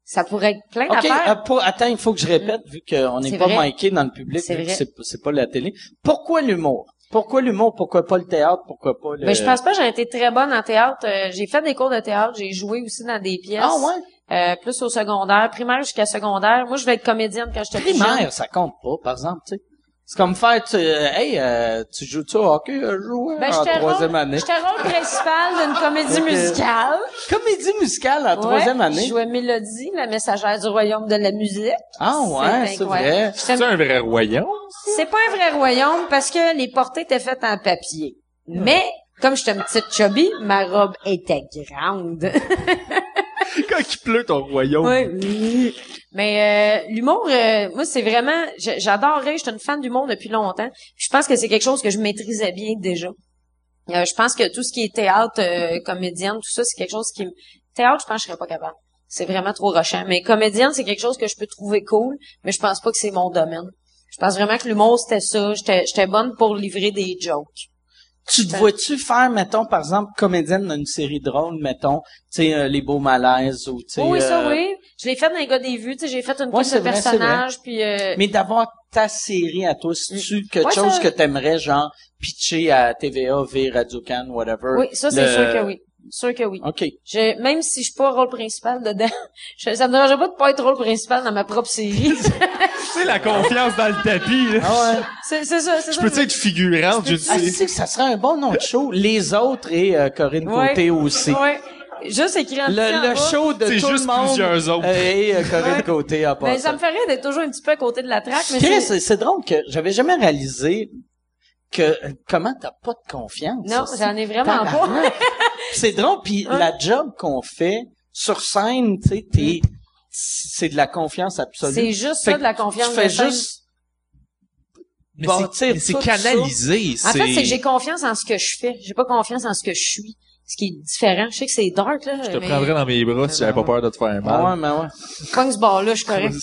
Ça pourrait être plein Ok, d'affaires. euh, pour- attends, il faut que je répète vu qu'on n'est C'est pas vrai. manqué dans le public, C'est vu que vrai. c'est c'est pas la télé. Pourquoi l'humour Pourquoi l'humour Pourquoi pas le théâtre Pourquoi pas le Mais Ben, je pense pas que j'ai été très bonne en théâtre. Euh, J'ai fait des cours de théâtre. J'ai joué aussi dans des pièces. Ah ouais, Euh, plus au secondaire, primaire jusqu'à secondaire. Moi, je vais être comédienne quand j'étais plus jeune. primaire, ça compte pas, par exemple, tu sais. C'est comme faire, tu, euh, hey, euh, tu joues-tu au hockey, euh, jouer Ben, en j'étais troisième rôle, année? j'étais rôle principal d'une comédie musicale. Comédie musicale en troisième Ouais, année? Je jouais Mélodie, la messagère du royaume de la musique. Ah ouais, C'est c'est incroyable. vrai. J'étais C'est un vrai royaume? C'est pas un vrai royaume parce que les portées étaient faites en papier. Mais, comme j'étais une petite chubby, ma robe était grande. Quand il pleut ton Oh. royaume. Oui. Mais euh, l'humour, euh, moi, c'est vraiment... j'- J'adorais, j'étais une fan d'humour depuis longtemps. Puis je pense que c'est quelque chose que je maîtrisais bien déjà. Euh, je pense que tout ce qui est théâtre, euh, comédienne, tout ça, c'est quelque chose qui... me- Théâtre, je pense que je serais pas capable. C'est vraiment trop rochant. Mais comédienne, c'est quelque chose que je peux trouver cool, mais je pense pas que c'est mon domaine. Je pense vraiment que l'humour, c'était ça. J'étais j'étais bonne pour livrer des jokes. Tu te vois-tu faire, mettons, par exemple, comédienne dans une série drôle, mettons, tu sais, euh, Les Beaux Malaises ou, tu sais... oui, ça, euh, oui. Je l'ai fait dans les gars des vues, tu sais, j'ai fait une Ouais, couple c'est de vrai, c'est vrai. personnages, puis... euh, Mais d'avoir ta série à toi, si tu quelque Mm. Ouais, ça- chose que t'aimerais, genre, pitcher à TVA, V, Radio-Can, whatever. Oui, ça, c'est le- sûr que oui. Sûr que oui. OK. Je, même si je suis pas rôle principal dedans, je, ça me dérangeait pas de pas être rôle principal dans ma propre série. C'est la confiance dans le tapis, là. Ah ouais. c'est, c'est ça, c'est ça. Je peux-tu être figurante d'une Ah, série? c'est que ça serait un bon nom de show. Les autres et euh, Corinne Ouais. Côté aussi. Ouais. Juste écrire en petit en Le, le bas. show de C'est tout juste le monde. plusieurs autres. euh, et euh, Corinne Ouais. Côté à Mais part. Ben, ça me ferait d'être toujours un petit peu à côté de la traque, mais Chris, c'est- c'est- c'est drôle que j'avais jamais réalisé que euh, comment t'as pas de confiance. non, ça, j'en ai vraiment pas. Tabarnak. c'est drôle, puis la job qu'on fait sur scène, tu sais, t'es- c'est de la confiance absolue. Mm. C'est juste Fait ça de la que tu- confiance. Tu fais de scène. juste Mais Bon, c'est- tire mais c'est tout ça. canalisé. En fait, c'est que j'ai confiance en ce que je fais. J'ai pas confiance en ce que je suis. Ce qui est différent. Je sais que c'est dark, là. Je te prendrais dans mes bras si j'avais pas peur de te faire mal. Ouais, mais ouais. ce bar-là, je suis correct.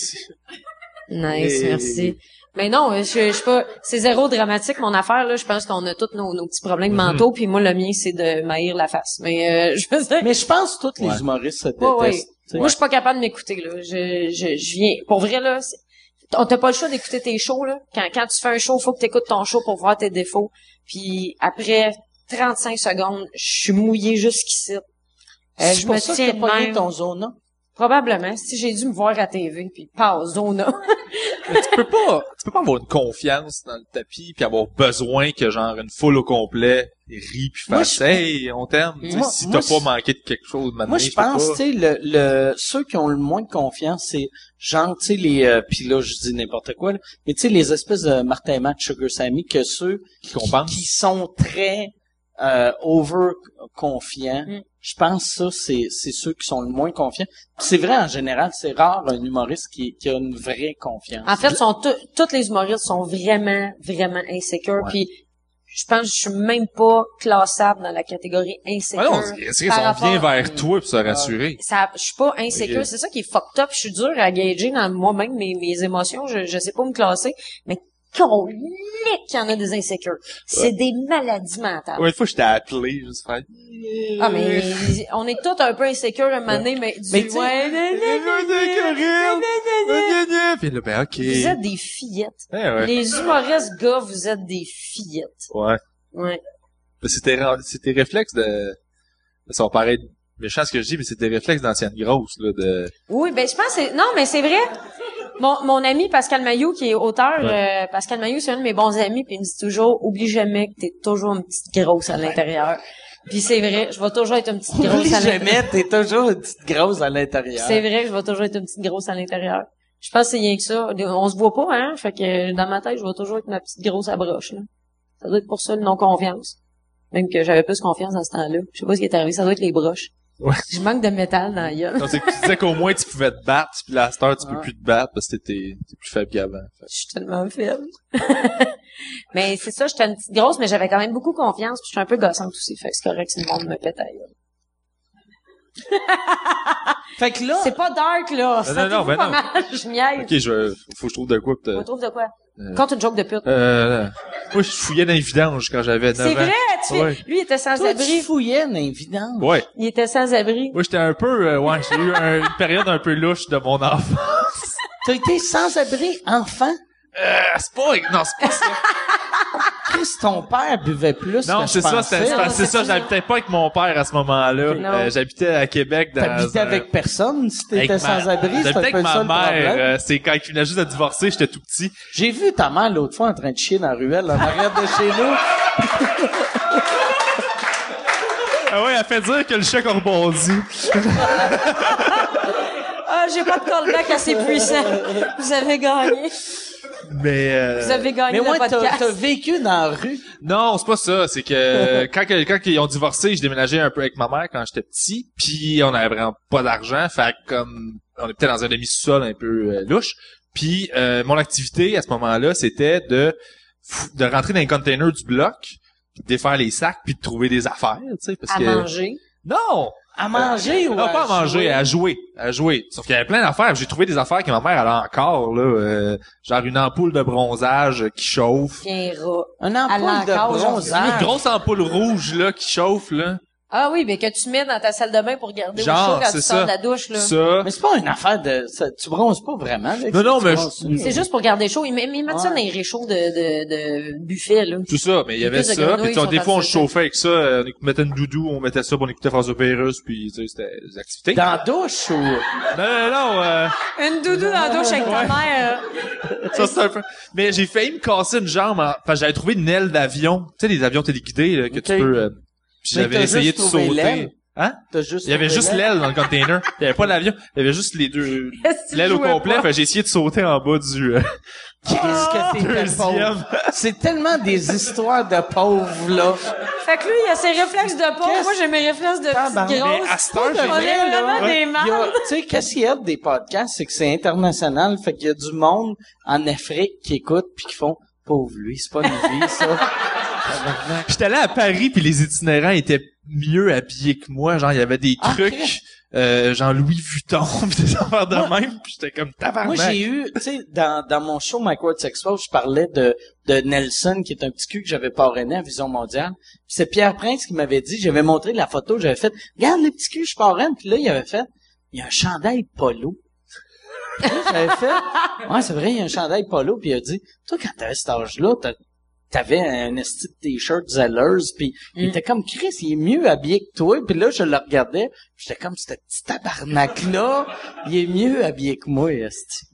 Nice, merci. Mais non, je, je suis pas. C'est zéro dramatique mon affaire là. Je pense qu'on a tous nos, nos petits Mhm. problèmes mentaux, puis moi le mien c'est de m'haïr la face. Mais euh, je veux dire, Mais je pense que tous les humoristes se Ouais, ouais. détestent. tu sais. moi je suis pas capable de m'écouter là. Je, je, je viens. Pour vrai là, c'est- on t'a pas le choix d'écouter tes shows là. Quand, quand tu fais un show, faut que t'écoutes ton show pour voir tes défauts. Puis après 35 secondes, je suis mouillée jusqu'ici. Euh, C'est je pour me ça tiens que de t'as pogné même. ton zona. Probablement. Si j'ai dû me voir à TV, puis pause, zona. tu peux pas, tu peux pas avoir une confiance dans le tapis puis avoir besoin que genre une foule au complet rit puis Moi, fasse je- hey on t'aime. Tu sais, Moi- si moi, t'as pas je- manqué de quelque chose, maintenant, Moi, je pense, tu Pas... sais, le, le, ceux qui ont le moins de confiance, c'est genre, tu sais, les, euh, pis là, je dis n'importe quoi, là, mais tu sais, les espèces de Martin et Matt, Sugar Sammy, que ceux Qui compense. qui sont très euh, over confiants, Mm. je pense ça, c'est, c'est ceux qui sont le moins confiants. Pis c'est vrai, en général, c'est rare un humoriste qui, qui a une vraie confiance. En fait, sont tous toutes les humoristes sont vraiment, vraiment insécures. Puis, je pense que je suis même pas classable dans la catégorie Ah insécure. non, est-ce qu'ils par sont bien rapport- vers toi pour se rassurer? Ça, je suis pas insécure. C'est ça qui est fucked up. Je suis dure à gager dans moi-même mes, mes émotions. Je, je sais pas me classer. Mais qu'on qu'il y en a des insécures. C'est des maladies mentales. Ouais, une fois, j'étais appelé, juste faire. Ah, mais on est tous un peu insécures à un moment donné, mais du Mais tu sais- ouais, nan, nan, Eh, nan, vas-y, nan, Corinne! nan, nan, nan. Gna, gna, gna. Puis là, ben, ok. Vous êtes des fillettes. Eh, ouais. Les humoristes gars, vous êtes des fillettes. Ouais. Ouais. Ben, C'était, ra- c'était réflexe de, ça va paraître méchant ce que je dis, mais c'était réflexe d'ancienne grosse, là, de, Oui, ben je pense que c'est- non, mais c'est vrai. Mon, mon ami Pascal Mailloux, qui est auteur, euh, Pascal Mailloux, c'est un de mes bons amis, puis il me dit toujours, oublie jamais que t'es toujours une petite grosse à l'intérieur. Puis c'est vrai, je vais toujours être une petite Ah, grosse à Oublie l'intérieur. jamais, t'es toujours une petite grosse à Puis l'intérieur. C'est vrai, je vais toujours être une petite grosse à l'intérieur. Je pense que c'est rien que ça. On se voit pas, hein? Fait que dans ma tête, je vais toujours être ma petite grosse à broche, là. Ça doit être pour ça le non-confiance. Même que j'avais plus confiance dans ce temps-là. Je sais pas ce qui est arrivé, ça doit être les broches. Ouais. Je manque de métal dans la gueule. non, c'est que tu disais qu'au moins tu pouvais te battre, puis là, à cette heure, tu peux plus te battre parce que t'es, t'es plus faible qu'avant. Je suis tellement faible. mais c'est ça, j'étais une petite grosse, mais j'avais quand même beaucoup confiance, puis je suis un peu gossante aussi, fait que c'est correct si le monde me pète à la gueule. Fait que là, C'est pas dark, là! Ben ça non, non, ben pas non. mal, je niaise. Ok, je, faut que je trouve de quoi, On peut trouve de quoi? euh, Quand une joke de pute. euh, moi, je fouillais dans les vidanges quand j'avais 9 ans. c'est vrai, tu fais- Ouais. Lui, il était toi, tu sans-abri. fouillais dans les vidanges. Ouais. Il était sans-abri. Moi, j'étais un peu, euh, ouais, j'ai eu un- une période un peu louche de mon enfant. T'as été sans-abri enfant? Ah, Euh, c'est pas, non, c'est pas ça. Chris, ton père buvait plus. Non, que c'est je ça, pensais. hein? c'est Non, c'est- c'est c'est ça. ça, j'habitais pas avec mon père à ce moment-là. Non. Euh, j'habitais à Québec dans T'habitais un- euh, avec personne si avec t'étais ma- sans abri, j'habitais c'était un avec peu ça ma le problème. mère, euh, c'est quand il venait juste de divorcer, j'étais tout petit. J'ai vu ta mère l'autre fois en train de chier dans la ruelle en arrière de chez nous. Ah ouais, elle fait dire que le chèque a rebondi. Ah, j'ai pas de callback assez puissant. Vous avez gagné. Mais euh, Vous avez gagné Euh, Mais ouais, le t'as podcast. t'as vécu dans la rue. non, c'est pas ça, c'est que quand que- quand ils ont divorcé, je déménageais un peu avec ma mère quand j'étais petit, puis on avait vraiment pas d'argent, fait que comme on était dans un demi-sous-sol un peu euh, louche. Puis euh, mon activité à ce moment-là, c'était de fou- de rentrer dans les containers du bloc, puis de défaire les sacs, puis de trouver des affaires, tu sais, parce À que manger. non, À manger ou Non, à pas à manger, jouer? à jouer, à jouer. Sauf qu'il y avait plein d'affaires. J'ai trouvé des affaires que ma mère elle a encore, là. euh, genre une ampoule de bronzage euh, qui chauffe. Bien rat. Un À ampoule de l'encas, Une bronzage. grosse ampoule rouge, là, qui chauffe, là. Ah oui, mais que tu mets dans ta salle de bain pour garder au Genre, chaud quand c'est tu ça. sors de la douche, là. Ça. Mais c'est pas une affaire de... ça- tu bronzes pas vraiment. Avec Non, ça, non, tu mais bronzes- C'est juste pour garder chaud. Ils, met- ils mettent ça Ouais. dans les réchauds de, de, de buffet, là. Tout ça, mais il y avait plus de ça. grenouilles Puis tu sais, sont des fois, on dans se ce- chauffait avec ça. euh, On mettait une doudou, on mettait ça, puis on écoutait François Pérusse, puis tu sais, c'était des activités. Dans la douche ou... Non, non, non, euh, Une doudou dans la douche avec ta mère. euh, ça, c'est un peu... Mais j'ai failli me casser une jambe, en- parce que j'avais trouvé une aile d'avion. Tu sais, les avions téléguidés, là, que Ok. tu peux... euh, Puis Mais j'avais t'as essayé juste de trouvé sauter. l'aile. Hein? T'as juste Il y avait juste l'aile dans le container. Il y avait pas l'avion. Il y avait juste les deux. Est-ce que tu L'aile au jouais complet. pas? Fait que j'ai essayé de sauter en bas du euh, Qu'est-ce que t'es Ah, deuxième. pauvre? C'est tellement des histoires de pauvres, là. Fait que lui, il a ses réflexes de pauvre. Qu'est-ce- Moi, j'ai mes réflexes de petite Tabarnak. grosse. Mais à cette heure, On j'ai- est vraiment des Il y a- mardes. Tu sais, qu'est-ce qu'il y a des podcasts, c'est que c'est international, fait qu'il y a du monde en Afrique qui écoute puis qui font « Pauvre lui, c'est pas une vie, ça. J'étais allé à Paris puis les itinérants étaient mieux habillés que moi. Genre, il y avait des Ah, trucs, ok. euh, genre Louis Vuitton pis des affaires de même pis j'étais comme » Moi, tabarnak. j'ai eu, tu sais, dans, dans mon show My World Sex Expo, je parlais de, de Nelson, qui est un petit cul que j'avais parrainé à Vision Mondiale. Puis c'est Pierre Prince qui m'avait dit, j'avais montré la photo, j'avais fait « Regarde le petit cul, je parraine. » Puis là, il avait fait « Il y a un chandail polo. » Puis là, J'avais fait « Ouais, c'est vrai, il y a un chandail polo. » Puis il a dit « Toi, quand t'avais cet âge-là, t'as- t'avais un esti de t-shirt zelleuse. » Puis Mm. il était comme « Chris, il est mieux habillé que toi. » Puis là, je le regardais. puis J'étais comme « Ce petit tabarnak-là, il est mieux habillé que moi, esti. »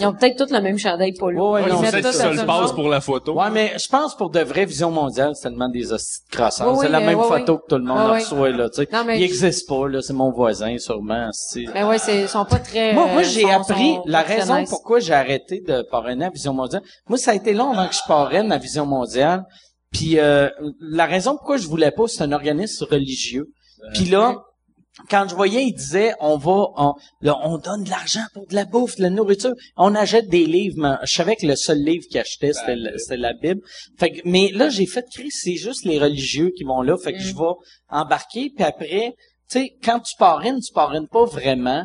Ils ont peut-être tous le même chandail polo. Ouais, ouais, Ils non, mettent peut-être tous qu'ils se à le tout passe monde. pour la photo. Ouais, mais je pense pour de vraies visions mondiales, c'est tellement des hosties de croissants. Oui, c'est la oui, même oui, photo oui. que tout le monde Oui, en oui. reçoit, là, tu sais. Non, mais- Il existe pas, là, c'est mon voisin, sûrement, c'est- Ben ouais, c'est- ils sont pas très... Moi, moi euh, j'ai sont- appris sont la pas très raison nice. pourquoi j'ai arrêté de parrainer à Vision mondiale. Moi, ça a été long avant que je parraine à Vision mondiale. Puis euh, la raison pourquoi je voulais pas, c'est un organisme religieux. Puis là, quand je voyais, ils disaient on va, on, là, on donne de l'argent pour de la bouffe, de la nourriture, on achète des livres. mais je savais que le seul livre qu'ils achetaient, c'était le- c'était la Bible. Fait que, mais là, j'ai fait Chris, c'est juste les religieux qui vont là. Fait que je Mm. vais embarquer. Puis après, tu sais, quand tu parraines, tu parraines pas vraiment.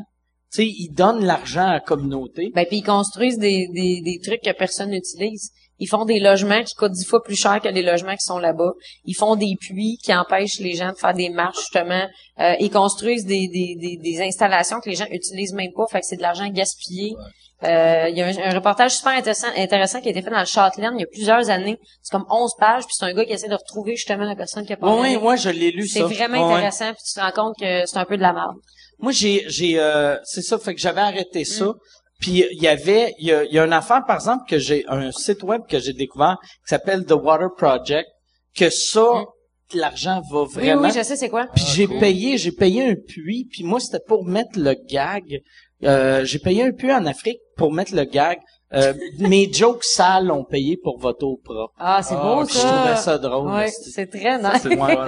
Tu sais, ils donnent l'argent à la communauté. Ben, puis ils construisent des, des, des trucs que personne n'utilise. Ils font des logements qui coûtent dix fois plus cher que les logements qui sont là-bas. Ils font des puits qui empêchent les gens de faire des marches, justement. Euh, ils construisent des, des, des, des installations que les gens utilisent même pas, fait que c'est de l'argent gaspillé. Euh, Il y a un, un reportage super intéressant, intéressant qui a été fait dans le Châtelaine il y a plusieurs années. C'est comme 11 pages, puis c'est un gars qui essaie de retrouver justement la personne qui a Oui, parlé. oui, ouais, je l'ai lu c'est ça. vraiment Ouais. intéressant, puis tu te rends compte que c'est un peu de la merde. Moi, j'ai, j'ai, euh, c'est ça, fait que j'avais Mm. arrêté ça. Puis il y avait, il y a, il y a une affaire, par exemple, que j'ai, un site web que j'ai découvert qui s'appelle The Water Project, que ça, l'argent va Mm. Oui, vraiment. oui, je sais c'est quoi. Puis j'ai payé, j'ai payé un puits, puis moi c'était pour mettre le gag. Euh, j'ai payé un puits en Afrique pour mettre le gag. Euh, mes jokes sales ont payé pour votre eau propre. Ah, c'est Ah, beau, puis je trouvais ça drôle. Ouais, hostie. c'est très Ça, nice. c'est moins-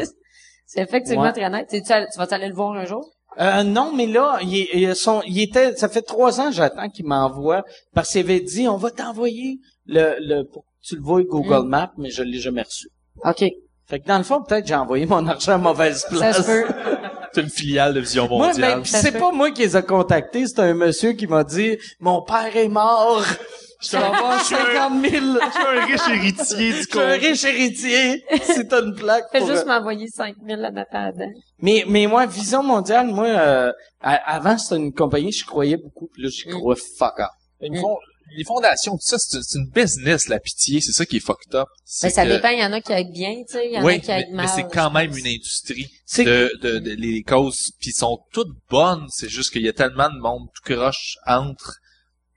C'est effectivement Ouais. très net. Tu, tu vas t'aller le voir un jour? Euh, non, mais là, il, est- il est- son- il était, ça fait trois ans que j'attends qu'il m'envoie parce qu'il avait dit on va t'envoyer le, le pour que tu le vois Mm. Google Maps, mais je l'ai jamais reçu. OK. Fait que dans le fond, peut-être j'ai envoyé mon argent à mauvaise Ça place. se peut. C'est une filiale de Vision Moi, Mondiale. ben, pis Ça se c'est peut. pas moi qui les a contactés, c'est un monsieur qui m'a dit mon père est mort. Je vais avoir 50 000. Je suis un riche héritier du Je suis un con. riche héritier. C'est une plaque. Fais pour, juste euh, m'envoyer 5000 là dedans Adam. Mais, mais moi, Vision Mondiale, Mm. moi, euh, à- avant, c'était une compagnie, je croyais beaucoup, puis là, j'y crois fuck off. Ils me font, les fondations, tout ça, c'est c'est une business, la pitié. C'est ça qui est fucked up. Mais C'est Ben, ça que- dépend, il y en a qui aident bien, tu sais, il y en a Oui, qui mais, aident mais mal. c'est quand même une industrie C'est- de, de, de- les causes puis sont toutes bonnes. C'est juste qu'il y a tellement de monde tout croche entre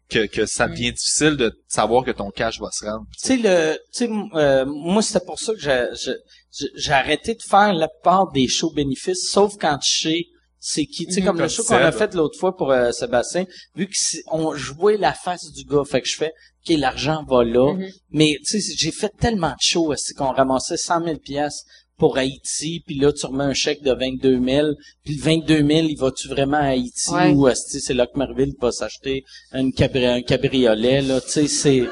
que, que Mm. ça devient difficile de savoir que ton cash va se rendre. tu sais le tu sais m- euh, moi c'était pour ça que j'ai- j'ai- j'ai j'ai arrêté de faire la part des shows bénéfices sauf quand je sais c'est qui tu sais comme le Comme show qu'on a Seb. fait l'autre fois pour euh, Sébastien vu que c'est- on jouait la face du gars fait que je fais OK l'argent va là Mhm. mais tu sais j'ai fait tellement de shows c'est qu'on ramassait 100 000 pièces pour Haïti puis là tu remets un chèque de 22 000 puis le 22 000 il va-tu vraiment à Haïti Ouais. ou esti, c'est là que Merville va s'acheter une cabri- un cabriolet là tu sais c'est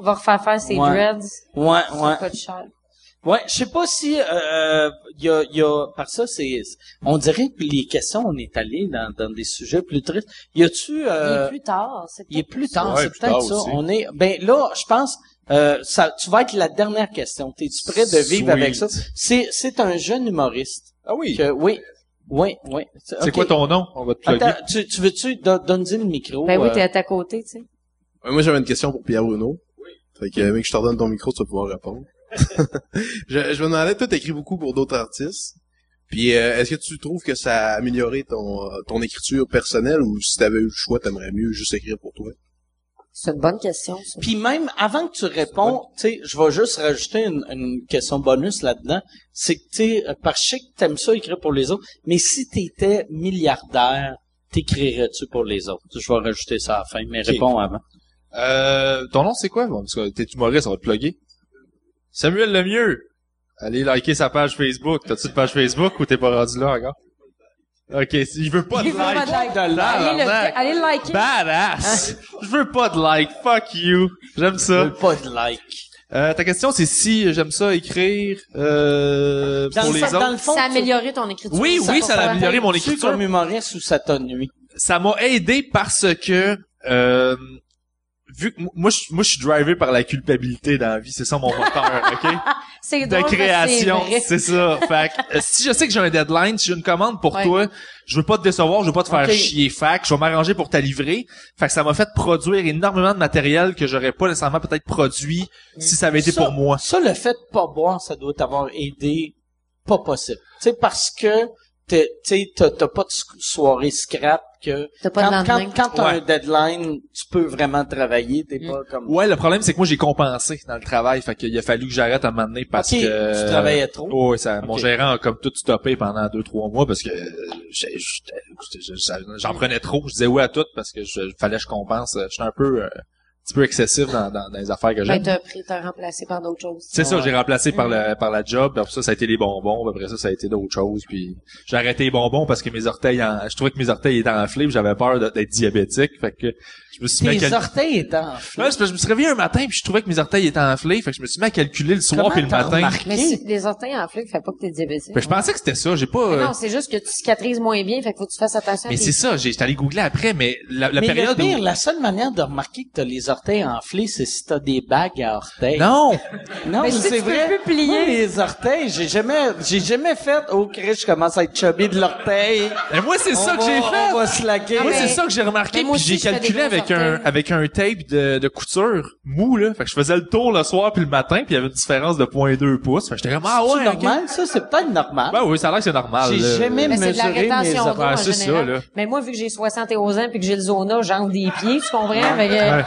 On va refaire faire ses Ouais. dreads, ouais ouais pas de cher. Ouais, je sais pas si euh, euh, y a, y a par ça c'est on dirait que les questions on est allé dans, dans des sujets plus tristes. Y a-tu Il est euh, plus tard, c'est il est peut-être- plus tard, Ouais, c'est plus peut-être tard ça. aussi. On est ben là, je pense euh, ça tu vas être la dernière question. T'es tu prêt de vivre Sweet. avec ça C'est c'est un jeune humoriste. Ah oui. Que, oui. Oui, oui. C'est quoi ton nom? On va te plugger. Attends, tu, tu veux-tu don- donne-y le micro Ben oui, euh, t'es à ta côté, tu sais. Ouais, moi, j'avais une question pour Pierre Bruno. Fait que, euh, mec, je te redonne ton micro, tu vas pouvoir répondre. je, je me demandais, toi, t'écris beaucoup pour d'autres artistes. Puis, euh, est-ce que tu trouves que ça a amélioré ton, euh, ton écriture personnelle ou si t'avais eu le choix, t'aimerais mieux juste écrire pour toi? C'est une bonne question, ça. Puis même avant que tu réponds, tu sais, je vais juste rajouter une, une question bonus là-dedans. C'est que tu sais, euh, parce que je sais que t'aimes ça écrire pour les autres, mais si t'étais milliardaire, t'écrirais-tu pour les autres Je vais rajouter ça à la fin, mais réponds avant. Euh, ton nom, c'est quoi? Bon, parce que t'es humoriste, on va te plugger. Samuel Lemieux. Allez liker sa page Facebook. T'as-tu une page Facebook ou t'es pas rendu là encore? Ok, si- il veut pas de Il veut pas de like. like. Bah, Allez le, Tabarnak. allez le liker. Badass! Je veux pas de like, fuck you. J'aime ça. Veux Pas de like. Euh, ta question, c'est si j'aime ça écrire euh, Dans pour le- les dans autres. le fond, Ça a tu- amélioré ton écriture. Oui, oui, ça l'a va. amélioré mon Tu es écriture. comme humoriste ou ça t'ennuie ça m'a aidé parce que euh, vu que m- moi je, moi je suis drivé par la culpabilité dans la vie, c'est ça mon moteur, OK C'est De drôle, parce que création, c'est vrai. c'est ça. Fait que, euh, si je sais que j'ai un deadline, si j'ai une commande pour Ouais. toi, je veux pas te décevoir, je veux pas te faire Ok. chier. Fait que je vais m'arranger pour t'a livrer. Fait que ça m'a fait produire énormément de matériel que j'aurais pas nécessairement peut-être produit si ça avait été Ça- pour moi. Ça, le fait de pas boire, ça doit t'avoir aidé pas possible. Tu sais, parce que t'es- tu sais, t'as t'as pas de sc- soirée scrap que... T'as pas de quand, lendemain. quand, quand t'as Ouais. un deadline, tu peux vraiment travailler, t'es Mm. pas comme... Ouais, le problème c'est que moi j'ai compensé dans le travail, fait qu'il a fallu que j'arrête à un moment donné parce Ok, que tu travaillais trop. Oh, oui, ça, mon Ok. gérant a comme tout stoppé pendant deux trois mois parce que euh, j'ai- j'étais- j'étais- j'étais- j'en prenais trop. Je disais oui à tout parce que je, fallait que je compense. Euh, J'étais un peu euh, un petit peu excessif dans, dans, dans les affaires que Ben, j'aime. t'as pris, t'as remplacé par d'autres choses. C'est ça, Ouais. Mm. j'ai remplacé par la par la job. Puis Après ça, ça a été les bonbons. puis Après ça, ça a été d'autres choses. Puis j'ai arrêté les bonbons parce que mes orteils, en- je trouvais que mes orteils étaient enflés. puis J'avais peur de- d'être diabétique. Fait que je me suis mis à Tes cal- orteils étant Ouais, c'est parce que je me suis réveillé un matin puis je trouvais que mes orteils étaient enflés. Fait que je me suis mis à calculer le soir Comment puis le t'as matin. remarqué? Mais si les orteils enflés, fait pas que t'es diabétique. Ben, je pensais que c'était ça. J'ai pas. Mais euh, Non, c'est juste que tu cicatrises moins bien, fait que faut que tu fasses attention. à Mais tes- c'est ça, j'ai- j'étais allé googler après, mais la, la Mais période le pire, où... la seule manière de remarquer que t'as les orteils enflés, c'est si t'as des bagues à orteils. Non! non, Mais si tu c'est peux vrai. plus plier. Moi, les orteils, j'ai jamais, j'ai jamais fait, oh, Chris, je commence à être chubby de l'orteil. Mais moi, c'est ça On que va- j'ai On fait! va se laquer. Ah, Moi, mais- c'est ça que j'ai remarqué, mais moi puis j'ai aussi, je fais calculé des avec gros un, orteils. avec un tape de, de couture mou, là. Fait que je faisais le tour le soir puis le matin, puis il y avait une différence de 0.2 pouces. Fait que j'étais comme, ah c'est ouais, ok. normal, ça, c'est peut-être normal. Ben oui, ça a l'air que c'est normal. j'ai là. jamais Mais c'est de la mesuré mes rétention d'eau orteils. affaires, en c'est ça, général. là. Mais moi, vu que j'ai 71 ans puis que j'ai le zona, j'enle des pieds, tu comprends? Fait que,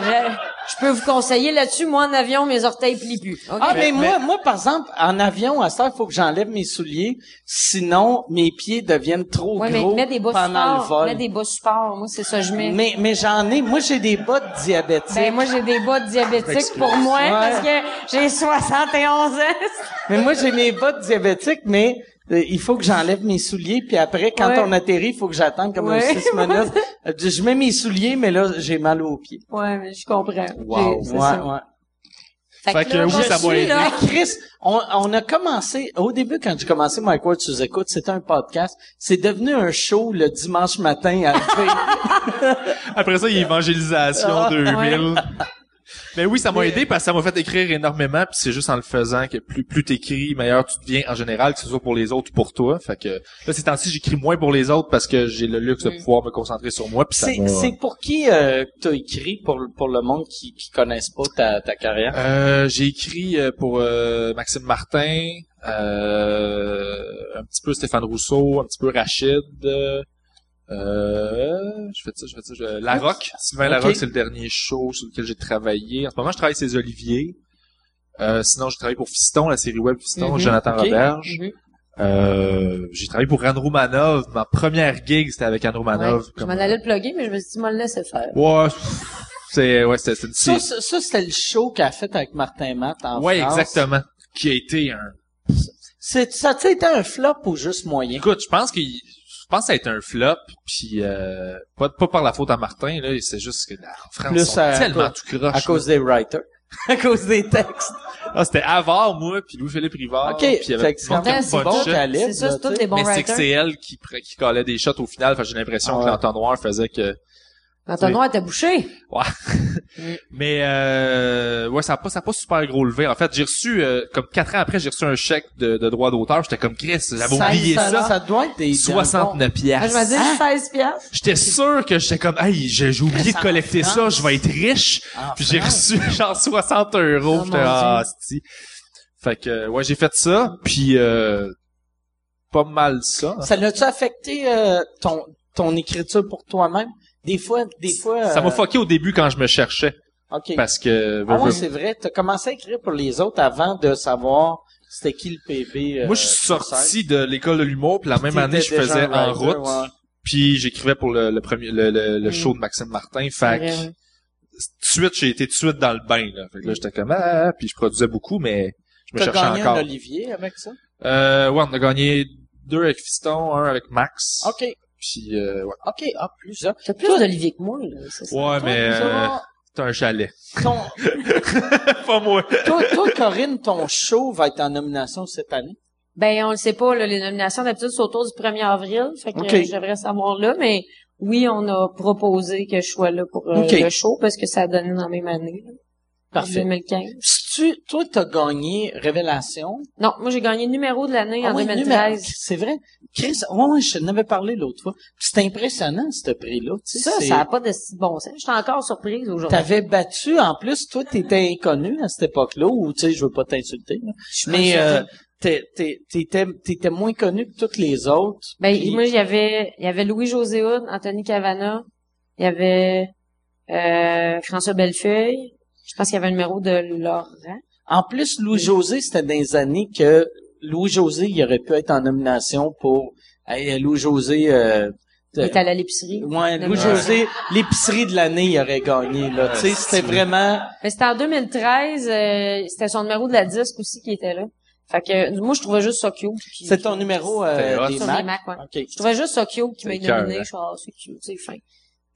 Ouais. je, je peux vous conseiller là-dessus. Moi, en avion, mes orteils plient plus. OK? Ah, mais, moi, moi, par exemple, en avion, à ça, il faut que j'enlève mes souliers, sinon, mes pieds deviennent trop Ouais, mais gros mets des bas pendant le supports. vol. Mets des bas supports. Moi, c'est ça que je mets. Mais, mais j'en ai, moi, j'ai des bottes diabétiques. Ben, moi, j'ai des bas diabétiques pour moi Ouais. parce que j'ai 71 ans. Mais moi, j'ai mes bottes diabétiques, mais euh, il faut que j'enlève mes souliers, puis après, quand Ouais. on atterrit, il faut que j'attende comme Ouais. 6 minutes. Euh, Je mets mes souliers, mais là, j'ai mal aux pieds. ouais, mais je comprends. Wow. J'ai- c'est Ouais, ça. ouais. Fait que oui, on ça m'a suit, aidé. là. Mais Chris, on, on a commencé, au début, quand j'ai commencé Mike Ward sous écoute, c'était un podcast. C'est devenu un show le dimanche matin à la fin. Ah, Après ça, il y a évangélisation 2000. Mais oui, ça m'a aidé parce que ça m'a fait écrire énormément, puis c'est juste en le faisant que plus plus t'écris, meilleur tu deviens en général, que ce soit pour les autres ou pour toi. Fait que là, ces temps-ci, j'écris moins pour les autres parce que j'ai le luxe de pouvoir me concentrer sur moi. Puis ça Mm. C'est, m'a- c'est pour qui euh, que t'as écrit pour, pour le monde qui, qui connaissent pas ta, ta carrière? Euh, j'ai écrit euh, pour euh, Maxime Martin, euh, un petit peu Stéphane Rousseau, un petit peu Rachid. Euh, euh, je fais ça, je fais ça. je- La Roque, Sylvain La Ok. Roque, c'est le dernier show sur lequel j'ai travaillé. En ce moment, je travaille chez Olivier. Euh, sinon, j'ai travaillé pour Fiston, la série web Fiston, Mhm, Jonathan ok. Roberge. Mhm. Euh, j'ai travaillé pour Andromanov. Ma première gig, c'était avec Andromanov. Ouais. Je m'en euh, allais le plugger, mais je me suis dit, moi, le laisser faire. euh, Ouais, c'est ouais, c'était c'était une Ça, ça, ça, c'était le show qu'elle a fait avec Martin Matt en Ouais, France. exactement. Qui a été un C'est, ça a-tu été un flop ou juste moyen? Écoute, je pense qu'il je pense que ça a été un flop, puis euh, pas, pas par la faute à Martin, là, c'est juste que la France Plus sont à- tellement à- tout croche. À cause des writers. à cause des textes. là. Ah, c'était Avard, moi, puis Louis-Philippe Rivard. OK. Ah, puis il y avait Fait que c'est Morgan vrai, c'est Punch. bon qu'elle C'est ça, c'est tous des bons mais c'est que c'est writers. elle qui, pre- qui collait des shots au final, fait que j'ai l'impression Ah que ouais. l'entonnoir faisait que... L'entonnoir était bouché. Mais euh, ouais, ça a pas, ça a pas super gros levé. En fait, j'ai reçu, euh, comme quatre ans après, j'ai reçu un chèque de, de droit d'auteur. J'étais comme, Chris, j'avais oublié ça. ça. Ça doit être des... 69 Ah, piastres. je me dis, 16 piastres. J'étais sûr que j'étais comme, hey, j'ai j'ai oublié de collecter ça, je vais être riche. Ah, Puis j'ai reçu genre 60 euros. Oh, J'étais, mon ah, c'ti. Fait que, euh, ouais, j'ai fait ça, puis euh, pas mal ça. Ça l'a-tu affecté euh, ton, ton écriture pour toi-même? Des fois, des fois... Ça m'a euh, fucké au début quand je me cherchais, OK. parce que... Ah veux, ouais, veux- c'est vrai. T'as commencé à écrire pour les autres avant de savoir c'était qui le PB. euh, moi, je suis sur scène. sorti de l'école de l'humour, puis la même T'étais année, je déjà faisais un En writer, route, ouais. puis j'écrivais pour le, le premier le, le- le Mm. show de Maxime Martin. C'est Fait vrai, que, ouais. tout de suite, j'ai été tout de suite dans le bain. Là. Fait que là, j'étais comme, ah, puis je produisais beaucoup, mais je me T'as cherchais gagné encore. un Olivier avec ça? Euh, ouais, on a gagné deux avec Fiston, un avec Max. Ah. OK. Puis, euh, ouais. OK. Ah, plus, hein. T'as plus d'Olivier que moi, là. c'est ça. Ouais, mais euh, Toi, t'as un chalet. ton- Pas moi. toi, toi, Corinne, ton show va être en nomination cette année. Ben, on le sait pas, là, les nominations d'habitude sont autour du 1er avril. Fait que Ok. euh, je devrais savoir là, mais oui, on a proposé que je sois là pour euh, Ok. le show parce que ça a donné dans la même année. là, Parfait. 2015. Si tu, toi, t'as gagné Révélation. Non, moi, j'ai gagné numéro de l'année Ah en oui, 2013. numéro- C'est vrai. Chris, ouais, ouais, je n'avais parlé l'autre fois. Puis C'est impressionnant, ce prix-là. Tu sais, Ça, c'est- ça n'a pas de si bon sens. Je suis encore surprise aujourd'hui. T'avais battu, en plus, toi, t'étais inconnu à cette époque-là, ou, tu sais, je veux pas t'insulter, là. mais euh, t'es- t'es- t'étais t'étais moins connu que toutes les autres. Ben, Puis- moi, il y avait, il y avait Louis José Hood, Anthony Cavana, il y avait euh, François Bellefeuille. Je pense qu'il y avait un numéro de Laurent. En plus, Louis-José, c'était dans les années que Louis-José, il aurait pu être en nomination pour hey, Louis-José... Euh, Il était allé à l'épicerie. Ouais, Louis-José, l'épicerie de l'année, il aurait gagné, là. Tu sais, c'était vraiment... Mais c'était en 2013, euh, c'était son numéro de la disque aussi qui était là. Fait que euh, moi je trouvais juste ça cute. puis- C'est ton numéro C'était euh, hot. des Sur les Macs. Macs, ouais. OK. Je trouvais juste ça cute qui m'a C'est cœur, nominé. hein. Je suis ah, c'est cute, c'est fin.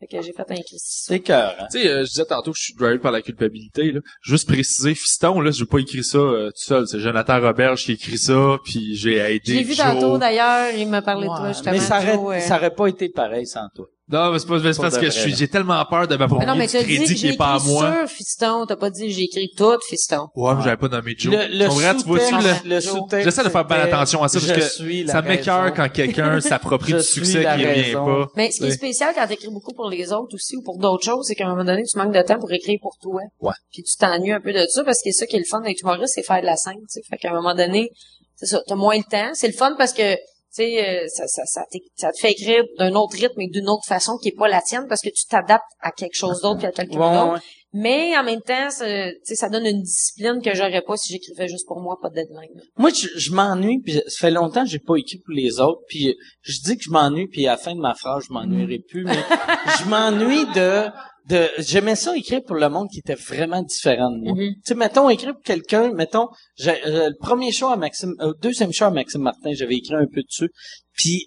Fait que j'ai fait un Christ. C'est cœur, hein? Tu sais, euh, je disais tantôt que je suis drivé par la culpabilité. Là. Juste préciser, Fiston, là, j'ai pas écrit ça euh, tout seul. C'est Jonathan Roberge qui écrit ça, puis j'ai aidé J'ai vu Joe. tantôt d'ailleurs, il m'a parlé de toi Ouais, justement. mais ça Joe, aurait, euh. ça aurait pas été pareil sans toi. Non, mais c'est pas mais c'est Pour parce de que je vrai, suis, là. j'ai tellement peur de Mais Ah non, m'approprier mais du tu as dit crédit que qui j'ai est pas à écrit moi. sur Fiston. T'as pas dit j'ai écrit tout Fiston. Ouais, mais j'avais pas nommé Joe. Le, le Tu comprends, tu vois, tu sous-texte- le- le sous-texte, J'essaie de faire bien c'était- attention à ça, parce je que suis la ça m'écœure raison. quand quelqu'un s'approprie Je du suis succès la qui revient raison. pas. Mais ce qui est Oui. spécial quand t'écris beaucoup pour les autres aussi ou pour d'autres choses, c'est qu'à un moment donné, tu manques de temps pour écrire pour toi. Ouais. Puis tu t'ennuies un peu de ça parce que c'est ça qui est le fun d'être humoriste, c'est faire de la scène. tu sais. Fait qu'à un moment donné, c'est ça, t'as moins le temps. C'est le fun parce que tu sais, euh, ça, ça, ça, t'é- ça te fait écrire d'un autre rythme et d'une autre façon qui est pas la tienne parce que tu t'adaptes à quelque chose d'autre qu'à quelqu'un Ouais, ouais, d'autre. ouais. Mais en même temps, c'est- tu sais, ça donne une discipline que j'aurais pas si j'écrivais juste pour moi, pas de deadline. Moi, je, je m'ennuie, puis ça fait longtemps que j'ai pas écrit pour les autres, puis je dis que je m'ennuie, puis à la fin de ma phrase, je m'ennuierai plus, mais je m'ennuie de... de J'aimais ça écrire pour le monde qui était vraiment différent de moi. Mhm. Tu sais, mettons, écrire pour quelqu'un, mettons, j'ai- euh, le premier show à Maxime, euh, le deuxième show à Maxime Martin, j'avais écrit un peu dessus, puis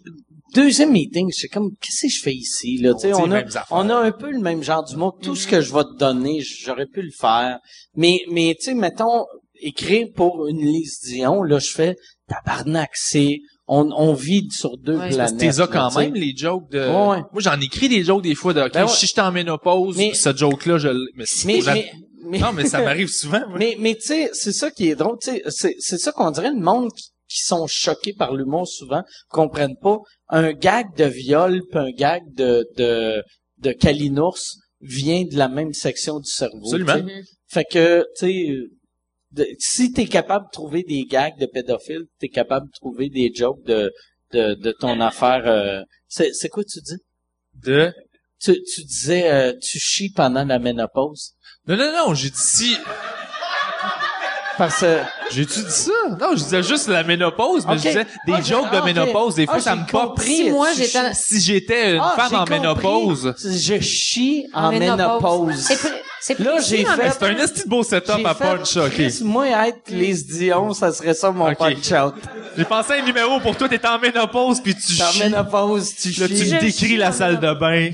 deuxième meeting, j'étais comme, qu'est-ce que je fais ici, là, tu sais, dit on les a, mêmes affaires. on a un peu le même genre d'humour, tout ce que je vais te donner, j'aurais pu le faire, mais, mais, tu sais, mettons, écrire pour une Lise Dion, là, je fais tabarnak, c'est on, on vide sur deux Ouais, c'est Parce planètes. que t'es as là, quand tu sais. même, les jokes de... Ouais, ouais. Moi, j'en écris des jokes des fois de, OK, Ben ouais. si je suis en ménopause, Mais- ce joke-là, je... l- Mais, Mais, j'a- mais, Mais- Non, mais ça m'arrive souvent. moi. Mais, mais tu sais, c'est ça qui est drôle. tu sais, C'est, c'est ça qu'on dirait le monde qui, qui sont choqués par l'humour souvent, comprennent pas. Un gag de viol puis un gag de, de, de calinours vient de la même section du cerveau. Absolument. tu sais. Fait que, tu sais, de- si t'es capable de trouver des gags de pédophiles, t'es capable de trouver des jokes de, de, de ton affaire. euh, c'est, c'est quoi tu dis? De... Tu, tu disais, euh, tu chies pendant la ménopause. Non, non, non, j'ai dit si... Parce que... J'ai-tu dit ça? Non, je disais juste la ménopause, mais Ok. je disais des Ah, jokes j'ai- de ah, ok. ménopause. Des fois, Ah, ça j'ai me pop. compris. Si moi, Tu j'étais chies. un- Si j'étais une Ah, femme j'ai en compris. ménopause... Je chie en, ménopause. C'est pré- c'est Là, précis j'ai en fait- C'est un esti de beau setup Ben J'ai à fait, punch, ok. Chris, moi, être les Dion, ça serait ça mon Ok. punch-out. J'ai pensé à un numéro pour toi, t'es en ménopause puis tu En chies. ménopause, tu Là, chies. tu me décris la salle de bain.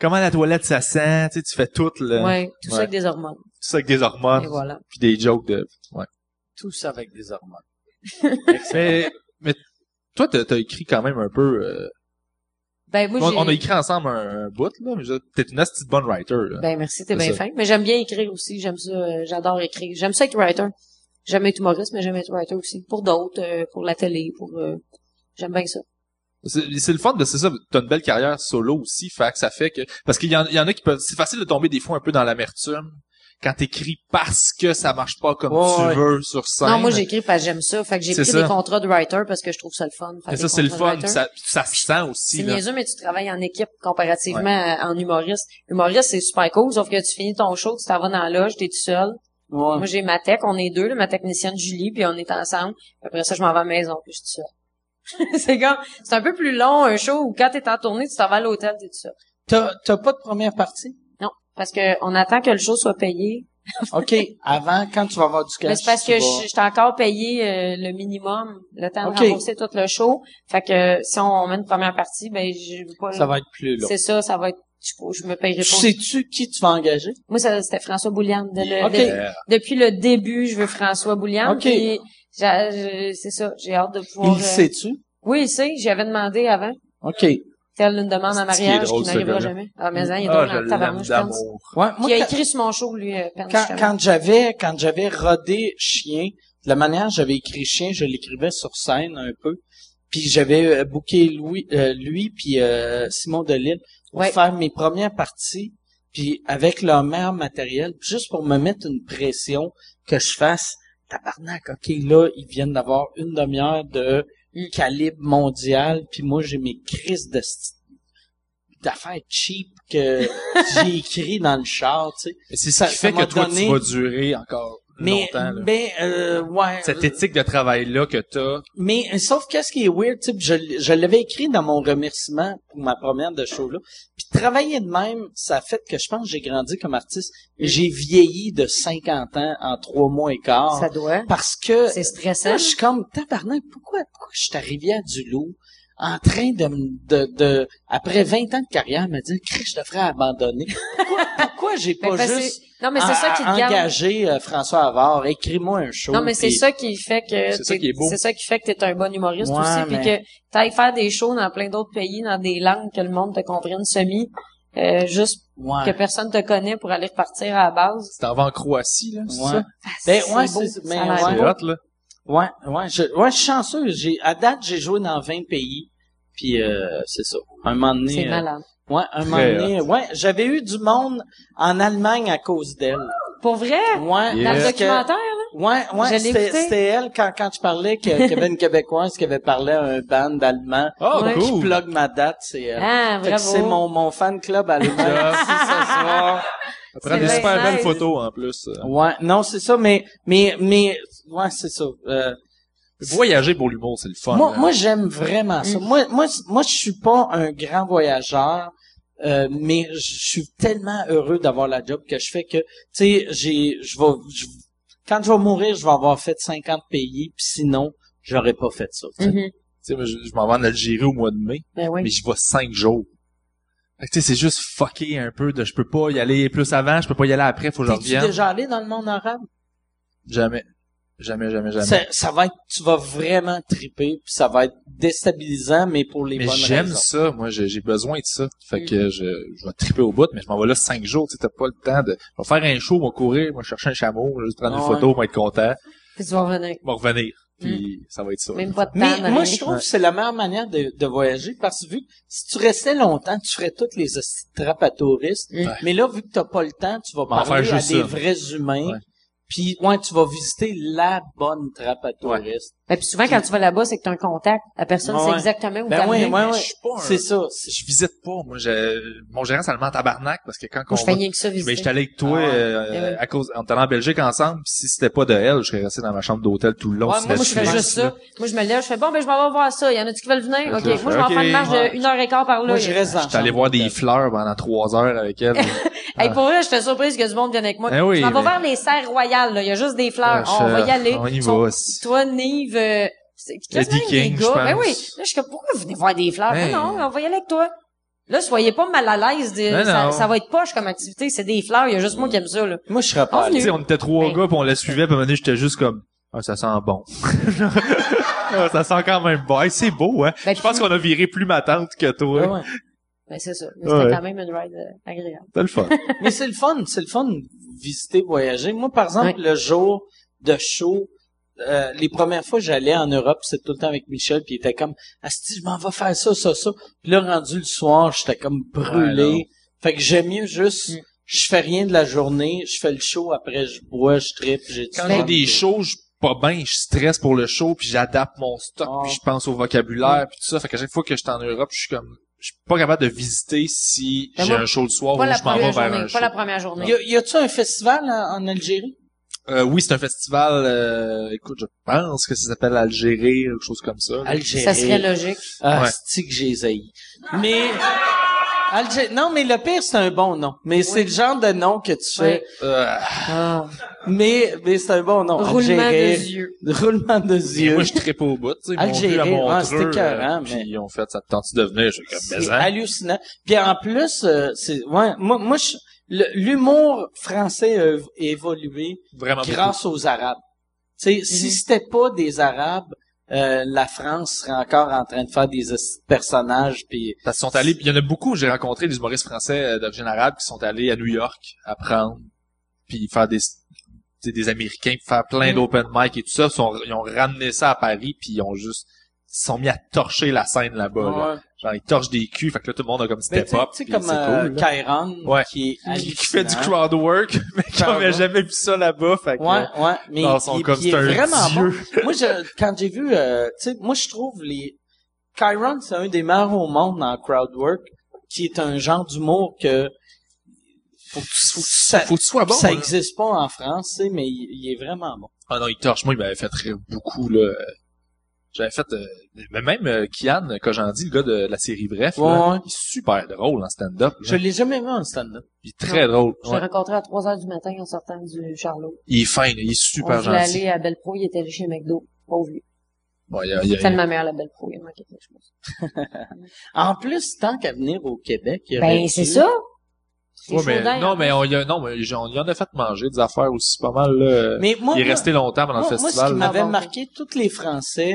Comment la toilette ça sent, tu sais, tu fais tout le tout Ouais, tout ça Ouais. avec des hormones. ça avec des hormones Et voilà. puis des jokes de ouais. Tout ça avec des hormones. Mais mais toi t'as t'as écrit quand même un peu euh, Ben, moi, on, on a j'ai... écrit ensemble un, un bout là, mais je- t'es une esti de bonne writer là. Ben, merci, t'es C'est bien ça. fin. Mais j'aime bien écrire aussi. J'aime ça. euh, J'adore écrire. J'aime ça être writer. J'aime être humoriste, mais j'aime être writer aussi. Pour d'autres, euh, pour la télé, pour... euh, J'aime bien ça. C'est c'est le fun de c'est ça, t'as une belle carrière solo aussi, fait que ça fait que parce qu'il y, en- il y en a qui peuvent c'est facile de tomber des fois un peu dans l'amertume quand t'écris parce que ça marche pas comme Ouais, tu ouais. veux sur scène. Non, moi, j'écris parce que j'aime ça. Fait que j'ai C'est pris ça. des contrats de writer parce que je trouve ça le fun. Faire Mais des ça c'est le contrats fun, de puis writer. ça, hein. ça se sent aussi C'est là. niaiseux, mais tu travailles en équipe comparativement à- en humoriste. Humoriste, c'est super cool, sauf que tu finis ton show, tu t'en vas dans la loge, t'es tout seul. Ouais. Moi, j'ai ma tech, on est deux, là, ma technicienne Julie, puis on est ensemble. Après ça, je m'en vais à la maison, puis je suis tout seul. c'est comme, c'est un peu plus long, un show, où quand t'es en tournée, tu t'en vas à l'hôtel, t'es tout seul. T'as, t'as pas de première partie? Non, parce que on attend que le show soit payé. OK. Avant, quand tu vas avoir du cash. Mais c'est parce tu que vas- je j'étais encore payé euh, le minimum, le temps Ok. de rembourser tout le show. Fait que si on met une première partie, ben, je veux pas... Ça va être plus long. C'est ça, ça va être... Je, je me payerai Tu pas. sais-tu qui tu vas engager? Moi, ça, c'était François Boulian. De le- OK. de- depuis le début, je veux François Boulian. OK. puis j'a- je- C'est ça, j'ai hâte de Il pouvoir... le euh, sait-tu? Oui, il sait, j'avais demandé avant. OK. Ouais, Telle une demande en C'est-tu qu'il est mariage drôle, qui ce n'arrivera gars-là? jamais. Ah, mais hein, il est Ah, drôle en je l'aime tabarnouche, je pense. d'amour. Mm. moi, Qui a quand- écrit sur mon show, lui, euh, Pence, quand, justement. quand j'avais quand j'avais rodé chien, de la manière dont j'avais écrit chien, je l'écrivais sur scène un peu. Puis j'avais euh, booké Louis, euh, lui puis euh, Simon Delille pour Ouais. faire mes premières parties, puis avec leur meilleur matériel, puis juste pour me mettre une pression que je fasse tabarnak, ok, là, ils viennent d'avoir une demi-heure de calibre mondial, puis moi, j'ai mes crises de sti- d'affaires cheap que j'ai écrit dans le char, tu sais. Mais C'est Ça- ce qui ça fait m'a que toi, donné- tu vas durer encore Mais, longtemps. là. ben, euh, ouais. Cette éthique de travail-là que t'as, Mais, euh, sauf qu'est-ce qui est weird, tu sais, puis je, l- je l'avais écrit dans mon remerciement pour ma première de show-là. Puis travailler de même, ça a fait que je pense que j'ai grandi comme artiste. J'ai vieilli de 50 ans en trois mois et quart. Ça doit. Parce que... C'est stressant. Là, je suis comme, tabarnak, pourquoi, pourquoi je suis arrivé à Dulo en train de, me- de, de, après 20 ans de carrière, me dire, Chris, je devrais abandonner. Pourquoi, pourquoi j'ai Fait que pas c'est- juste Non, mais c'est ça en- qui te garde. engagé euh, François Havard, écris-moi un show. Non, mais c'est puis- ça qui fait que C'est ça t'es- qui est beau. c'est ça qui fait que t'es un bon humoriste Ouais, aussi, puis mais- que t'ailles faire des shows dans plein d'autres pays, dans des langues que le monde te comprenne semi, euh, juste Ouais. que personne te connaît pour aller repartir à la base. tu t'en vas en Croatie, là, c'est Ouais. ça? Ah, Ben, ouais, beau. c'est- mais Ça a l'air ouais. C'est beau. hot, là. Ouais, ouais, je, ouais, je suis chanceux. J'ai, à date, j'ai joué dans 20 pays. Puis euh, c'est ça. Un moment donné. C'est euh, malade. ouais, un moment donné. Ouais, j'avais eu du monde en Allemagne à cause d'elle. Pour vrai? Ouais, Dans le parce que- documentaire, là? Ouais, Je l'ai ouais, c'était, écouté. c'était elle quand, quand je parlais que- qu'il y avait une Québécoise qui avait parlé à un band allemand. Oh, Moi qui cool. plug ma date, c'est elle. Ah, Fait que bravo. c'est mon, mon fan club allemand ici ce soir. Ça prend C'est des bien super nice. belles photos, en plus. Euh, Ouais, non, c'est ça, mais, mais, mais, ouais, c'est ça. Euh, Voyager pour l'humour, c'est le fun. hein. Moi, là. moi j'aime vraiment ça. Moi, moi, c- moi, je suis pas un grand voyageur, euh, mais je suis tellement heureux d'avoir la job que je fais que, tu sais, j'ai, je vais, je- quand je vais mourir, je vais avoir fait 50 pays, puis sinon, j'aurais pas fait ça. Hum. tu sais. Mhm. Tu sais, moi, je, je m'en vais en Algérie au mois de mai, Ben oui. mais j'y vais cinq jours. Fait que, tu sais, c'est juste fucké un peu de je peux pas y aller plus avant, je peux pas y aller après, faut que je T'es-tu revienne. déjà allé dans le monde arabe? Jamais. Jamais, jamais, jamais. Ça, ça va être, tu vas vraiment triper, puis ça va être déstabilisant, mais pour les mais bonnes j'aime raisons. ça. Moi, j'ai j'ai besoin de ça. Fait Mm. que je, je vais triper au bout, mais je m'en vais là cinq jours. Tu sais, t'as pas le temps de... Je vais faire un show, je vais courir, je vais chercher un chameau, je vais juste prendre une Ouais. Mm. photo, je vais être content, Puis tu vas revenir. je vais revenir. Puis ça va être ça. Même pas de temps. Mais d'arriver. moi, je trouve que c'est la meilleure manière de, de voyager parce que vu que si tu restais longtemps, tu ferais toutes les hosties de trappes à touristes. Mm. Mais là, vu que t'as pas le temps, tu vas M'en parler faire à juste des ça. vrais humains. Ouais. Puis, ouais, tu vas visiter la bonne trappe à touristes. Ben, puis souvent, quand tu vas là-bas, c'est que tu as un contact. La personne Ouais, sait ouais. exactement où Ben t'as ouais, amené. ouais, Mais ouais. je suis pas un- C'est ça. C'est- Je visite pas. Moi, je, mon gérant, ça le met en tabarnak parce que quand on Moi, je fais va- ben, rien que ça Mais visiter. j'étais allé avec toi Ah ouais. euh, Eh ouais. à cause on était allé en Belgique ensemble, pis si c'était pas de elle, je serais resté dans ma chambre d'hôtel tout le long. Ouais, sur moi, la moi, je fais chemise, juste là. ça. Moi, je me lève, je fais bon, ben, je m'en vais voir ça. Il y en a-tu qui veulent venir? Fait OK. que je Moi, je fais, vais en faire OK. une marche Ouais. de une heure et quart par là. Moi, je reste dans la J'étais allé chambre voir des d'hôtel. fleurs pendant trois heures avec elle. Hey, pour vrai, je fais surprise que du monde vienne avec moi. Ah. Eh oui, je m'en vais mais- vers les serres royales, là. Il y a juste des fleurs. Ah, on je- va y aller. on y Ils sont- va aussi. Toi, Nive, euh, c'est Le quasiment D-King, des je gars. Ben pense. oui. Là, je suis comme, pourquoi vous venez voir des fleurs? Hey. Non, non, on va y aller avec toi. Là, soyez pas mal à l'aise. de- Ben non. Ça, Mm. ça va être poche comme activité. C'est des fleurs. Il y a juste moi qui aime ça, là. Moi, je serais pas Envenu. Tu sais, on était trois Ben. gars, puis on la suivait, puis à un moment donné, j'étais juste comme Ah, ça sent bon. Ah, ça sent quand même bon. Hey, c'est beau, hein. Ben, je pense puis- qu'on a viré plus ma tante que toi. allé. Ouais, ouais. Ben, c'est ça. Mais c'était Ouais. quand même une ride euh, agréable. C'était le fun. Mais c'est le fun, c'est le fun de visiter, voyager. Moi, par exemple, le jour de show, euh, les premières fois que j'allais en Europe, c'était tout le temps avec Michel, puis il était comme Asti, je m'en vais faire ça, ça, ça. Puis là, rendu le soir, j'étais comme brûlé. Ouais, non. fait que j'aime mieux juste je fais rien de la journée, je fais le show, après je bois, je tripe, j'ai du Quand fun. j'ai des shows, je suis pas bien, je stresse pour le show, puis j'adapte mon stock, Ah. puis je pense au vocabulaire, puis tout ça. Fait qu'à chaque fois que je suis en Europe, je suis comme je suis pas capable de visiter si Ben j'ai moi, un show le soir ou Pas la je m'en vais première vers un journée. show. Pas la première journée. Y a- Y a-tu un festival en, en Algérie? Euh, oui, c'est un festival euh, écoute, je pense que ça s'appelle Algérie, quelque chose comme ça. Algérie. Ça serait logique. Ah, Ouais. c'est que j'ai les haïs. Mais Algé- non, mais le pire c'est un bon nom. Mais c'est le genre de nom que tu fais. Ouais. Euh, Ah. Mais mais c'est un bon nom. Roulement de Algérie. yeux. Roulement de Et yeux. moi, je trippe au bout, tu sais. Ils m'ont vu à Algérie, Montreux, ah, c'était euh, écœurant, puis mais- ils ont fait, ça te tente de venir? Je suis comme, mais C'est hein. hallucinant. Puis en plus, euh, c'est ouais, moi moi je- le- l'humour français a évolué Vraiment grâce aux Arabes. Tu sais, si c'était pas des Arabes, euh, la France serait encore en train de faire des hosties de personnages puis Parce qu'ils sont allés, puis il y en a beaucoup, j'ai rencontré des humoristes français euh, d'origine arabe qui sont allés à New York apprendre, puis faire des tu sais, des Américains, puis faire plein Mm-hmm. Mm. d'open mic et tout ça. Ils, sont- ils ont ramené ça à Paris, puis ils ont juste ils se sont mis à torcher la scène là-bas. là. Genre, ils torchent des culs, fait que là, tout le monde a comme Ben, tu step sais- up, tu sais, puis comme c'est euh, cool. là. Kyron, Ouais. qui est Qui- qui fait du hallucinant. crowd work, mais qui Crowd avait work. jamais vu ça là-bas, fait que... Ouais, ouais, mais Non, ils sont il, comme, il est c'est un vraiment dieu. bon. Moi, je, quand j'ai vu, euh, tu sais, moi, je trouve les... Kyron, c'est un des meilleurs au monde en crowd work, qui est un genre d'humour que... Faut que tu, faut que tu- ça, Faut que tu sois bon, hein. ça là. existe pas en France, tu sais, mais il, il est vraiment bon. Ah non, il torche. Moi, il m'avait fait rire beaucoup, là. J'avais fait... euh, mais même euh, Kian Kojandi, le gars de la série Bref, Ouais, là, ouais. il est super drôle en stand-up. là. Je l'ai jamais vu en stand-up. Il est très drôle. Je ouais. l'ai rencontré à 3 heures du matin en sortant du Charlot. Il est fin, là. il est super on voulait gentil. aller à Bellepro, il était allé chez McDo. Pauvre lui. Bon, il y a- il y a- Tellement meilleur la Bellepro, il manquait quelque chose. En plus, tant qu'à venir au Québec, il y aurait Ben, c'est eu- ça. C'est hein. Ouais, mais- chaud d'air. non, mais on y a, non, mais j'en- il y en a fait manger des affaires aussi pas mal. là. Mais moi, il est moi- resté longtemps pendant Moi, le moi, festival. ce qui là. m'avait Avant- marqué, tous les Français,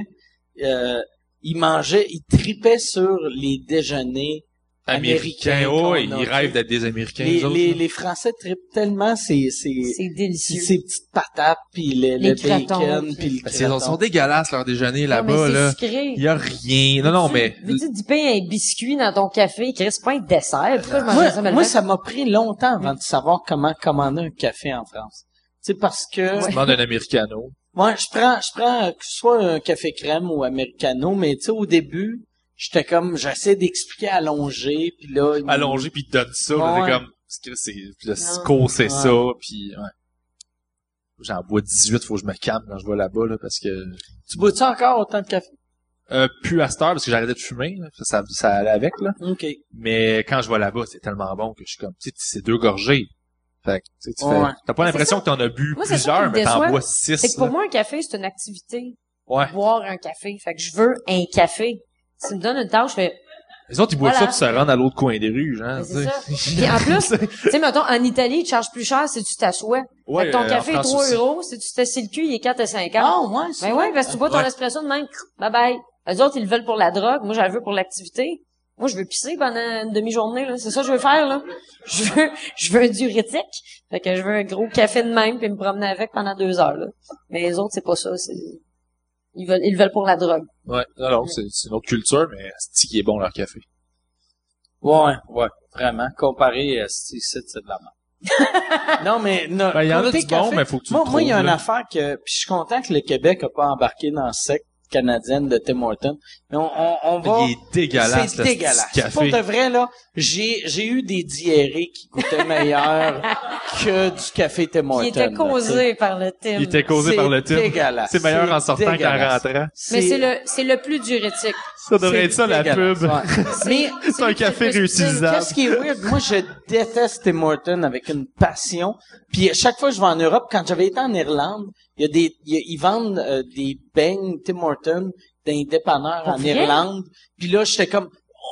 euh, ils mangeaient, ils tripaient sur les déjeuners Américain, Américain oh, qu'on a il fait. rêve d'être des Américains. Les, eux autres, les, là. les Français tripent tellement ces, ces, C'est ces, délicieux. ces petites patates, puis le, Les le croutons, bacon, puis- puis le Parce qu'ils sont- croûton. sont dégueulasses leur Non, déjeuner mais là-bas. c'est Là. sucré. Il y a rien. Non, non, Tu- mais Veux-tu du pain un biscuit dans ton café? Chris, c'est pas un dessert. Pourquoi je mangeais ça Moi, maintenant? moi, ça m'a pris longtemps avant de savoir comment commander un café en France. Tu sais, parce que... tu demandes un Americano. Moi, je prends, je prends euh, que ce soit un café crème ou americano, mais tu sais, au début, j'étais comme, j'essaie d'expliquer allongé, puis là... il- allongé puis il te donne ça là, Ouais. t'es comme parce que c'est puis le Non. cours c'est Ouais. ça puis ouais j'en bois 18 faut que je me calme quand je vais là-bas là, parce que Tu bois-tu encore autant de café? euh, plus à cette heure parce que j'ai arrêté de fumer là, ça, ça ça allait avec là OK. mais quand je vais là-bas c'est tellement bon que je suis comme tu sais c'est deux gorgées fait que tu sais, tu fais- Ouais. t'as pas Mais l'impression que c'est t'en as bu Moi, c'est ça qui plusieurs me mais t'en déçoit. bois C'est six que pour là. moi, un café, c'est une activité. ouais Boire un café. Fait que je veux un café. Si tu me donnes une tâche, je fais, Les autres, ils boivent Voilà. ça puis se rendent à l'autre coin des rues, genre. Mais tu C'est sais. ça. Puis en plus, tu sais, mettons, en Italie, ils te chargent plus cher si tu t'assois. Ouais, fait que ton euh, café en est France 3 aussi. euros. Si tu t'assieds le cul, il est 4 à 5 Ah, ouais, c'est Ben vrai. ouais, parce que tu bois ton Ouais. espresso de même. crou, Bye bye. Les autres, ils le veulent pour la drogue. Moi, je le veux pour l'activité. Moi, je veux pisser pendant une demi-journée, là. C'est ça que je veux faire, là. Je veux, je veux un diurétique. Fait que je veux un gros café de même puis me promener avec pendant deux heures, là. Mais les autres, c'est pas ça. C'est, ils veulent, ils le veulent pour la drogue. Ouais, alors, c'est c'est une autre culture, mais c'est qui est bon leur café. Ouais, ouais, vraiment. Comparé à ce ici, c'est de la merde. non, mais... Non, Ben, il y en a côté du bon, café, mais faut que tu Moi, le moi, il y a trouves, une là. affaire que... Puis je suis content que le Québec a pas embarqué dans la secte canadienne de Tim Hortons. Mais on, on, on va... Il est dégueulasse, C'est le petit dégueulasse. Pour café. de vrai, là, j'ai, j'ai eu des diarrhées qui goûtaient meilleur que du café Tim Hortons. Qui était là, causé par le thème. Il était causé C'est par le type. dégueulasse. C'est meilleur C'est en sortant qu'en dégueulasse. rentrant. tu sais. Mais c'est le, c'est le plus diurétique. Ça devrait être ça, la dégueulasse, pub. ouais. Mais C'est un café réutilisable. Qu'est-ce qui est weird? Moi, je déteste Tim Hortons avec une passion. Puis à chaque fois que je vais en Europe, quand j'avais été en Irlande, il y a des, il y a- ils vendent euh, des beignes Tim Hortons d'un dépanneur en vrai? Irlande. Puis là, j'étais comme,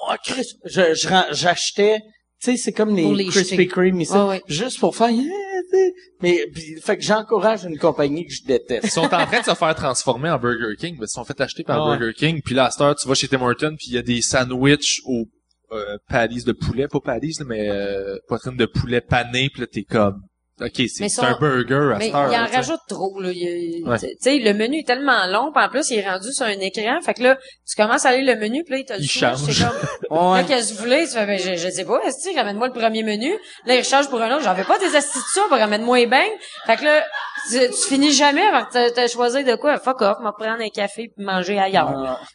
oh Chris, je, je ren- j'achetais, tu sais, c'est comme les, Pour les jeter. Krispy Kreme ici, Ouais, ouais. juste pour faire, yeah, tu sais. mais puis, fait que j'encourage une compagnie que je Ils déteste. sont en train de se faire transformer en Burger King, mais ils se sont fait acheter par Ah ouais. Burger King, puis là, à cette heure, tu vas chez Tim Hortons, puis il y a des sandwichs aux euh, patties de poulet, pas patties, là, mais euh, poitrine de poulet panée, puis là, t'es comme... OK, c'est Mais c'est sont- un burger à Mais il cette en heure. là, tu sais. rajoute trop, là. Il- Ouais. Tu sais, le menu est tellement long, puis en plus, il est rendu sur un écran. Fait que là, tu commences à lire le menu, puis là, il te le Il change. change. C'est comme, là, Ouais. qu'est-ce que vous voulez? Tu fais, ben, je, je sais pas, est ramène-moi le premier menu. Là, il change pour un autre. J'en veux pas des astuces, ça, ben, ramène-moi les beignes. Fait que là, tu, tu finis jamais avant que t'as- t'as choisi de quoi? Fuck off, m'en prendre un café puis manger ailleurs.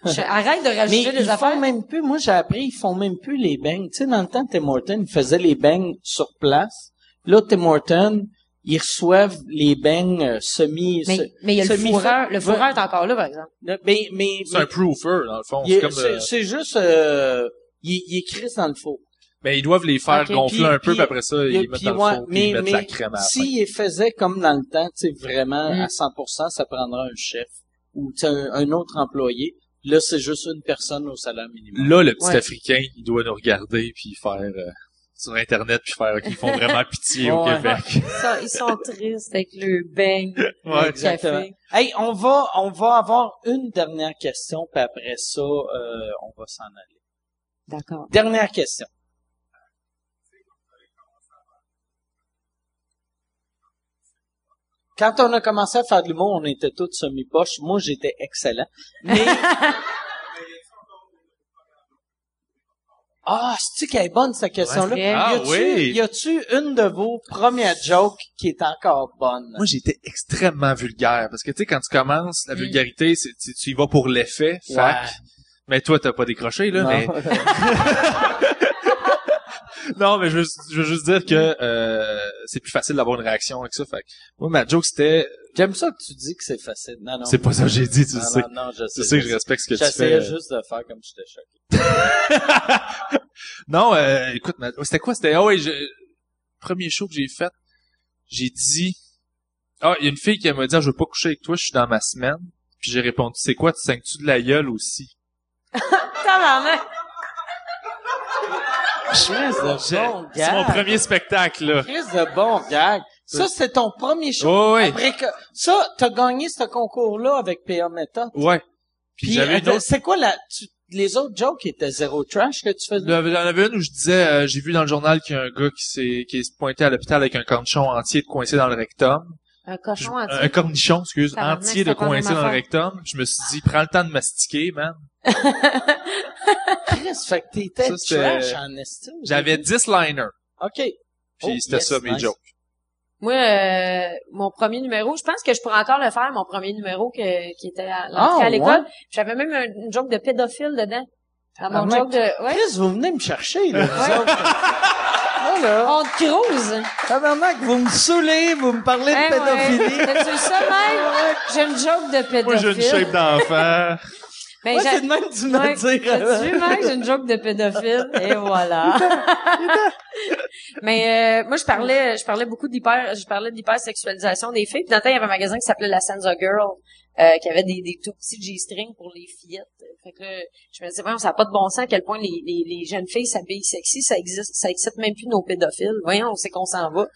Ouais. Je- arrête de Mais rajouter ils des font affaires. même plus. Moi, j'ai appris, ils font même plus les beignes. Tu sais, dans le temps, Tim Hortons, ils faisaient les beignes sur place. Là, Tim Hortons, ils reçoivent les beignes euh, semi. Mais, se- mais il y a le semi-faits. fourreur. Le fourreur Ouais. est encore là, par exemple. Mais, mais, mais- C'est un proofer, dans le fond. il C'est est- comme, c'est euh, c'est juste, euh, il, il est crisse dans le four. mais ils doivent les faire Ok, gonfler puis- un peu, puis- puis après ça, ils les mettent puis, dans le ouais, four, puis ils mettent la crème à la fin. s'ils faisaient comme dans le temps, tu sais, vraiment Mm. à 100%, ça prendrait un chef ou tu sais, un, un autre employé. Là, c'est juste une personne au salaire minimum. Là, le petit Ouais. Africain, il doit nous regarder, puis faire... euh, sur Internet, puis faire, OK, ils font vraiment pitié au Ouais. Québec. Ils sont, ils sont tristes avec le beigne. Ouais, le café. Hey, on va, on va avoir une dernière question, puis après ça, euh, on va s'en aller. D'accord. Dernière question. Quand on a commencé à faire de l'humour, on était tous semi-poches. Moi, j'étais excellent. Mais... ah, c'est-tu qu'elle est bonne, cette question-là? Ouais. Ah, y a-tu, oui. Y a-tu une de vos premières jokes qui est encore bonne? Moi, j'étais extrêmement vulgaire parce que tu sais quand tu commences la vulgarité, c'est tu, tu y vas pour l'effet, Mm. Ouais. fac. Mais toi, t'as pas décroché là. Non. Mais non, mais je veux, je veux juste dire que euh, c'est plus facile d'avoir une réaction avec ça. Fait que moi, ma joke c'était, Ah, J'aime ça que tu dis que c'est facile. Non, non. c'est pas ça que j'ai dit, tu non, le sais. Non, non, je sais. Tu sais que je je sais. respecte ce que tu J'essayais fais. euh, juste de faire comme j'étais choqué. Non, euh, écoute, ma- c'était quoi? C'était, ah ouais, je- premier show que j'ai fait, j'ai dit, ah, il y a une fille qui m'a dit, ah, je veux pas coucher avec toi, je suis dans ma semaine. Puis j'ai répondu, c'est quoi, tu saignes-tu de la gueule aussi? Tabarnak! Chris de bon C'est mon gag. premier spectacle, là. Chris de bon gag. Ça, c'est ton premier show. Oh, ouais. Après que, ça, t'as gagné ce concours-là avec PA Meta. Ouais. Puis, Puis, j'avais une euh, autre. c'est quoi la, tu- les autres jokes étaient zéro trash que tu faisais? J'en avais une où je disais, euh, j'ai vu dans le journal qu'il y a un gars qui s'est qui est pointé à l'hôpital avec un cornichon entier de coincé dans le rectum. Un cochon Je- entier. Un cornichon, excuse, Ah, Tabarnak, entier de c'était pas la coincé même dans le affaire. rectum. Je me suis dit, prends le temps de mastiquer, man. Chris, fait que t'étais Ça, c'était- trash en estime. J'avais 10 liners. OK. Puis Oh, c'était yes, ça mes nice. jokes. Moi, euh, mon premier numéro, je pense que je pourrais encore le faire, mon premier numéro que- qui était à l'entrée Ah, à l'école. ouais? J'avais même un, une joke de pédophile dedans. Dans mon Ah, joke de... Ouais. Chris, vous venez me chercher, là, vous autres. Ah, Là, là. On te crouse. Tabarnak, vous me saoulez, vous me parlez de Hein, ouais. pédophilie. T'as-tu ça, même? J'ai une joke de pédophile. Ah, Moi, j'ai une shape d'enfant. Ben, Moi, j'ai- c'est de même que tu Ouais, me t'as-tu dire. vu, Mike? J'ai une joke de pédophile. Et voilà. Mais euh, moi, je parlais, je parlais beaucoup d'hyper, je parlais d'hypersexualisation des filles. Puis dans le temps, il y avait un magasin qui s'appelait La Sansa Girl, euh, qui avait des, des tout petits G-strings pour les fillettes. Fait que là, je me disais, voyons, ça n'a pas de bon sens à quel point les, les, les jeunes filles s'habillent sexy, ça existe, ça excite même plus nos pédophiles. Voyons, on sait qu'on s'en va.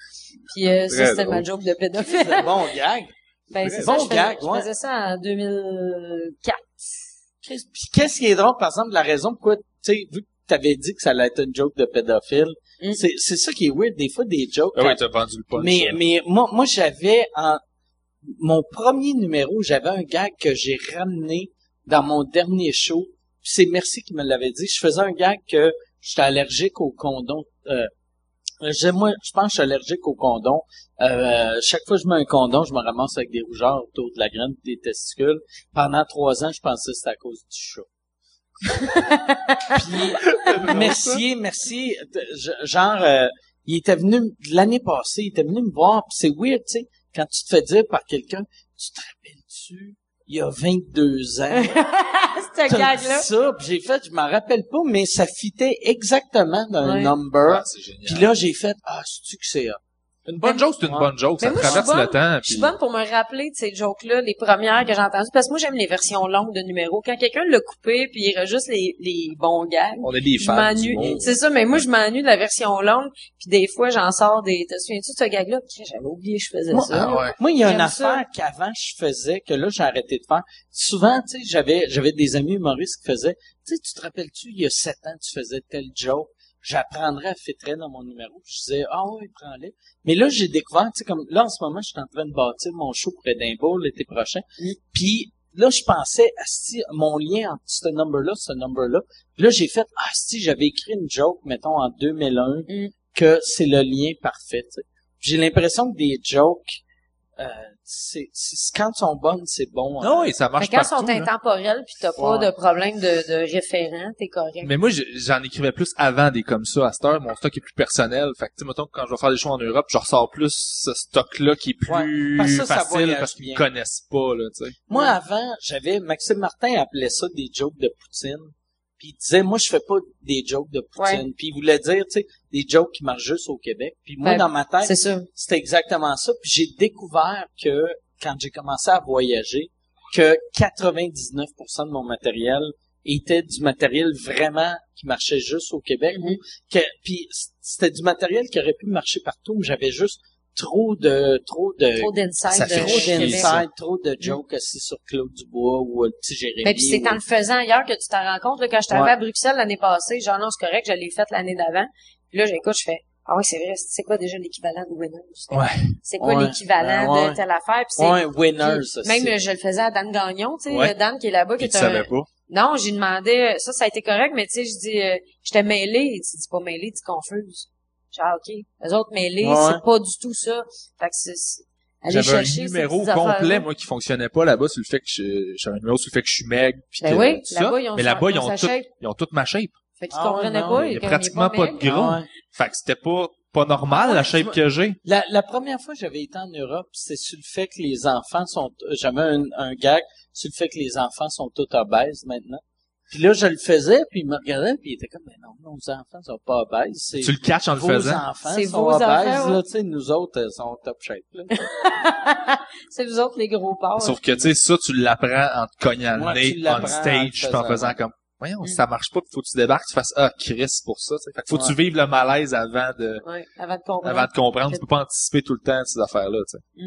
Puis euh, ça, Très c'était drôle. ma joke de pédophile. C'est bon gag. ben, c'est bon ça, je faisais, gag, je ouais. faisais ça en 2004. Qu'est-ce- Puis qu'est-ce qui est drôle, par exemple, la raison pourquoi, tu sais, vu que t'avais dit que ça allait être une joke de pédophile, Mm. c'est, c'est ça qui est weird, des fois, des jokes. Ah ouais, t'as vendu le punch. mais, là. mais moi, moi, j'avais en, mon premier numéro, j'avais un gag que j'ai ramené dans mon dernier show. Puis C'est Merci qui me l'avait dit. Je faisais un gag que j'étais allergique au condom. Euh, j'ai- moi, je pense que je suis allergique au condom. Euh, chaque fois que je mets un condom, je me ramasse avec des rougeurs autour de la graine et des testicules. Pendant trois ans, je pensais que c'était à cause du chat. Puis, merci, merci. Je- Genre, euh, il était venu m- l'année passée, il était venu me voir, pis c'est weird, tu sais, quand tu te fais dire par quelqu'un, tu te rappelles-tu, il y a 22 ans, C'était t'as dit gag-là. ça, pis j'ai fait, je m'en rappelle pas, mais ça fitait exactement dans le Ouais. number, Ah, c'est génial. puis là, j'ai fait, ah, c'est-tu que c'est hot? Une bonne joke, c'est une bonne joke. Ça Mais moi, je suis traverse le temps. Je suis puis- bonne pour me rappeler de ces jokes-là, les premières que j'ai entendues, parce que moi, j'aime les versions longues de numéros. Quand quelqu'un l'a coupé, puis il reste juste les, les bons gags, On est des je fans. du m'ennuie. monde. C'est ça, mais moi, je m'ennuie de la version longue, puis des fois, j'en sors des... Te souviens-tu de ce gag-là? Puis J'avais oublié que je faisais Ah Moi, ça. Moi, il y a une J'aime ça. affaire qu'avant je faisais, que là j'ai arrêté de faire. Souvent, tu sais, j'avais, j'avais des amis humoristes qui faisaient, tu sais, tu te rappelles-tu, il y a sept ans, tu faisais tel joke, j'apprendrais à filtrer dans mon numéro. Je disais, ah oui, prends-le. Mais là, j'ai découvert, tu sais, comme, là, en ce moment, je suis en train de bâtir mon show pour Edinburgh l'été prochain. Puis, là, je pensais, si mon lien entre ce number-là, ce number-là. Puis Là, j'ai fait, ah, si j'avais écrit une joke, mettons, en 2001, Mm. que c'est le lien parfait, tu sais. J'ai l'impression que des jokes, euh, c'est, c'est- quand sont bonnes, c'est bon. hein. Non, oui, ça Fait marche quand pas. elles sont intemporelles, puis t'as pas Ouais. de problème de, de référent, t'es correct. Mais moi, je- j'en écrivais plus avant des comme ça. À cette heure, mon stock est plus personnel. Fait que, tu sais, mettons, que quand je vais faire des shows en Europe, je ressors plus ce stock-là qui est plus Ouais, parce que ça, ça facile voyage parce qu'ils bien. me connaissent pas, là, tu sais. Moi, avant, j'avais, Maxime Martin appelait ça des jokes de poutine. Puis il disait, moi, je fais pas des jokes de poutine. Puis il voulait dire, tu sais, des jokes qui marchent juste au Québec. Puis moi, Ben, dans ma tête, C'est ça. C'était exactement ça. Puis j'ai découvert que quand j'ai commencé à voyager, que 99% de mon matériel était du matériel vraiment qui marchait juste au Québec. Mhm. que, puis c'était du matériel qui aurait pu marcher partout, mais j'avais juste trop de trop de Trop d'inside. Euh, Ça de- fait trop de Québec. d'insides, Euh, trop de jokes assis sur Claude Dubois ou le petit Jérémy. Mais Ben, puis c'est en le faisant ailleurs que tu t'en rends compte. Là, quand je suis Ouais. arrivée à Bruxelles l'année passée, genre non, c'est correct, je l'ai faite l'année d'avant. Puis là, j'écoute, je fais Ah oui, c'est vrai, c'est c'est quoi déjà l'équivalent de Winners? Ouais. C'est quoi Ouais. l'équivalent Ben ouais. de telle affaire? Puis c'est- ouais, winners. puis aussi. même euh, je le faisais à Dan Gagnon, tu sais, Ouais. le Dan qui est là-bas, Puis qui est tu un. savais pas. Non, j'ai demandé, euh, ça, ça a été correct, mais tu sais, je dis, euh, j'étais mêlée. Il dit, dis pas mêlée, dis confuse. J'ai dit, ah, OK. Les autres mêlés, Ouais. c'est pas du tout ça. Fait que c'est, c'est- aller J'avais chercher un ces numéro petites affaires-là. complet, moi, qui fonctionnait pas là-bas sur le fait que je, j'avais un numéro sur le fait que je suis maigre. Puis Ben que, oui, tout ça. là-bas, ils ont, Mais là-bas, ils sa ont, tout, shape. ils ont toute ma shape. Fait qu'ils Ah ouais, comprenaient non, pas. Il y a comme pratiquement pas pas maigre. de gras. Ah ouais. Fait que c'était pas, pas Ah, normal, la shape que j'ai. La, la première fois que j'avais été en Europe, c'est sur le fait que les enfants sont... euh, J'avais un, un gag sur le fait que les enfants sont tous obèses maintenant. Puis là, je le faisais, puis il me regardait, puis il était comme, mais non, nos enfants sont pas obèses. C'est Tu le catches en le vos faisant. enfants C'est sont vos obèses. enfants, ouais. là, tu sais, nous autres, euh, sont top shape. Là. C'est vous autres les gros porcs. Sauf que, tu sais, ça, tu l'apprends en te cognant Ouais, le tu nez, l'apprends on en te stage, puis en faisant. faisant comme, voyons, Mm. ça marche pas, puis faut que tu débarques, tu fasses, ah, Chris, pour ça, tu sais. Fait que faut que tu vives le malaise avant de, Ouais, avant de comprendre. avant de comprendre. Tu peux pas anticiper tout le temps ces affaires-là, tu sais.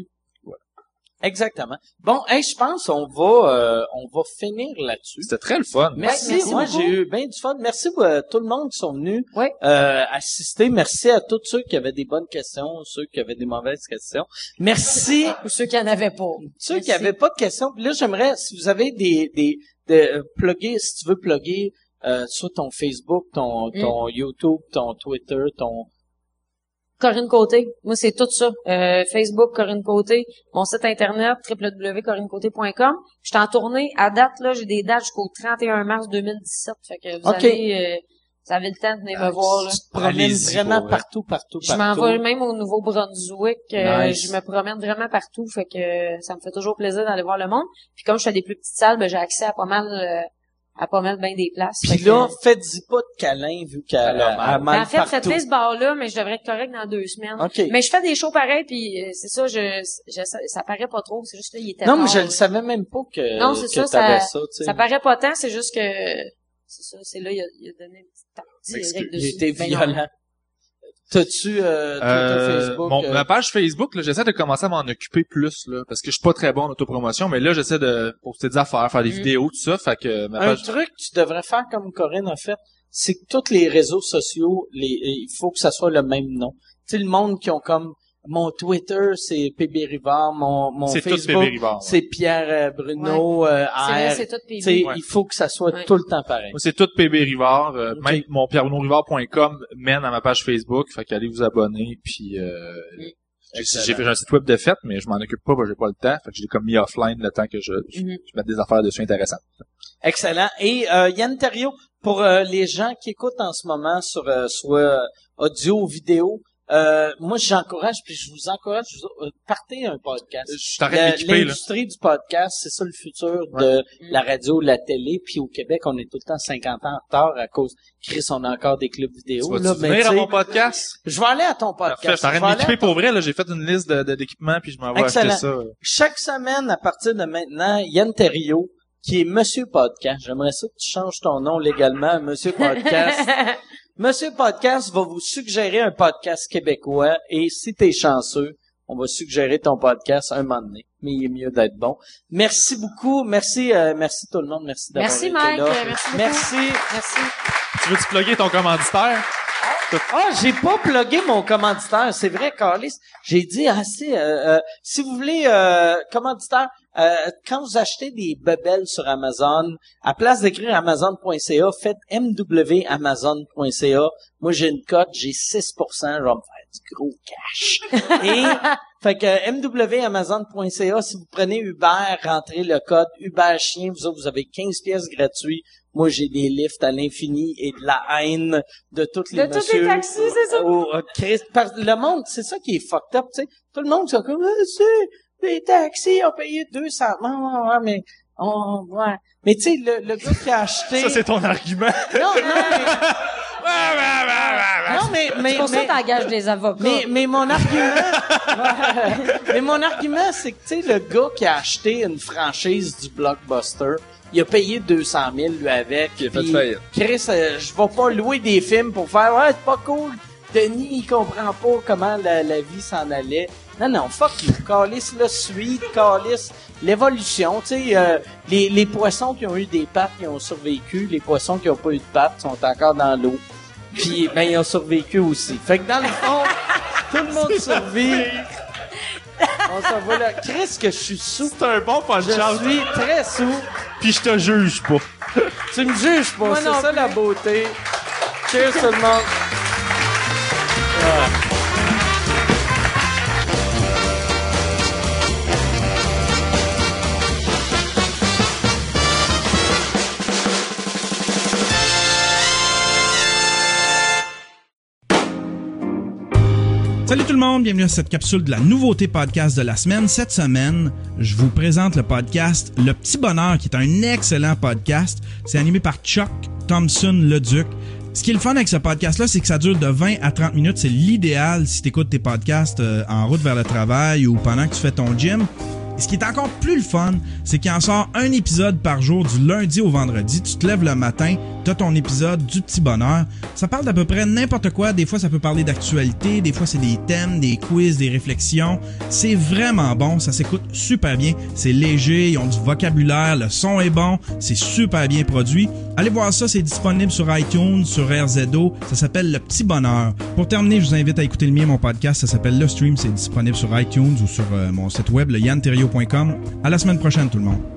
Exactement. Bon, hey, je pense on va euh, on va finir là-dessus. C'était très le fun. Merci, Ouais, merci moi beaucoup. j'ai eu bien du fun. Merci à tout le monde qui sont venus Ouais. euh, assister. Merci à tous ceux qui avaient des bonnes questions, ceux qui avaient des mauvaises questions. Merci Ou ceux qui en avaient pas. ceux qui Merci. n'avaient pas de questions. Puis là, j'aimerais, si vous avez des, des, des euh, plugger, si tu veux plugger euh, soit ton Facebook, ton, Mm. ton YouTube, ton Twitter, ton... Corinne Côté. Moi, c'est tout ça. Euh, Facebook, Corinne Côté. Mon site internet, www.corinnecoté.com. Je suis en tournée. À date, là, j'ai des dates jusqu'au 31 mars 2017. Fait que vous Ok. avez, euh, vous avez le temps de Ah, venir me voir, là. Tu te promènes Allez-y, vraiment pour vrai. partout, partout, Je partout. m'en vais même au Nouveau-Brunswick. Euh, Nice. Je me promène vraiment partout. Fait que euh, ça me fait toujours plaisir d'aller voir le monde. Puis comme je fais des plus petites salles, ben, j'ai accès à pas mal euh, à pas mettre bien des places. Puis Fait que- là, faites-y pas de câlin vu qu'elle a Ben, mal en fait, faites partout. Ah, ce bar-là, mais je devrais être correct dans deux semaines. OK. Mais je fais des shows pareils, puis euh, c'est ça, je, je- ça, ça paraît pas trop, c'est juste là, il était Non, mais tard, je là. le savais même pas que, Non, que c'est t'avais ça, ça, ça, tu sais. ça paraît pas tant, c'est juste que, c'est ça, c'est là, il a, il a donné une petite tartille Excuse- direct Il dessus. était Ben non. violent. T'as-tu, euh, t'as- t'as Euh, Facebook? mon- euh, ma page Facebook, là, j'essaie de commencer à m'en occuper plus, là, parce que je suis pas très bon en autopromotion, mais là, j'essaie de poster des affaires, faire des Mm. vidéos, tout ça, fait que ma un page... truc que tu devrais faire comme Corinne a fait, c'est que tous les réseaux sociaux, les, il faut que ça soit le même nom. Tu sais, le monde qui ont comme mon Twitter, c'est PB Rivard, mon, mon C'est tout Facebook, bébé Rivard. ouais. c'est Pierre euh, Bruno, euh, C'est vrai, R. c'est tout Tu PB. sais, Ouais. il faut que ça soit Ouais. tout le temps pareil. Moi, c'est tout PB Rivard. euh, Ok. Même mon pierre-bruno-rivard.com mène à ma page Facebook. Fait qu'allez vous abonner. Puis euh, j'ai- Excellent. j'ai fait un site web de fête, mais je m'en occupe pas, parce que j'ai pas le temps. Fait que j'ai comme mis offline le temps que je, je, Mhm. je mette des affaires dessus intéressantes. Excellent. Et euh, Yann Terriot, pour euh, les gens qui écoutent en ce moment sur euh, soit euh, audio ou vidéo, euh, moi j'encourage, puis je vous encourage, je vous- euh, partez un podcast. Euh, Je t'arrête Le- d'équiper, là. L'industrie du podcast, c'est ça le futur de la radio, la télé, puis au Québec, on est tout le temps 50 ans en retard à cause, Chris, on a encore des clubs Tu vidéo. vas-tu Là, mais venir à tu sais, mon podcast? Je vais aller à ton Parfait, je podcast. t'arrête Je vais aller à d'équiper pour vrai. là. J'ai fait une liste de- de- d'équipements, puis je m'en vais acheter Excellent. ça. euh, chaque semaine, à partir de maintenant, Yann Terriot, qui est Monsieur Podcast, j'aimerais ça que tu changes ton nom légalement à Monsieur Podcast. Monsieur Podcast va vous suggérer un podcast québécois et si t'es chanceux, on va suggérer ton podcast un moment donné. Mais il est mieux d'être bon. Merci beaucoup. Merci, euh, merci tout le monde. Merci d'avoir Merci, été Mike. là. Euh, merci beaucoup. Merci. Merci. Tu veux-tu plugger ton commanditaire? Ah, j'ai pas plugué mon commanditaire, c'est vrai, Carlis. J'ai dit, ah, si, euh, euh, si vous voulez, euh, commanditaire, euh, quand vous achetez des bebelles sur Amazon, à place d'écrire Amazon.ca, faites mwamazon.ca. Moi, j'ai une cote, j'ai 6%, je vais me faire du gros cash. Et, fait que euh, mwamazon.ca, si vous prenez Uber, rentrez le code Uber Chien, vous autres, vous avez 15 pièces gratuites. Moi, j'ai des lifts à l'infini et de la haine de toutes les De tous les messieurs. taxis, c'est ça? Oh, oh, Christ, par- le monde, c'est ça qui est fucked up, tu sais. Tout le monde, c'est comme, Ah, c'est- les taxis ont payé 200, ouais, ouais, ouais, mais, on, ouais. Mais tu sais, le, le gars qui a acheté... Ça, c'est ton argument. Non, non, mais, non, mais, mais, C'est pour ça mais- que t'engages des avocats. mais, mais mon argument, mais mon argument, c'est que, tu sais, le gars qui a acheté une franchise du Blockbuster, il a payé 200 000, lui, avec. Il a fait puis faillite. Chris, euh, je vais pas louer des films pour faire, ouais, c'est pas cool. Denis, il comprend pas comment la, la vie s'en allait. Non, non, fuck you. Calis, la suite, Calis, l'évolution, tu sais, euh, les, les poissons qui ont eu des pattes, ils ont survécu. Les poissons qui ont pas eu de pattes sont encore dans l'eau. Puis, ben, ils ont survécu aussi. Fait que dans le fond, tout le monde survit. On s'en va là. Chris, que je suis sous. C'est un bon Je podcast. suis très sous. Puis je te juge pas. Tu me juges pas, Moi c'est non ça plus. la beauté. Cheers tout le monde. Salut tout le monde, bienvenue à cette capsule de la nouveauté podcast de la semaine. Cette semaine, je vous présente le podcast Le Petit Bonheur, qui est un excellent podcast. C'est animé par Chuck Thompson Leduc. Ce qui est le fun avec ce podcast-là, c'est que ça dure de 20 à 30 minutes. C'est l'idéal si tu écoutes tes podcasts euh, en route vers le travail ou pendant que tu fais ton gym. Et ce qui est encore plus le fun, c'est qu'il en sort un épisode par jour du lundi au vendredi. Tu te lèves le matin, t'as ton épisode du petit bonheur. Ça parle d'à peu près n'importe quoi. Des fois, ça peut parler d'actualité, des fois, c'est des thèmes, des quiz, des réflexions. C'est vraiment bon, ça s'écoute super bien. C'est léger, ils ont du vocabulaire, le son est bon, c'est super bien produit. Allez voir ça, c'est disponible sur iTunes, sur RZO. Ça s'appelle Le Petit Bonheur. Pour terminer, je vous invite à écouter le mien, mon podcast. Ça s'appelle Le Stream. C'est disponible sur iTunes ou sur euh, mon site web, le yanterio.com. À la semaine prochaine, tout le monde.